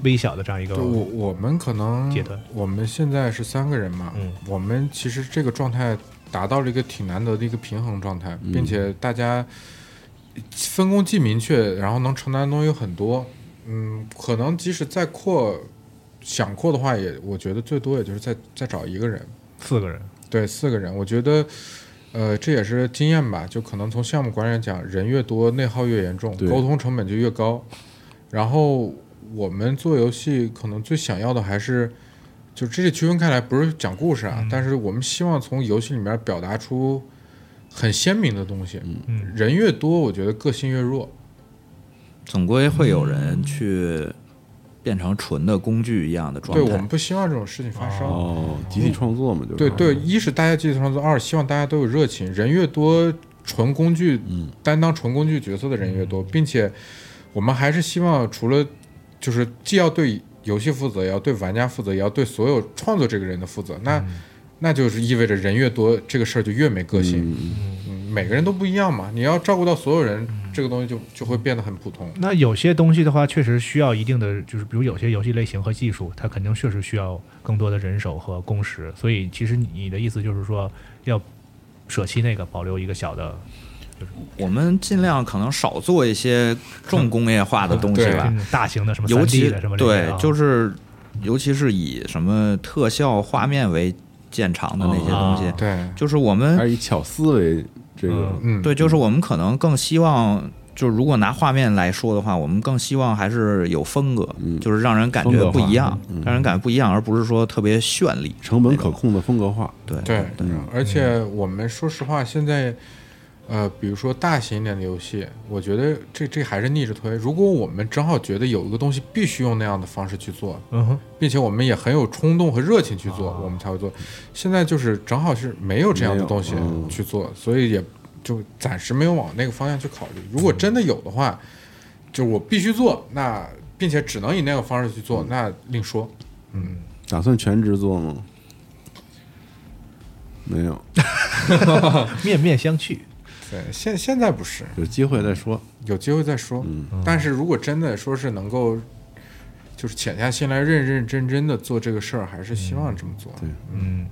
[SPEAKER 2] 微小的这样一个
[SPEAKER 5] 对我我们可能
[SPEAKER 2] 阶段
[SPEAKER 5] 我们现在是三个人嘛，
[SPEAKER 2] 嗯
[SPEAKER 5] 我们其实这个状态达到了一个挺难得的一个平衡状态，并且大家分工既明确，然后能承担的东西又很多。嗯，可能即使再扩，想扩的话也，我觉得最多也就是再再找一个人，
[SPEAKER 2] 四个人？
[SPEAKER 5] 对，四个人，我觉得，呃，这也是经验吧。就可能从项目管理来讲，人越多，内耗越严重，
[SPEAKER 3] 对
[SPEAKER 5] 沟通成本就越高。然后我们做游戏，可能最想要的还是，就这里区分开来，不是讲故事啊，但是我们希望从游戏里面表达出很鲜明的东西。
[SPEAKER 2] 嗯
[SPEAKER 5] 人越多，我觉得个性越弱。
[SPEAKER 4] 总归会有人去变成纯的工具一样的状
[SPEAKER 5] 对我
[SPEAKER 4] 态
[SPEAKER 5] 们。不希望这种事情发生。
[SPEAKER 3] 哦，集体创作嘛，就是嗯
[SPEAKER 5] 对对，，一是大家积极创作，二希望大家都有热情，人越多，纯工具、担当纯工具角色的人越多，并且我们还是希望除了就是既要对游戏负责，也要对玩家负责，也要对所有创作这个人的负责。那、那就是意味着人越多，这个事儿就越没个性、
[SPEAKER 3] 嗯，
[SPEAKER 5] 嗯每个人都不一样嘛，你要照顾到所有人，这个东西就就会变得很普通。
[SPEAKER 2] 那有些东西的话，确实需要一定的，就是比如有些游戏类型和技术，它肯定确实需要更多的人手和工时。所以其实你的意思就是说，要舍弃那个，保留一个小的，
[SPEAKER 4] 我们尽量可能少做一些重工业化的东西
[SPEAKER 5] 对
[SPEAKER 4] 吧
[SPEAKER 2] 这，种嗯大型的什么
[SPEAKER 4] 尤
[SPEAKER 2] 三 D
[SPEAKER 4] 其
[SPEAKER 2] 的什么类
[SPEAKER 4] 对
[SPEAKER 2] 的啊，
[SPEAKER 4] 就是尤其是以什么特效画面为见长的那些东西
[SPEAKER 2] 哦，
[SPEAKER 5] 对，
[SPEAKER 4] 就是我
[SPEAKER 3] 还
[SPEAKER 4] 们
[SPEAKER 3] 是以巧思为这个，
[SPEAKER 5] 嗯，
[SPEAKER 4] 对，就是我们可能更希望。就是如果拿画面来说的话，我们更希望还是有风格，
[SPEAKER 3] 嗯
[SPEAKER 4] 就是让人感
[SPEAKER 3] 风格
[SPEAKER 4] 觉
[SPEAKER 3] 化
[SPEAKER 4] 不一样，
[SPEAKER 3] 嗯
[SPEAKER 4] 让人感觉不一样，而不是说特别绚丽。
[SPEAKER 3] 成本可控的风格化，
[SPEAKER 4] 对
[SPEAKER 5] 对，
[SPEAKER 4] 对
[SPEAKER 5] 嗯而且我们说实话，现在，呃，比如说大型一点的游戏，我觉得这这还是逆着推。如果我们正好觉得有一个东西必须用那样的方式去做，
[SPEAKER 2] 嗯哼，
[SPEAKER 5] 并且我们也很有冲动和热情去做，我们才会做。现在就是正好是啊没有这样的东西
[SPEAKER 3] 没有嗯
[SPEAKER 5] 去做，所以也就暂时没有往那个方向去考虑。如果真的有的话，就我必须做，那并且只能以那个方式去做，那另说。
[SPEAKER 3] 打算全职做吗？没有，
[SPEAKER 2] 面面相觑。
[SPEAKER 5] 对，现现在不是，
[SPEAKER 3] 有机会再说。
[SPEAKER 5] 有机会再说。但是如果真的说是能够，就是潜下心来认认真真的做这个事儿，还是希望这么做。
[SPEAKER 3] 对
[SPEAKER 2] 嗯，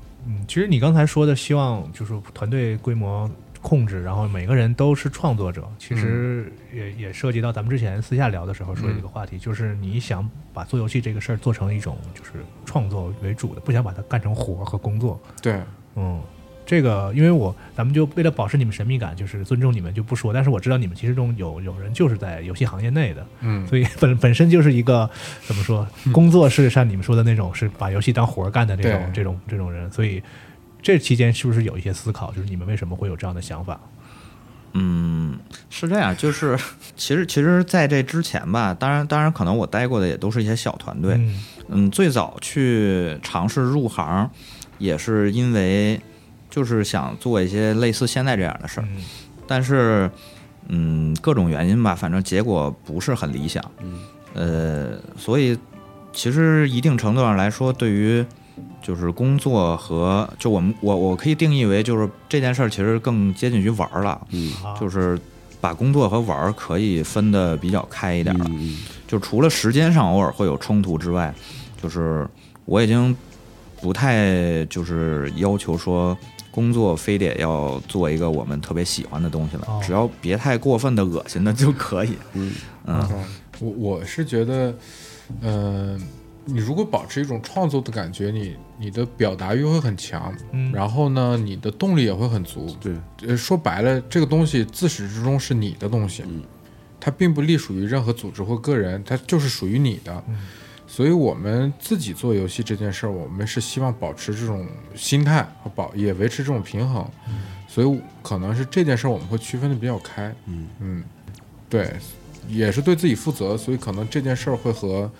[SPEAKER 2] 其实你刚才说的，希望就是团队规模控制，然后每个人都是创作者，其实也、也涉及到咱们之前私下聊的时候说的一个话题，就是你想把做游戏这个事儿做成一种就是创作为主的，不想把它干成活儿和工作。
[SPEAKER 5] 对，
[SPEAKER 2] 嗯，这个因为我咱们就为了保持你们神秘感，就是尊重你们就不说，但是我知道你们其实中有有人就是在游戏行业内的，
[SPEAKER 5] 嗯，
[SPEAKER 2] 所以 本本身就是一个怎么说，工作是像你们说的那种，是把游戏当活儿干的这种
[SPEAKER 5] 对
[SPEAKER 2] 这种这种人，所以这期间是不是有一些思考，就是你们为什么会有这样的想法？
[SPEAKER 4] 嗯，是这样，就是 其实其实在这之前吧，当然当然可能我待过的也都是一些小团队，
[SPEAKER 2] 嗯
[SPEAKER 4] 嗯，最早去尝试入行，也是因为就是想做一些类似现在这样的事儿，
[SPEAKER 2] 嗯
[SPEAKER 4] 但是嗯，各种原因吧，反正结果不是很理想。
[SPEAKER 3] 嗯，
[SPEAKER 4] 呃，所以其实一定程度上来说，对于就是工作和就我们我我可以定义为就是这件事儿其实更接近于玩儿了，
[SPEAKER 3] 嗯，
[SPEAKER 2] 啊，
[SPEAKER 4] 就是是把工作和玩儿可以分得比较开一
[SPEAKER 3] 一
[SPEAKER 4] 点儿了。
[SPEAKER 3] 嗯
[SPEAKER 4] 就除了时间上偶尔会有冲突之外，就是我已经不太就是要求说工作非得要做一个我们特别喜欢的东西了，
[SPEAKER 2] 哦
[SPEAKER 4] 只要别太过分的恶心的就可以。
[SPEAKER 3] 嗯
[SPEAKER 4] 嗯
[SPEAKER 5] 嗯我我是觉得，嗯、你如果保持一种创作的感觉，你你的表达欲会很强，
[SPEAKER 2] 嗯
[SPEAKER 5] 然后呢，你的动力也会很足。
[SPEAKER 3] 对，
[SPEAKER 5] 呃，说白了，这个东西自始至终是你的东西，它并不隶属于任何组织或个人，它就是属于你的。所以我们自己做游戏这件事儿，我们是希望保持这种心态和保也维持这种平衡，所以可能是这件事儿我们会区分的比较开。
[SPEAKER 3] 嗯
[SPEAKER 5] 对，也是对自己负责，所以可能这件事儿会和。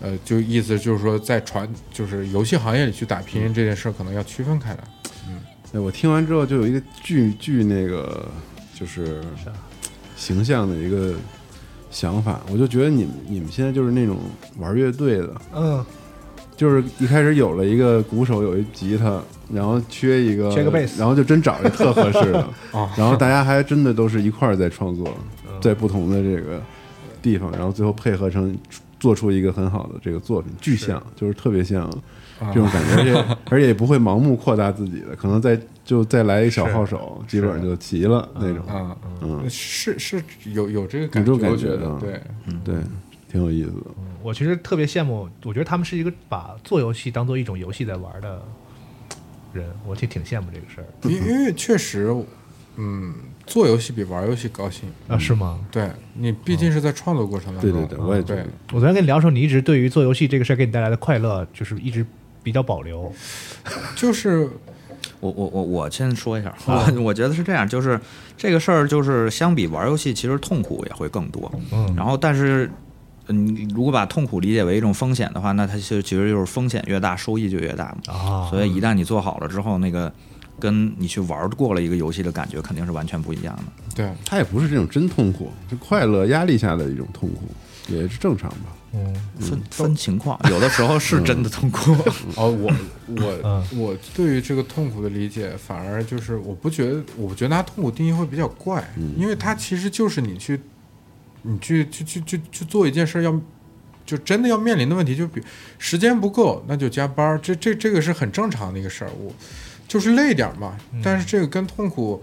[SPEAKER 5] 呃，就意思就是说，在传就是游戏行业里去打拼这件事，可能要区分开来。
[SPEAKER 3] 哎，我听完之后就有一个巨巨那个就是
[SPEAKER 2] 啥
[SPEAKER 3] 形象的一个想法，我就觉得你们你们现在就是那种玩乐队的，
[SPEAKER 2] 嗯，
[SPEAKER 3] 就是一开始有了一个鼓手，有一吉他，然后缺一个
[SPEAKER 2] 缺个贝斯
[SPEAKER 3] 然后就真找一特合适的，
[SPEAKER 5] 哦
[SPEAKER 3] 然后大家还真的都是一块儿在创作，
[SPEAKER 2] 嗯
[SPEAKER 3] 在不同的这个地方，然后最后配合成做出一个很好的这个作品，具象就是特别像这种感觉，而且而且也不会盲目扩大自己的，可能再就再来一小号手，基本上就齐了那种，
[SPEAKER 5] 啊，
[SPEAKER 3] 嗯，
[SPEAKER 5] 是是有有这个感觉，
[SPEAKER 3] 有这种感
[SPEAKER 5] 我觉
[SPEAKER 3] 觉
[SPEAKER 5] 得
[SPEAKER 3] 啊
[SPEAKER 5] 对，
[SPEAKER 3] 对，挺有意思的，
[SPEAKER 2] 嗯我其实特别羡慕，我觉得他们是一个把做游戏当做一种游戏在玩的人，我其实挺羡慕这个事儿
[SPEAKER 5] 因因为确实，嗯，做游戏比玩游戏高兴。
[SPEAKER 4] 嗯
[SPEAKER 2] 啊，是吗？
[SPEAKER 5] 对你毕竟是在创作过程当
[SPEAKER 3] 嗯对
[SPEAKER 5] 中，
[SPEAKER 3] 对对，我也觉得
[SPEAKER 5] 对，
[SPEAKER 2] 我昨天跟你聊的时候，你一直对于做游戏这个事儿给你带来的快乐，就是一直比较保留。
[SPEAKER 5] 就是
[SPEAKER 4] 我我我我先说一下，我我觉得是这样，就是这个事儿，就是相比玩游戏，其实痛苦也会更多。
[SPEAKER 2] 嗯
[SPEAKER 4] 然后，但是你如果把痛苦理解为一种风险的话，那它就其实就是风险越大，收益就越大嘛。
[SPEAKER 2] 啊，
[SPEAKER 4] 所以一旦你做好了之后，那个跟你去玩过了一个游戏的感觉肯定是完全不一样的。
[SPEAKER 5] 对，
[SPEAKER 3] 他也不是这种真痛苦，是快乐压力下的一种痛苦，也是正常吧。
[SPEAKER 2] 嗯
[SPEAKER 4] 分分情况，有的时候是真的痛苦。
[SPEAKER 5] 哦，我我我对于这个痛苦的理解，反而就是我不觉得，我觉得它痛苦定义会比较怪，因为它其实就是你去，你去去去去去做一件事儿要。就真的要面临的问题，就比时间不够，那就加班儿，这这这个是很正常的一个事儿。我就是累点儿嘛，但是这个跟痛苦，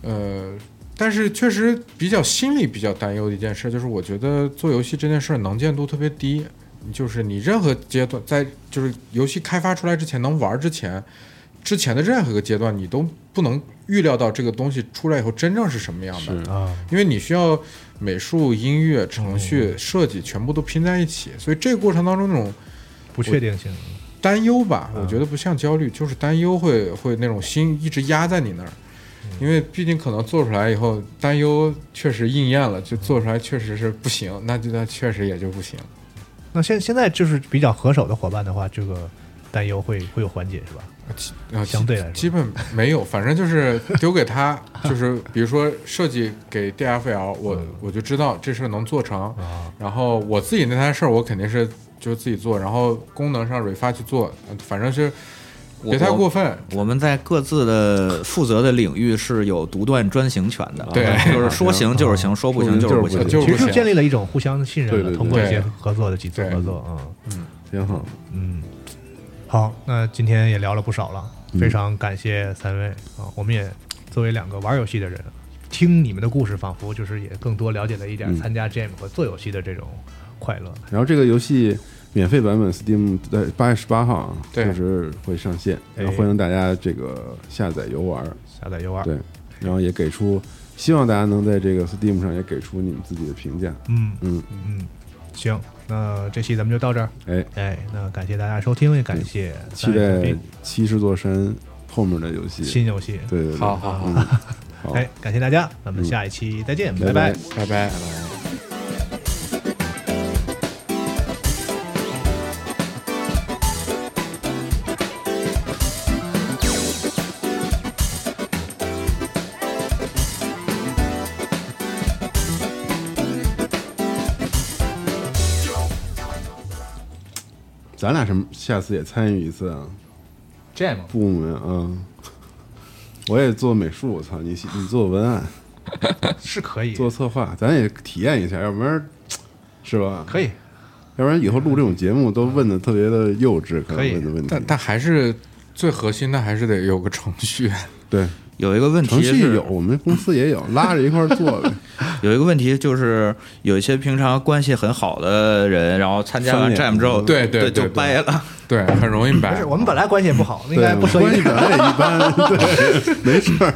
[SPEAKER 5] 呃，但是确实比较心里比较担忧的一件事，就是我觉得做游戏这件事儿能见度特别低，就是你任何阶段，在就是游戏开发出来之前，能玩儿之前，之前的任何一个阶段，你都不能预料到这个东西出来以后真正是什么样的。
[SPEAKER 4] 嗯
[SPEAKER 2] 啊，
[SPEAKER 5] 因为你需要美术、音乐、程序、设计全部都拼在一起，所以这个过程当中那种
[SPEAKER 2] 不确定性，
[SPEAKER 5] 担忧吧，我觉得不像焦虑，就是担忧会会那种心一直压在你那儿，因为毕竟可能做出来以后，担忧确实应验了，就做出来确实是不行，那就那确实也就不行。
[SPEAKER 2] 那现现在就是比较合手的伙伴的话，这个担忧会会有缓解是吧？
[SPEAKER 5] 啊，基
[SPEAKER 2] 相对来说
[SPEAKER 5] 基本没有，反正就是丢 给他，就是比如说设计给 DFL，我
[SPEAKER 2] 嗯
[SPEAKER 5] 我就知道这事儿能做成，
[SPEAKER 2] 啊
[SPEAKER 5] 然后我自己那摊事儿我肯定是就自己做，然后功能上 refa 去做，呃反正是
[SPEAKER 4] 我
[SPEAKER 5] 别太过分，
[SPEAKER 4] 我们在各自的负责的领域是有独断专行权的，
[SPEAKER 5] 对
[SPEAKER 4] 就是说行就是行，说不行就是不行
[SPEAKER 3] 说不行就是不。啊
[SPEAKER 5] 就
[SPEAKER 2] 其实
[SPEAKER 5] 是不
[SPEAKER 2] 就
[SPEAKER 5] 行。
[SPEAKER 2] 建立了一种互相信任
[SPEAKER 3] 对
[SPEAKER 2] 了，
[SPEAKER 3] 对
[SPEAKER 2] 通过一
[SPEAKER 5] 对
[SPEAKER 2] 些合作的几次
[SPEAKER 5] 对
[SPEAKER 2] 合作，嗯。
[SPEAKER 3] 挺好。
[SPEAKER 2] 嗯，好，那今天也聊了不少了，
[SPEAKER 3] 嗯
[SPEAKER 2] 非常感谢三位啊！我们也作为两个玩游戏的人，听你们的故事，仿佛就是也更多了解了一点
[SPEAKER 3] 嗯
[SPEAKER 2] 参加 Jam 和做游戏的这种快乐。
[SPEAKER 3] 然后这个游戏免费版本 Steam 在八月十八号啊，
[SPEAKER 5] 对
[SPEAKER 3] 确实会上线，然后
[SPEAKER 2] 哎
[SPEAKER 3] 欢迎大家这个下载游玩儿，
[SPEAKER 2] 下载游玩，
[SPEAKER 3] 对，然后也给出，希望大家能在这个 Steam 上也给出你们自己的评价，
[SPEAKER 2] 嗯
[SPEAKER 3] 嗯，
[SPEAKER 2] 嗯，行，那这期咱们就到这儿。
[SPEAKER 3] 哎，
[SPEAKER 2] 哎，那感谢大家收听，也感谢
[SPEAKER 3] 嗯期
[SPEAKER 2] 三位嘉
[SPEAKER 3] 待
[SPEAKER 2] 宾
[SPEAKER 3] 七十座山后面的游戏，
[SPEAKER 2] 新游戏。
[SPEAKER 3] 对对对，
[SPEAKER 5] 好好好，
[SPEAKER 3] 嗯，好，嗯
[SPEAKER 2] 哎，感谢大家，咱们下一期再见，
[SPEAKER 3] 拜
[SPEAKER 2] 拜
[SPEAKER 3] 拜
[SPEAKER 5] 拜拜。
[SPEAKER 3] 咱俩什么下次也参与一次啊，
[SPEAKER 2] ，Jam
[SPEAKER 3] 部门啊，我也做美术，我操，你你做文案，
[SPEAKER 2] 是可以，
[SPEAKER 3] 做策划，咱也体验一下，要不然是吧？
[SPEAKER 2] 可以，
[SPEAKER 3] 要不然以后录这种节目都问的特别的幼稚，可
[SPEAKER 2] 可
[SPEAKER 3] 能
[SPEAKER 2] 以
[SPEAKER 3] 问的问题
[SPEAKER 5] 但。但还是最核心的还是得有个程序，
[SPEAKER 3] 对，
[SPEAKER 4] 有一个问题
[SPEAKER 3] 程
[SPEAKER 4] 是，
[SPEAKER 3] 序有，我们公司也有，拉着一块儿做的。
[SPEAKER 4] 有一个问题就是，有一些平常关系很好的人，然后参加完
[SPEAKER 3] 翻
[SPEAKER 4] Jam
[SPEAKER 3] 脸
[SPEAKER 4] 之后，
[SPEAKER 5] 对
[SPEAKER 4] 对，
[SPEAKER 5] 对对
[SPEAKER 4] 就
[SPEAKER 5] 对
[SPEAKER 4] 掰了。
[SPEAKER 5] 对，很容 易
[SPEAKER 2] 不
[SPEAKER 5] 摆
[SPEAKER 2] 是。我们本来关系也不 好， 应
[SPEAKER 3] 对，
[SPEAKER 2] 该不涉
[SPEAKER 3] 关
[SPEAKER 2] 及
[SPEAKER 3] 系本来也一般，对，没事儿。